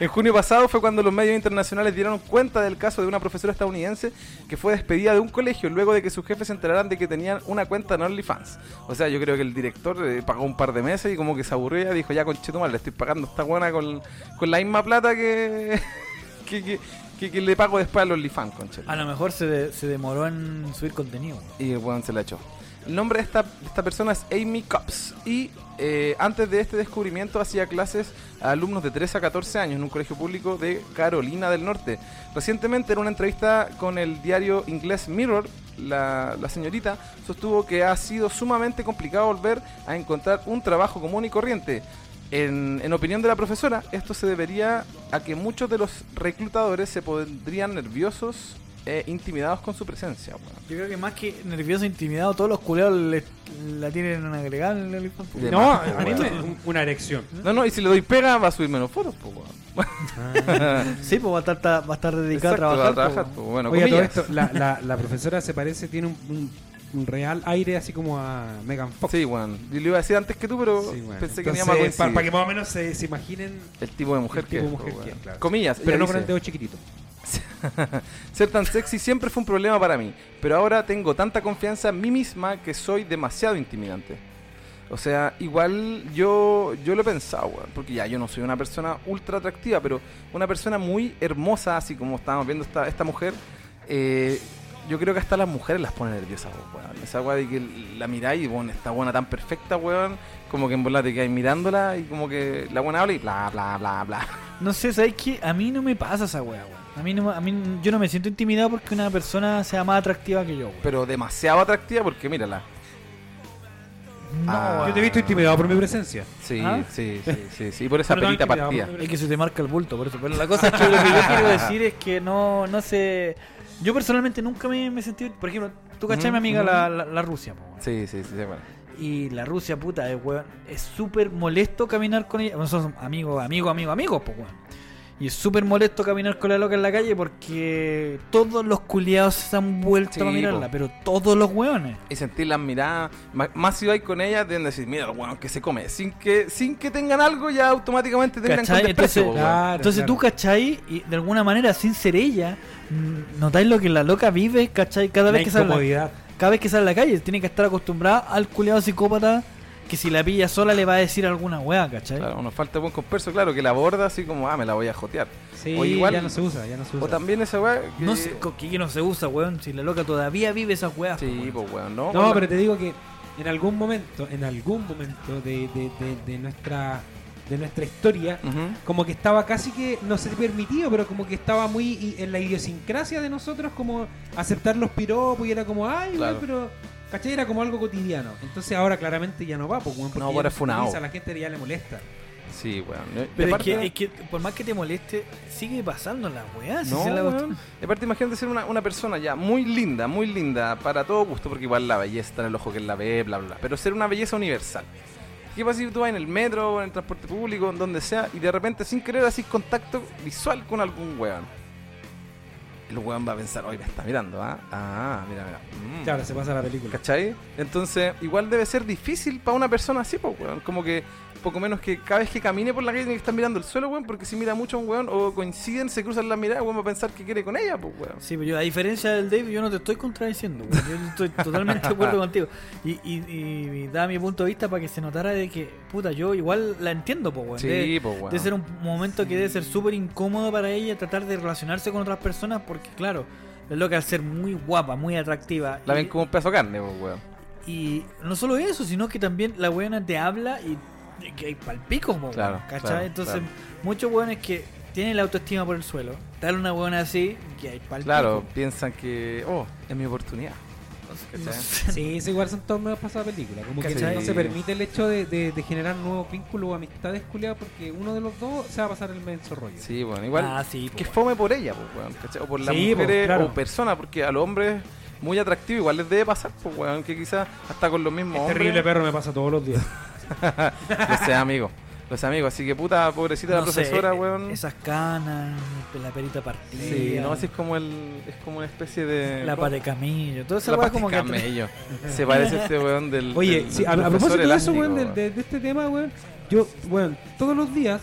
en junio pasado fue cuando los medios internacionales dieron cuenta del caso de una profesora estadounidense que fue despedida de un colegio luego de que sus jefes se enteraran de que tenían una cuenta en OnlyFans. O sea, yo creo que el director eh, pagó un par de meses y como que se aburrió y dijo, ya conchetumal, le estoy pagando esta buena con, con la misma plata que, que, que, que- que le pago después al OnlyFans, conchetumal.
A lo mejor se, de- se demoró en subir contenido. weón.
Y el weón se la echó. El nombre de esta, de esta persona es Amy Cops. Y eh, antes de este descubrimiento hacía clases a alumnos de 13 a 14 años en un colegio público de Carolina del Norte. Recientemente, en una entrevista con el diario inglés Mirror, la, la señorita sostuvo que ha sido sumamente complicado volver a encontrar un trabajo común y corriente. En, en opinión de la profesora, esto se debería a que muchos de los reclutadores se pondrían nerviosos e intimidados con su presencia. weón.
Yo creo que más que nervioso, intimidado, todos los culeados le- la tienen agregada en el OnlyFans.
De
No,
más,
a
pues,
mí
weón.
me un- una erección.
No, no, y si le doy pega va a subir menos fotos, pues, weón.
Ah.
Sí, pues va a estar, ta- va a estar dedicado
Exacto,
a trabajar.
va a trabajar,
pues,
pues, bueno,
Oye, todo
comillas.
esto, la, la, la profesora se parece, tiene un, un- un real aire así como a Megan Fox.
Sí, weón. Yo lo iba a decir antes que tú, pero
Sí, bueno.
pensé que
Entonces, eh,
no íbamos a
para,
coincidir.
para que más o menos se, se imaginen,
El tipo de mujer
El
que
tipo
es,
de mujer
po,
que es,
weón.
claro.
Comillas.
pero
ella
no con el
dice,
dedo chiquitito.
Ser tan sexy siempre fue un problema para mí, pero ahora tengo tanta confianza en mí misma que soy demasiado intimidante. O sea, igual yo, yo lo he pensado, weón, porque ya yo no soy una persona ultra atractiva, pero una persona muy hermosa, así como estábamos viendo esta, esta mujer, eh, yo creo que hasta las mujeres las pone nerviosas, weón. Esa weá de que la miráis y, bueno, esta buena tan perfecta, weón, como que en volada te quedáis mirándola y como que la buena habla y bla, bla, bla, bla.
No sé, ¿sabes qué? A mí no me pasa esa weá, weón. A mí, no, a mí yo no me siento intimidado porque una persona sea más atractiva que yo, weón.
Pero demasiado atractiva porque mírala.
No,
Ah.
weón.
Yo te he visto intimidado por mi presencia.
Sí,
¿Ah?
sí, sí, sí, sí, por esa
Pero no
perita
intimidado,
partida.
por
Es que se te marca el bulto, por eso. Pero la cosa es que lo que yo quiero decir es que no, no sé. Yo personalmente nunca me, me sentí. Por ejemplo, tú cachai, mi amiga, la, la, la Rusia, po, weón.
Sí, sí, sí, sí, bueno.
Y la Rusia, puta, es, weón, es súper molesto caminar con ella. Nosotros somos amigos, amigos, amigos, amigos, pues, weón. Y es súper molesto caminar con la loca en la calle porque todos los culiados se han vuelto
Sí,
a mirarla,
po.
pero todos los weones.
Y sentir las miradas. Ma- Más si vais con ella, deben decir, mira, bueno, que se come. Sin que, sin que tengan algo, ya automáticamente te miran con
¿Cachai? Entonces,
desprecio. po, weón.
Claro,
Entonces
claro.
tú, ¿cachai? Y de alguna manera, sin ser ella, mm, notáis lo que la loca vive, ¿cachai? Cada
La
vez que sale. a la-
incomodidad.
cada vez que sale a la calle tiene que estar acostumbrada al culiado psicópata que si la pilla sola le va a decir alguna weá, ¿cachai?
Claro, nos falta buen comperso, claro, que la aborda así como, ah, me la voy a jotear.
Sí,
O igual-
ya no se usa, ya no se usa.
O también esa weá. que-
No sé, co- que, que no se usa, weón, si la loca todavía vive esas weas.
Sí,
po,
pues weón, ¿no?
No, pero te digo que en algún momento, en algún momento de, de- de- de nuestra de nuestra historia,
Ujú.
como que estaba casi que, no sé si permitido, pero como que estaba muy i- en la idiosincrasia de nosotros, como aceptar los piropos y era como, ay, güey,
Claro.
pero, ¿cachai? Era como algo cotidiano. Entonces ahora claramente ya no va, pues, güey, porque
No,
ya
ahora
se
funao.
utiliza, a la gente ya le molesta.
Sí, weón. Y
Pero es
aparte-
que, es que por más que te moleste, sigue pasando la weá. si
No,
se Ah, la
weón. Y aparte imagínate ser una, una persona ya muy linda, muy linda, para todo gusto, porque igual la belleza está en el ojo que la ve, bla, bla. Pero ser una belleza universal. ¿Qué pasa si tú vas en el metro, o en el transporte público, en donde sea, y de repente sin querer haces contacto visual con algún weón? El weón va a pensar, oye, me está mirando, ¿ah? Ah, mira, mira. mm".
Claro, se pasa la película.
¿Cachai? Entonces, igual debe ser difícil para una persona así, pues, weón. Como que, poco menos que cada vez que camine por la calle tiene que estar mirando el suelo, weón, porque si mira mucho a un weón o coinciden, se cruzan las miradas, weón, va a pensar que quiere con ella, pues, weón.
Sí, pero yo, a diferencia del Dave, yo no te estoy contradiciendo. güey. Yo estoy totalmente de acuerdo contigo. Y, y, y, y da mi punto de vista para que se notara de que, puta, yo igual la entiendo, po, weón.
Sí,
Debe-
po, weón.
Debe ser un momento que debe ser súper incómodo para ella tratar de relacionarse con otras personas porque, claro, la loca al ser muy guapa, muy atractiva.
La
y-
ven como un pedazo de carne, pues, weón.
y no solo eso, sino que también la weona te habla y y que hay palpicos, po, weón,
Claro,
¿cachai?
claro,
Entonces,
claro.
muchos weones que tienen la autoestima por el suelo, tal una weona así, que hay palpicos.
Claro, piensan que, oh, es mi oportunidad.
No
¿Cachai?
sé.
Sí, es igual son todos medios pasados de película. Como que
¿Cachai?
no se permite el hecho de, de- de generar nuevos vínculos o amistades, culiadas, porque uno de los dos se va a pasar el menso rollo.
Sí, weón, igual.
Ah, sí, po,
que
weón.
fome por ella, pues, weón, ¿cachai? O por las
Sí, po,
mujeres
claro.
o personas, porque a los hombres muy atractivo igual les debe pasar, pues, weón, que quizás hasta con los mismos
Este
hombres.
terrible perro me pasa todos los días.
Lo sé, amigo. Lo sé, amigo. Así que puta, pobrecita la
No sé,
profesora,
eh,
weón.
Esas canas, la perita partida.
Sí,
ah.
no, así es como el, es como una especie de.
La patecamillo. Todo eso
La
weá
pata
como que.
camello. Se parece a este weón del.
Oye,
del-
sí, a, a
del profesor
propósito de eso,
elástico,
weón, de, de- de este tema, weón, yo, weón, todos los días,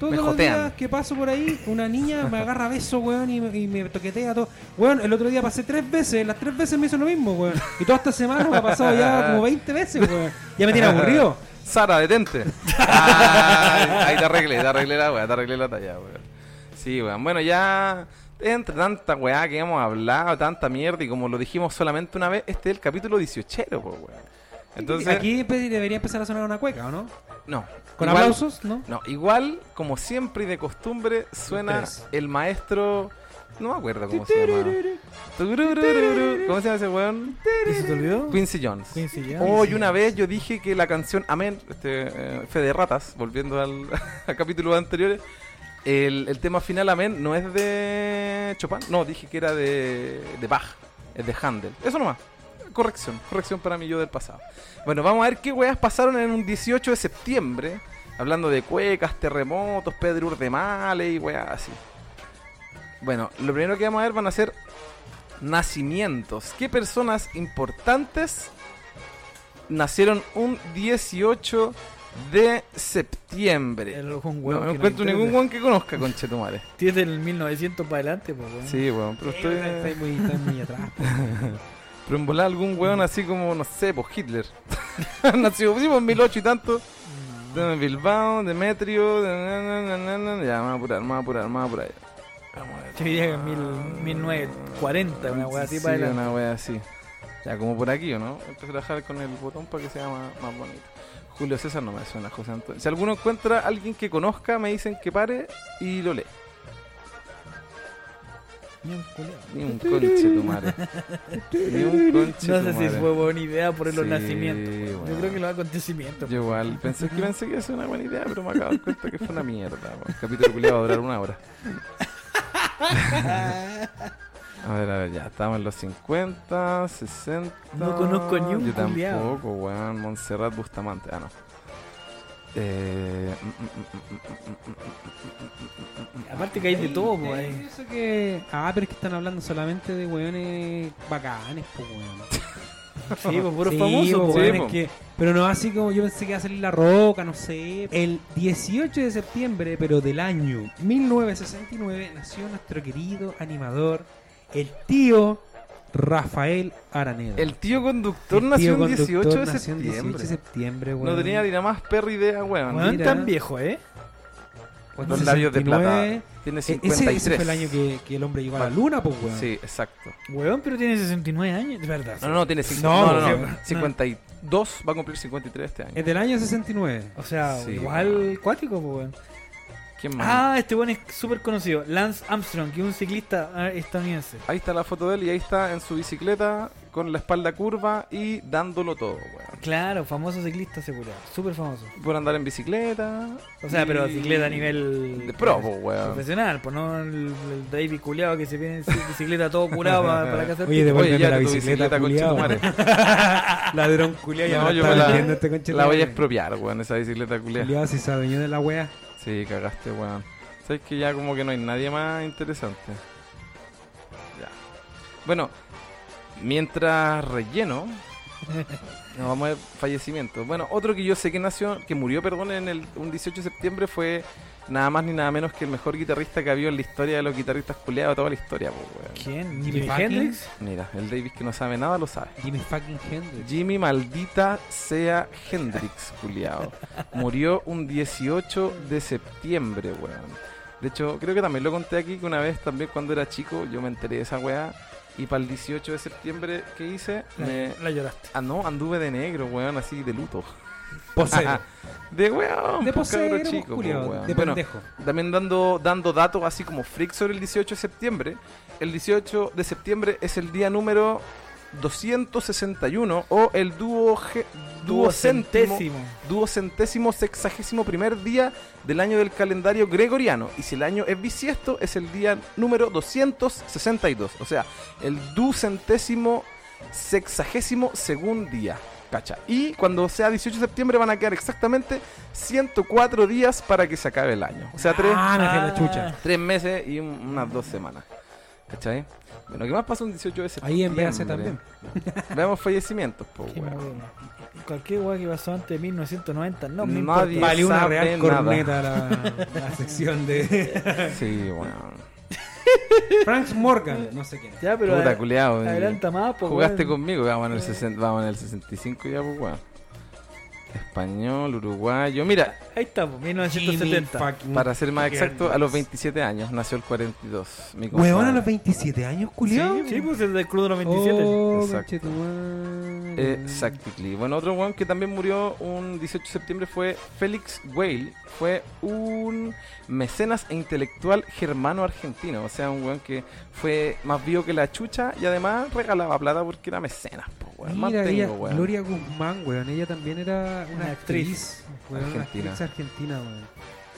todos
Me
los
jotean.
días que paso por ahí, una niña me agarra a beso, weón, y, me- y me toquetea todo. Weón, el otro día pasé tres veces, las tres veces me hizo lo mismo, weón. Y toda esta semana me ha pasado ya como 20 veces, weón. Ya me tiene aburrido.
Sara, detente. Ah, ahí te arreglé, te arreglé la weá, te arreglé la talla, weón. Sí, weón. Bueno, ya. Entre tanta weá que hemos hablado, tanta mierda, y como lo dijimos solamente una vez, este es el capítulo 18, pues, weón. Entonces.
Aquí pues, debería empezar a sonar una cueca, ¿o no?
No.
Con
igual-
aplausos, ¿no?
No, igual, como siempre y de costumbre, suena
Tres.
el maestro. No me acuerdo cómo se llama. Tururururu. ¿Cómo se llama ese weón?
¿Y se te olvidó?
Quincy Jones.
Quincy Jones.
Hoy una vez yo dije que la canción Amén, este, eh, Fe de Ratas, volviendo al, a capítulos anteriores, el, el tema final Amén no es de Chopin, no, dije que era de, de Bach, es de Handel. Eso nomás. Corrección, corrección para mí yo del pasado. Bueno, vamos a ver qué weas pasaron en un 18 de septiembre, hablando de cuecas, terremotos, Pedro Urdemale y weas así. Bueno, lo primero que vamos a ver van a ser Nacimientos. ¿Qué personas importantes nacieron un 18 de septiembre?
El- un
No,
weón
no
que
encuentro
interesa.
ningún weón que conozca, conchetumare.
Tiene el 1900 para adelante, pues, weón.
Sí, weón, pero estoy.
Estáis muy, estáis muy atrás.
Pero en volar algún weón así como, no sé, pues Hitler. Nació sí, pues, en 18 y tanto. De Bilbao, Demetrio. de na, na, na, na, na. Ya, me voy a apurar, me voy a apurar, me voy a apurar. Vamos a ver.
Yo diría que en mil- 1940, una weá así
Sí,
para adelante.
una wea así. Ya, como por aquí, ¿o no? Empecé a trabajar con el botón para que sea más, más bonito. Julio César no me suena, José Antonio. Si alguno encuentra a alguien que conozca, me dicen que pare y lo lee.
Ni un culiao.
Ni un conche tu madre. Ni un conche
No
tu
sé si
madre.
fue buena idea por los
Sí,
nacimientos. weón. Yo
weón.
creo que los acontecimientos.
Yo igual pensé que pensé que iba a ser una buena idea, pero me acabo de dar cuenta que fue una mierda. weón. El capítulo culiado va a durar una hora. A ver, a ver, ya estamos en los 50, 60.
No conozco ni un
Yo
culiao.
tampoco, weón. Montserrat Bustamante. Ah, no. Eh, mm, mm, mm, mm, mm,
pues. Aparte que hay de todo, pues.
Ahí,
ahí.
eso que... Ah, pero es que están hablando solamente de weones bacanes, pues weón.
Sí, pues puros
Sí,
famosos,
po, weón,
pues.
sí,
es
po.
que- pero no así como yo pensé que iba a salir la roca, no sé. El 18 de septiembre, pero del año 1969, nació nuestro querido animador, el tío Rafael Araneda.
El tío conductor
El
nació
tío
el 18 de
conductor nació el 18
septiembre.
de septiembre,
No
weón.
tenía ni la más perra idea, weón.
Weón
Mira.
tan viejo, ¿eh?
Cuando
Los
en
labios de
69,
plata. Tiene
eh, Ese,
53.
ese fue el año que, que el hombre llegó a la luna, pues, weón.
Ah, Sí, exacto.
Weón, pero tiene 69 años, de verdad.
No, no, tiene cincu-
No,
no, no, no,
porque-
52, va a cumplir 53 este año.
Es del año 69.
O sea,
Sí, pues.
igual
weón.
cuático, pues, weón.
¿Quién más?
Ah, este weón es súper conocido. Lance Armstrong, que es un ciclista eh, estadounidense.
Ahí está la foto de él y ahí está en su bicicleta con la espalda curva y dándolo todo, weón.
Claro, famoso ciclista seguro, súper famoso.
Por andar en bicicleta.
O sea, pero
y-
bicicleta a nivel
De pro, po, weón.
profesional, pues no el, el David culeado que se viene en ci- bicicleta todo curado para, para cazar
Oye,
pico.
devuélveme
Oye, ya
la
tu
bicicleta,
bicicleta,
culiao.
conchetumare.
Ladrón culiao, ya
No,
me
yo
está
me la-
vendiendo este conche
La voy a
madre.
expropiar, weón, esa bicicleta culia.
Culiao, si se adueñó de la wea.
Sí, cagaste, weón. Sabes que ya como que no hay nadie más interesante. Ya. Bueno, mientras relleno, nos vamos a ver fallecimientos. Bueno, otro que yo sé que nació, que murió, perdón, en el un 18 de septiembre fue nada más ni nada menos que el mejor guitarrista que ha habido en la historia de los guitarristas culeados de toda la historia, pues, weón.
¿Quién?
Jimi
¿Jimi
Hendrix?
Hendrix?
Mira, el Davis que no sabe nada lo sabe.
Jimmy fucking Hendrix.
Jimmy maldita sea Hendrix, culiao. Murió un 18 de septiembre, weón. De hecho, creo que también lo conté aquí que una vez también cuando era chico yo me enteré de esa weá. Y para el 18 de septiembre, ¿qué hice? Me...
La lloraste.
Ah, no, anduve de negro, weón, así de luto.
Posero.
De weón,
De
po, cabro
posero, pues,
chico, po,
culiao,
weón.
De
Bueno,
pendejo.
también dando, dando datos así como freak sobre el 18 de septiembre. El 18 de septiembre es el día número 261 o el dúo ge- duocentésimo
Duocentésimo.
duocentésimo sexagésimo primer día del año del calendario gregoriano. Y si el año es bisiesto, es el día número 262. O sea, el ducentésimo sexagésimo segundo día. Cacha. Y cuando sea 18 de septiembre van a quedar exactamente 104 días para que se acabe el año. O sea, tres,
Ah, me fui a la chucha.
tres meses y un- unas dos semanas. ¿Cachai? Bueno, ¿qué más pasa un 18 de
Ahí
septiembre?
en BAC también.
Veamos fallecimientos, po,
Qué
weón.
mono. Cualquier weá que pasó antes de 1990, no me
Nadie-
importa.
Vale una
sabe
real
nada.
corneta la, la sección de
Sí, weón.
Frank Morgan. No sé quién es.
Ya, pero
Puta,
adel-
culiao, eh.
adelanta más, pues.
Jugaste
weón.
conmigo, vamos en, el 60 vamos en el 65 ya, pues, weón. Español, uruguayo. Mira,
Ahí pues, estamos,
Jimmy
1970.
fucking
para ser más
Hendrix.
exacto, a los 27 años nació el 42. Mi
Weón, a
compadre.
los 27 años, culiao.
Sí, pues el del Club de los 27.
27. Oh,
Exacto. Eh,
conchetumare.
Exactly. Bueno, otro weón que también murió un 18 de septiembre fue Félix Whale. Fue un mecenas e intelectual germano-argentino. O sea, un weón que fue más vivo que la chucha y además regalaba plata porque era mecenas, po, weón.
Mira,
Mantengo,
ella,
weón.
Gloria Guzmán, weón. Ella también era una,
Una
actriz.
actriz.
weón, una
Argentina.
actriz argentina, weón.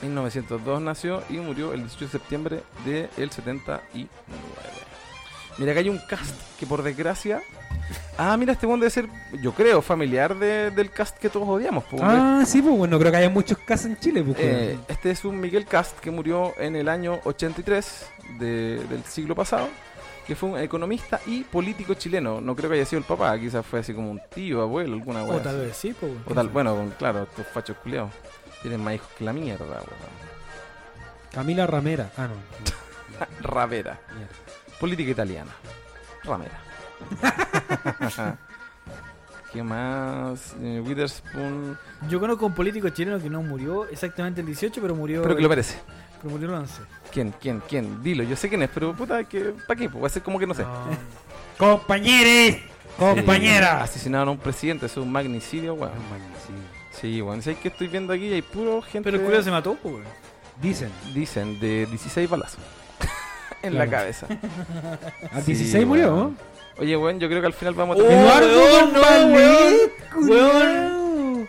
1902 nació y murió el 18 de septiembre del 79. Mira, acá hay un cast que por desgracia... Ah, mira, este weón debe ser, yo creo, familiar de- del cast que todos odiamos. po, weón.
Ah, sí, pues bueno, creo que haya muchos casos en Chile, pues.
Eh,
weón.
este es un Miguel Cast que murió en el año 83 de- del siglo pasado. que fue un economista y político chileno. No creo que haya sido el papá, quizás fue así como un tío, abuelo, alguna
O
wea
tal
así.
vez sí, pues.
O tal, bueno, con- claro, estos fachos culiados tienen más hijos que la mierda, weón.
Camila Ramera. Ah, no. no,
Ravera.
mierda.
Política italiana. Ramera. ¿Qué más? Eh, Witherspoon.
Yo conozco un político chileno que no murió exactamente el 18, pero murió,
Espero que lo parece.
pero murió el 11.
¿Quién? ¿Quién? ¿Quién? Dilo, yo sé quién es, pero puta, que ¿para qué? Pues va a ser como que no sé.
Compañeres,
Eh,
compañeras.
asesinaron a un presidente, eso es un magnicidio, weón. Sí, weón. ¿Sabes qué estoy viendo aquí? Hay puro gente.
Pero el culo se mató, pues. weón.
Dicen,
Dicen de 16 balazos. en la
Claro.
cabeza.
a
Sí,
16 murió,
weón.
¿no?
Oye, weón, yo creo que al final vamos a
Oh,
terminar.
weón, no,
Dombalet,
weón.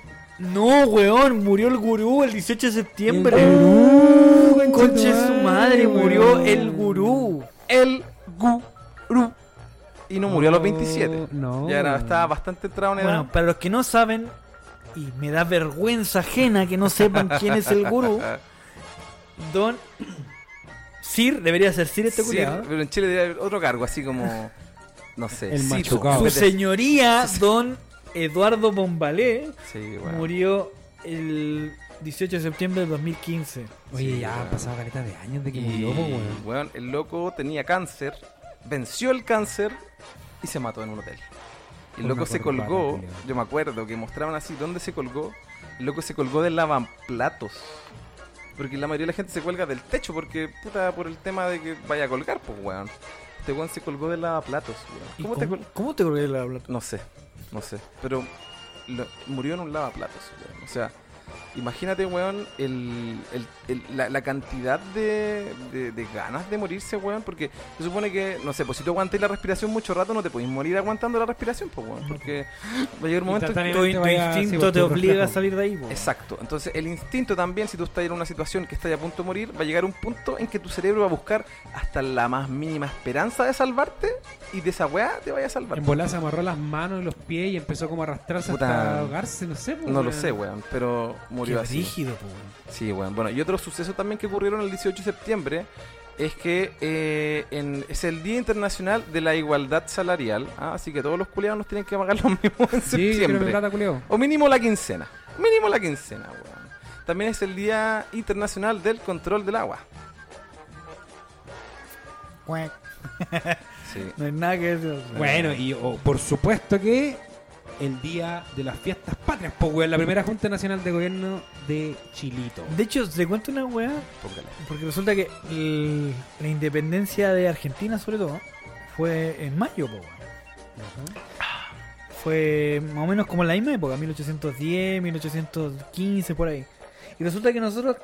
culiao.
No, weón, murió el gurú el 18 de septiembre.
El gurú, conche
Conche su
tu madre,
madre, murió
weón.
el gurú.
El gurú. Y no murió a los 27.
No.
Ya era, estaba bastante entrado en edad.
Bueno, para los que no saben, y me da vergüenza ajena que no sepan quién es el gurú, Don Sir, debería ser Sir este
Sí,
culiado.
pero en Chile debe haber otro cargo, así como. No sé.
El
Cito.
machucao.
Su señoría, Don Eduardo Bombalé,
Sí, weón.
murió el 18 de septiembre de 2015.
Oye,
Sí,
ya han
weón.
pasado caleta de años de que
Y,
murió, po, weón.
weón, el loco tenía cáncer, venció el cáncer y se mató en un hotel. El
Una
loco se
corbata,
colgó,
culiao.
yo me acuerdo que mostraban así dónde se colgó. El loco se colgó del lavaplatos. Porque la mayoría de la gente se cuelga del techo porque, puta, por el tema de que vaya a colgar, pues, weón. Este weón se colgó del lavaplatos,
¿Y ¿Cómo,
weón. ¿Cómo te col-
cómo te colgué la plata?
No sé, no sé. Pero lo- murió en un lavaplatos, weón. O sea, imagínate, weón, el, el- el- la, la cantidad de, de- de ganas de morirse, weón. Porque se supone que, no sé, pues si tú aguantas la respiración mucho rato, no te podéis morir aguantando la respiración, pues, weón. Porque va a llegar un momento. en que-
Tu, tu instinto te obliga a salir de ahí, po.
Exacto. Entonces, el instinto también, si tú estás en una situación que estás a punto de morir, va a llegar un punto en que tu cerebro va a buscar hasta la más mínima esperanza de salvarte y de esa weá te vaya a salvar.
En volada se amarró las manos y los pies y empezó como a arrastrarse
Puta.
hasta ahogarse, no sé, po,
No lo
weón.
sé, weón, pero murió
Qué
así.
rígido, po, weón.
Sí, weón. Bueno, y otro suceso también que ocurrieron el 18 de septiembre es que eh, en- es el Día Internacional de la Igualdad Salarial, ah, así que todos los culiados nos tienen que pagar lo mismo en
Sí, quiero mi
septiembre.
plata, culeo.
O mínimo la quincena. Mínimo la quincena, weón. También es el Día Internacional del Control del Agua.
Cuac.
Sí.
No hay nada que decir.
Bueno, y oh, por supuesto que el día de las fiestas patrias, pues, weón, la primera Junta Nacional de Gobierno de Chilito.
De hecho, te cuento una weá,
Póngale.
porque resulta que el- la independencia de Argentina, sobre todo, fue en mayo, po, weón. Fue más o menos como en la misma época, 1810, 1815, por ahí. Y resulta que nosotros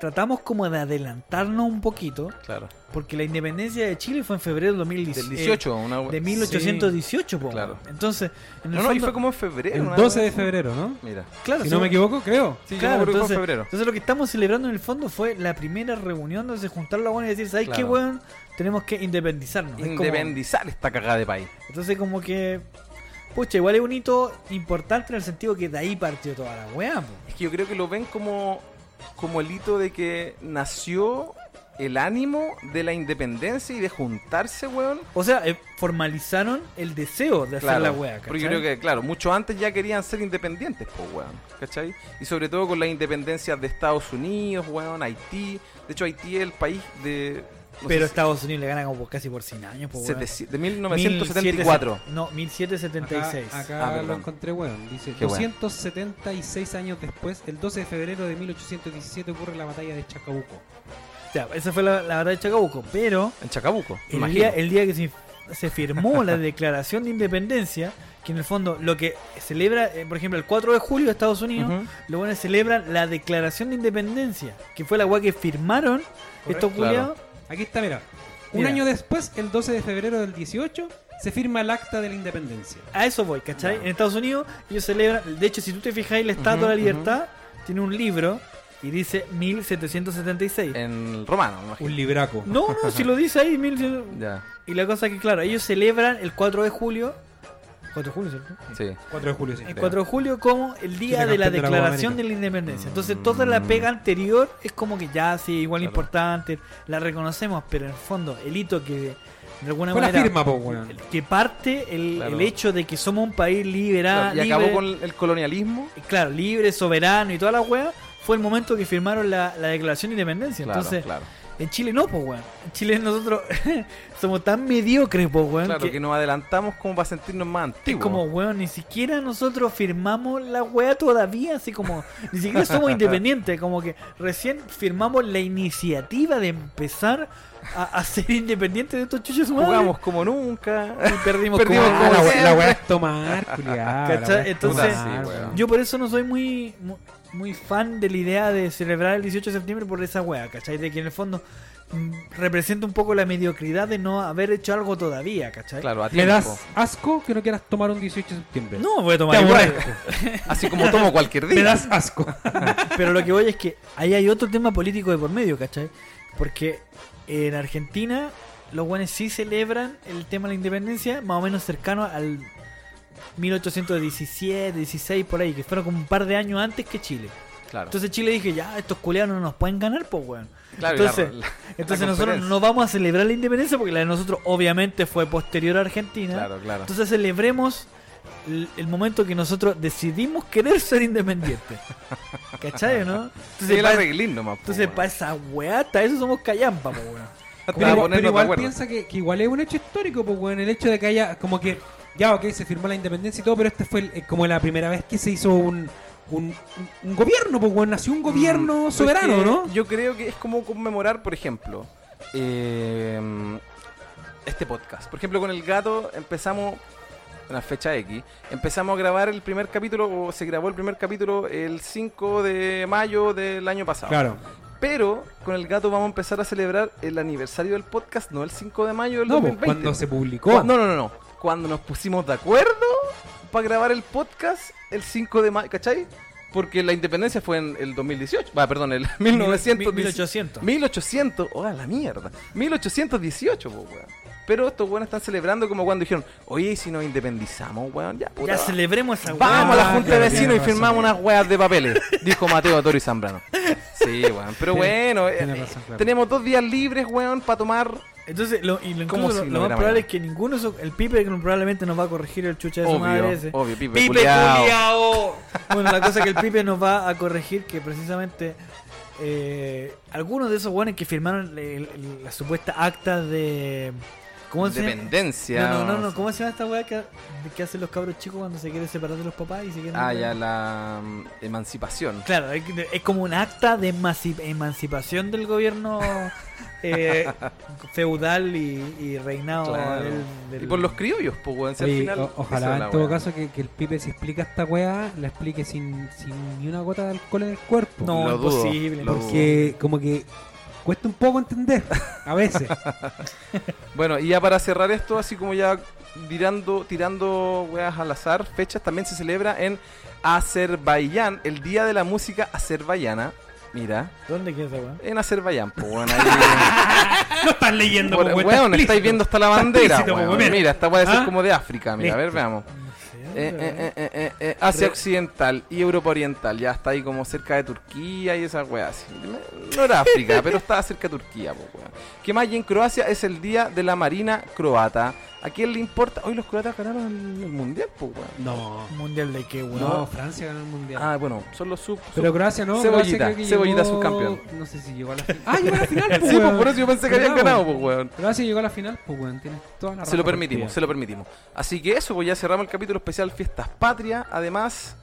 tratamos como de adelantarnos un poquito,
Claro.
porque la independencia de Chile fue en febrero del 2018.
Del 18, una we-
de 1818, po,
Claro.
Entonces, en el
No, no, y
fondo-
fue como en febrero.
El
una
12
we-
de febrero, ¿no?
Mira.
claro,
Si
sí,
no me equivoco, creo.
Sí,
Claro,
yo me acuerdo que fue en
entonces-
febrero.
Entonces lo que estamos celebrando en el fondo fue la primera reunión donde se juntaron los buenos y decir, ¿sabes qué,
Claro.
weón? Tenemos que independizarnos. Es como-
Independizar esta cagada de país.
entonces como que... Pucha, igual es un hito importante en el sentido que de ahí partió toda la weá, po.
Es que yo creo que lo ven como, como el hito de que nació el ánimo de la independencia y de juntarse, weón.
O sea, eh, formalizaron el deseo de hacer la weá,
pero
¿cachai?
yo creo que, claro, mucho antes ya querían ser independientes, pues, weón, ¿cachai? Y sobre todo con las independencias de Estados Unidos, weón, Haití. De hecho, Haití es el país de... no
Pero
sé,
Estados Unidos le gana como por casi por 100 años, po, weón.
sete- de 1974.
1700 No, 1776.
Acá, acá
Ah, perdón.
lo encontré, weón. Dice,
Qué weón.
276 años después, el 12 de febrero de 1817 ocurre la batalla de Chacabuco.
Ya, esa fue la, la batalla de Chacabuco, pero...
En Chacabuco,
el
imagino.
día, el día que se, se firmó la declaración de independencia, que en el fondo lo que celebra, eh, por ejemplo, el 4 de julio de Estados Unidos,
Ujú.
los buenos celebran la declaración de independencia, que fue la weá que firmaron estos
Claro.
culiados.
Aquí está, mira. Un
Mira.
año después, el 12 de febrero del 18, se firma el Acta de la Independencia.
A eso voy, ¿cachai?
Ya.
En Estados Unidos ellos celebran, de hecho, si tú te fijáis, la Estatua de la
Ujú,
Libertad tiene un libro y dice 1776.
En romano, me imagino.
Un libraco.
No, no, si lo dice ahí, 1776.
Ya,
Y la cosa es que, claro, ellos celebran el 4 de julio. 4 de julio, ¿cierto?
sí.
4 de julio, sí.
El 4 de julio como el día
Tiene
de
campeón de la
la
Copa
declaración de
América.
la independencia. Entonces
Mm.
toda la pega anterior es como que ya sí, igual
Claro.
importante, la reconocemos, pero en el fondo el hito que de alguna
Fue la
manera
firma, po, weón.
que parte el,
Claro.
el hecho de que somos un país liberado
y acabó con el colonialismo.
claro, libre, soberano y toda la weá, fue el momento que firmaron la, la declaración de independencia.
Claro,
Entonces,
claro.
en Chile no, pues weón. En Chile nosotros somos tan mediocres, pues weón.
Claro,
que-
que nos adelantamos como para sentirnos más
es
antiguos.
como, weón, ni siquiera nosotros firmamos la weá todavía, así como, ni siquiera somos independientes, como que recién firmamos la iniciativa de empezar a, a ser independientes de estos chuchos humanos.
Jugamos como nunca.
y perdimos,
Perdimos
como-
Ah, la, we-
siempre.
la weá es tomar, culiado.
¿Cachai? Entonces,
Sí, weón.
Yo por eso no soy muy, mu- muy fan de la idea de celebrar el 18 de septiembre por esa wea, ¿cachai? De que en el fondo mm, representa un poco la mediocridad de no haber hecho algo todavía, ¿cachai?
Claro, a
le
tiempo.
das asco que no quieras tomar un 18 de septiembre.
No, voy a tomar
Te
igual.
aborrezco.
Así como tomo cualquier
Me
día.
das asco.
Pero lo que voy es que ahí hay otro tema político de por medio, ¿cachai? Porque en Argentina los guanes sí celebran el tema de la independencia más o menos cercano al 1817, 16, por ahí, que fueron como un par de años antes que Chile.
Claro,
Entonces Chile dije, ya, estos culeanos no nos pueden ganar, pues, weón.
claro,
entonces-
y la- la-
Entonces
la
nosotros
conferencia.
no vamos a celebrar la independencia porque la de nosotros obviamente fue posterior a Argentina.
Claro, claro.
Entonces celebremos el, el momento que nosotros decidimos querer ser independientes. ¿Cachai, o no?
Sí,
Entonces,
el
pa-
arreglín nomás. po,
entonces
weón.
para esa weata, eso somos callampa, po, weón.
Hasta
Pero, igual-
ponernos
pero
de
igual
acuerdo.
piensa que, que igual es un hecho histórico, pues, weón. El hecho de que haya, como que, ya, ok, se firmó la independencia y todo, pero esta fue el- eh, como la primera vez que se hizo un, un, un- un gobierno, pues, weón. Nació un
Mm,
gobierno
es
soberano,
que
¿no?
Yo creo que es como conmemorar, por ejemplo, eh, este podcast. Por ejemplo, con el gato empezamos una fecha X. Empezamos a grabar el primer capítulo, o se grabó el primer capítulo el 5 de mayo del año pasado.
Claro.
Pero con el gato vamos a empezar a celebrar el aniversario del podcast, no el 5 de mayo del
No, pues,
2020.
cuando se publicó.
Cu- No, no, no, no. Cuando nos pusimos de acuerdo para grabar el podcast el 5 de mayo, ¿cachai? Porque la independencia fue en el 2018. Va, perdón, el 1900,
1800.
1800. ¡Oh, a la mierda! 1818, po, weón. Pero estos weones están celebrando como cuando dijeron, oye, ¿y si nos independizamos, weón, ya, puta,
Ya celebremos esa weá.
Vamos a la Junta de
claro,
Vecinos y
tienes
firmamos
razón.
unas weas de papeles, dijo Mateo Toro y Zambrano. Sí, weón. Pero bueno, eh,
tienes razón, claro.
tenemos dos días libres, weón, para tomar.
Entonces, lo, y lo,
Como
incluso
si
lo,
no
lo
hubiera
más probable
mañana.
es que ninguno, de esos- el Pipe probablemente nos va a corregir el chucha de su madre ese.
Obvio, obvio, pipe,
Pipe
culiao.
culiao. Bueno, la cosa es que el Pipe nos va a corregir que precisamente eh, algunos de esos guanes que firmaron el- el- la supuesta acta de. ¿Cómo se llama?
Independencia.
No, no, no, no, ¿cómo se llama esta weá que, que hacen los cabros chicos cuando se quieren separar de los papás y se quieren.
Ah, ya, la mm, emancipación.
Claro, es, es como un acta de emanci- emancipación del gobierno eh, feudal y, y reinado
Claro.
del- del-
Y por los criollos, pues, weón. si al
Oye,
final
o- ojalá
esa es
en
la
todo
weá.
caso que, que el pipe si explica esta weá, la explique sin, sin ni una gota de alcohol en el cuerpo.
No,
Lo dudo,
imposible.
lo dudo.
Porque como que cuesta un poco entender, a veces.
Bueno, y ya para cerrar esto, así como ya tirando, tirando weas al azar, fechas también se celebra en Azerbaiyán, el Día de la Música Azerbaiyana. Mira,
¿Dónde queda esa weá?
en Azerbaiyán, pues, weón. ahí-
no estás leyendo,
Weón,
po,
weón, estáis viendo hasta la bandera,
explícito, po,
weón.
mira.
Mira, esta wea debe ser
¿Ah?
como de África, mira, a ver, veamos.
No sé,
Eh,
weá.
eh, eh, eh, eh, eh, Asia
Re-
Occidental y Europa Oriental, ya está ahí como cerca de Turquía y esas weas. No era África, pero está cerca de Turquía, po, weón. ¿Qué más? Y en Croacia es el día de la Marina Croata. ¿A quién le importa? Hoy los croatas ganaron el, el mundial, po, weón.
No,
Mundial de qué, weón.
no, Francia ganó el mundial.
Ah, bueno, son los sub. sub-
Pero Croacia no.
Cebollita,
Croacia creo que
Cebollita
llegó-
subcampeón.
No sé si llegó a la final. Ah, llegó a la final, pues.
Sí, po, por eso yo pensé que habían
Bravo.
ganado, po, weón.
Croacia llegó a la final, pues, weón. Tienes toda la
Se
razón.
lo permitimos, se lo permitimos. Así que eso, pues ya cerramos el capítulo especial Fiestas Patria. Además,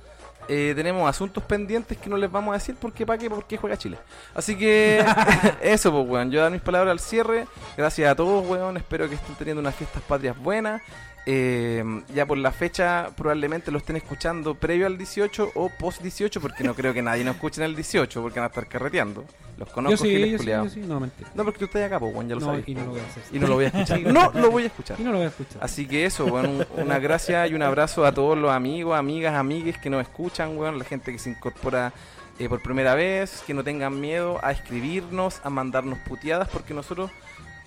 eh, tenemos asuntos pendientes que no les vamos a decir porque para qué, porque juega Chile. Así que eso, pues, weón. Yo dar mis palabras al cierre. Gracias a todos, weón. Espero que estén teniendo unas fiestas patrias buenas. Eh, ya por la fecha probablemente lo estén escuchando previo al 18 o post 18 porque no creo que nadie nos escuche en el 18 porque van a estar carreteando. Los
Yo
conozco,
sí,
giles
yo sí,
culiados.
yo sí. No, mentira.
No, porque tú estás acá, pues, weón, ya lo
no,
sabes.
y no lo voy a hacer.
Y no lo voy a escuchar.
Sí,
No lo voy a escuchar.
Y no lo voy a escuchar.
Así que eso, weón, un- una gracia y un abrazo a todos los amigos, amigas, amigues que nos escuchan, weón, la gente que se incorpora eh, por primera vez, que no tengan miedo a escribirnos, a mandarnos puteadas, porque nosotros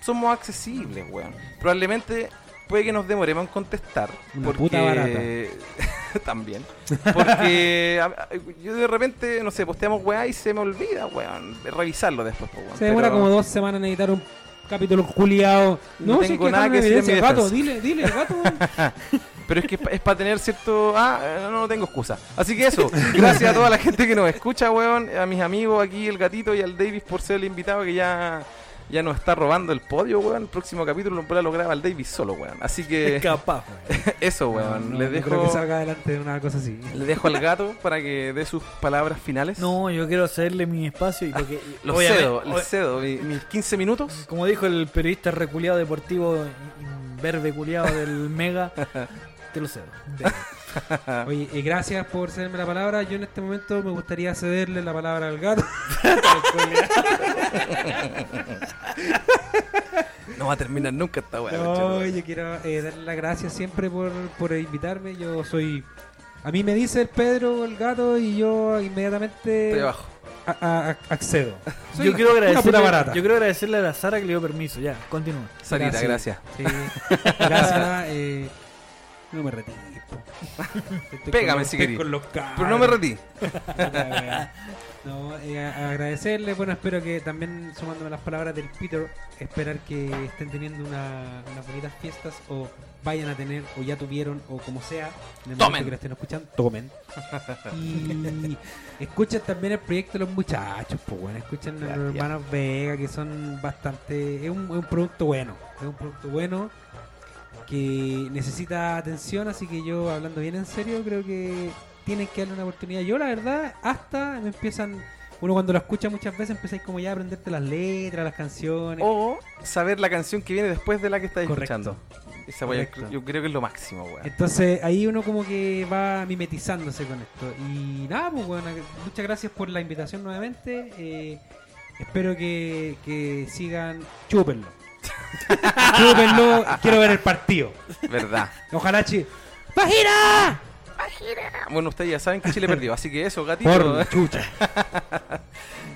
somos accesibles, weón. Probablemente puede que nos demoremos en contestar.
Una
porque...
puta
También. Porque a- a- yo de repente, no sé, posteamos weá y se me olvida, weón, revisarlo después, pues, weón.
Se demora
Pero-
como dos semanas en editar un capítulo culiado.
No
No, si es
tengo
que
nada
nada
que decir en mi
gato,
defensa.
dile, dile, gato.
Pero es que es pa- es para tener cierto. Ah, eh, no, no tengo excusa. Así que eso, gracias a toda la gente que nos escucha, weón. A mis amigos aquí, el gatito y al Davis por ser el invitado que ya, ya nos está robando el podio, weón. El próximo capítulo lo- lo graba el Davis solo, weón. Así que
Es capaz, weón.
eso,
No,
weón.
no,
les,
no Creo que
dejo,
salga adelante de una cosa así.
les dejo al gato para que dé sus palabras finales.
No, yo quiero hacerle mi espacio y porque. y
Los
obviamente-
cedo,
o-
les cedo mi- mis 15 minutos.
Como dijo el periodista reculeado deportivo, imberbe culeado del Mega, te lo cedo.
Oye, eh, gracias por cederme la palabra. Yo en este momento me gustaría cederle la palabra al gato.
No va a terminar nunca esta weá.
No,
conchetumare.
yo quiero eh, darle las gracias siempre por, por invitarme. Yo soy. A mí me dice el Pedro, el gato, y yo inmediatamente
Estoy abajo.
a- a- a- accedo. Soy
Yo
una-
quiero,
Una
agradecerle,
puta barata.
yo quiero agradecerle a la Sara que le dio permiso. Ya, continúa.
Sarita, gracias.
Sí, gracias. eh, no me retires. po. Estoy
Pégame
con los-
si
estoy
querís.
con los
Pero no me
cabros.
retí.
Puta la weá. No, eh, a- agradecerle, bueno, espero que también sumándome las palabras del Peter, esperar que estén teniendo una, unas bonitas fiestas o vayan a tener o ya tuvieron o como sea, en el momento
Tomen.
que la estén escuchando, tomen. Y escuchen también el proyecto de los muchachos, pues bueno, escuchen a los hermanos Vega que son bastante, es un, es un producto bueno, es un producto bueno que necesita atención, así que yo hablando bien en serio creo que tienen que darle una oportunidad. Yo la verdad, hasta me empiezan, uno cuando lo escucha muchas veces empezáis como ya a aprenderte las letras, las canciones.
O saber la canción que viene después de la que estás
Correcto.
escuchando. Esa weá
Correcto.
yo, yo creo que es lo máximo, weón.
Entonces ahí uno como que va mimetizándose con esto. Y nada, pues bueno, muchas gracias por la invitación nuevamente. eh, espero que, que sigan, chúpenlo. chúpenlo, quiero ver el partido.
Verdad.
Ojalá chi... ¡Bajira!
Bueno, ustedes ya saben que Chile perdió, así que eso, gatito.
Por la chucha.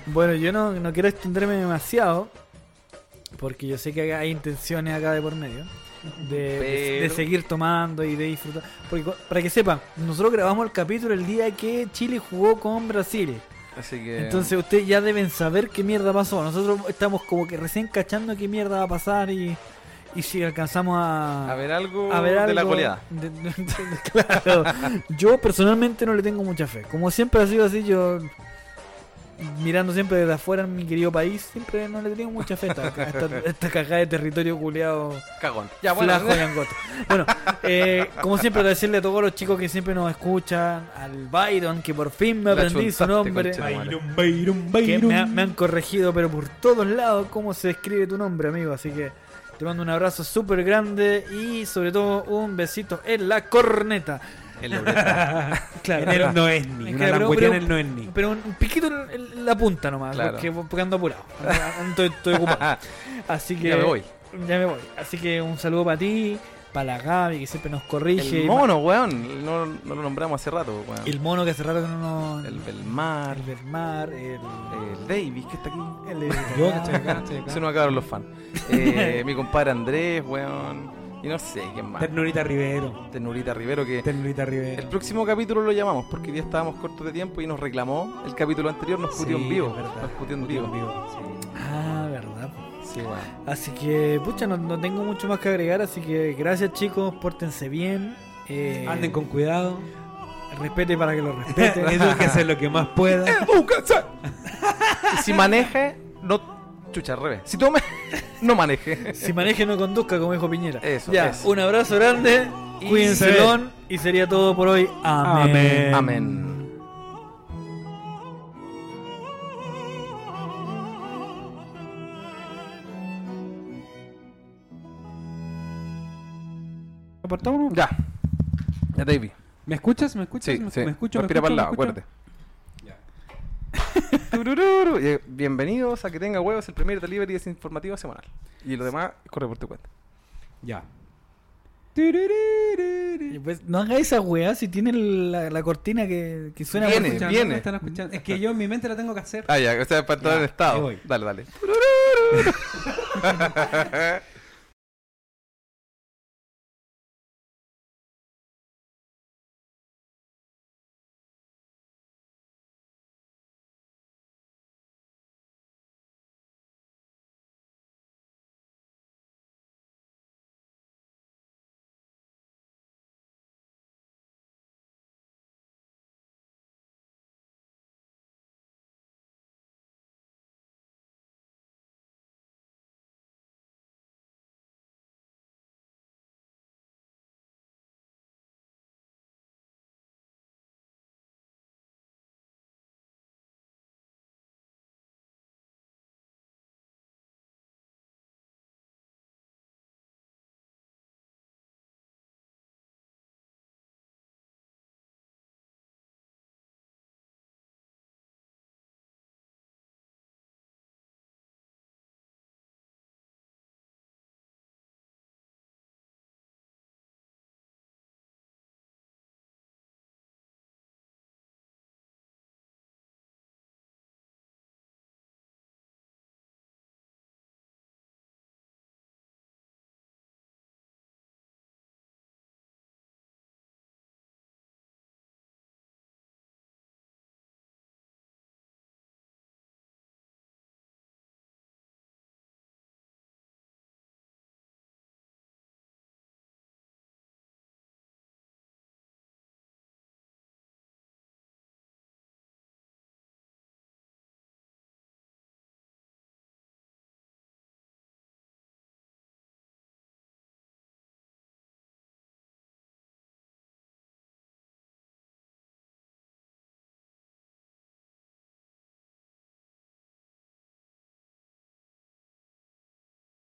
Bueno, yo no, no quiero extenderme demasiado, porque yo sé que hay intenciones acá de por medio, de, de-
Pero-
de seguir tomando y de disfrutar. Porque, co- para que sepan, nosotros grabamos el capítulo el día que Chile jugó con Brasil.
Así que.
Entonces ustedes ya deben saber qué mierda pasó. Nosotros estamos como que recién cachando qué mierda va a pasar y, y si alcanzamos a,
a ver algo
a ver
de
algo
la goleada.
de- de- de- claro. Yo personalmente no le tengo mucha fe. Como siempre ha sido así, yo mirando siempre desde afuera en mi querido país, siempre no le tengo mucha fe a esta, a esta- a esta cagada de territorio culeado.
Cagón. Ya,
Ya,
bueno.
Bueno, eh, como siempre, agradecerle a todos los chicos que siempre nos escuchan, al Byron, que por fin me
La
aprendí su
chuntaste,
nombre.
concha de madre.
Que me, ha- me han corregido, pero por todos lados, cómo se escribe tu nombre, amigo. Así que te mando un abrazo súper grande y sobre todo un besito en la corneta.
El Loreto.
En el no es ni.
Es
Una
que, pero-
languetea en
pero-
el no es ni.
Pero un piquito en- en la punta nomás,
Claro.
porque, porque ando apurado. Ando- Estoy, estoy ocupado. Así que
Ya me voy.
ya me voy. Así que un saludo para ti, para la Gaby, que siempre nos corrige.
El mono, weón. No, no lo nombramos hace rato, weón.
El mono que hace rato que no nos...
El Eh, Belmar.
el Belmar, el...
El Davis, que está aquí.
el-
Yo que estoy acá, estoy acá.
Se nos acabaron los fans. Eh, mi compadre Andrés, weón. Y no sé quién más.
Ternurita Rivero.
Ternurita Rivero, que
Ternurita Rivero.
El próximo capítulo lo llamamos porque ya estábamos cortos de tiempo y nos reclamó. El capítulo anterior nos
Sí,
puteó en vivo.
es verdad.
Nos puteó en
Putió
vivo.
sí.
Ah, verdad. po.
Sí, bueno.
Así que, pucha, no, no tengo mucho más que agregar, así que gracias chicos, pórtense bien. eh,
Anden con cuidado.
Respete para que lo respeten.
Edúquese lo que más pueda.
Y si maneje, no. Chucha, al revés. Si tome, no maneje.
si maneje, no conduzca, como dijo Piñera.
Eso,
ya,
eso.
un abrazo grande,
Y
cuídense,
se ve.
don, y sería todo por hoy.
Ah, Amén.
Amén.
Amén.
¿Apartamos?
Ya. Ya, David.
¿Me escuchas? ¿Me escuchas?
Sí,
¿Me,
sí.
me escucho? ¿Me
Respira para el lado,
escucho? ¿Me
acuérdate. Turururu. Y, eh, Bienvenidos a que tenga huevos el primer delivery desinformativo semanal. Y lo demás corre por tu cuenta.
escucho? Ya.
Y pues, no haga esa weá si tiene la, la cortina que, que suena
Viene.
¿Me
mucho.
escuchan?
viene.
¿Me están escuchando? Es que yo en mi mente la tengo que hacer.
Ah, ya, o sea, para entrar
Ya,
en
ahí
estado.
voy.
Dale, dale.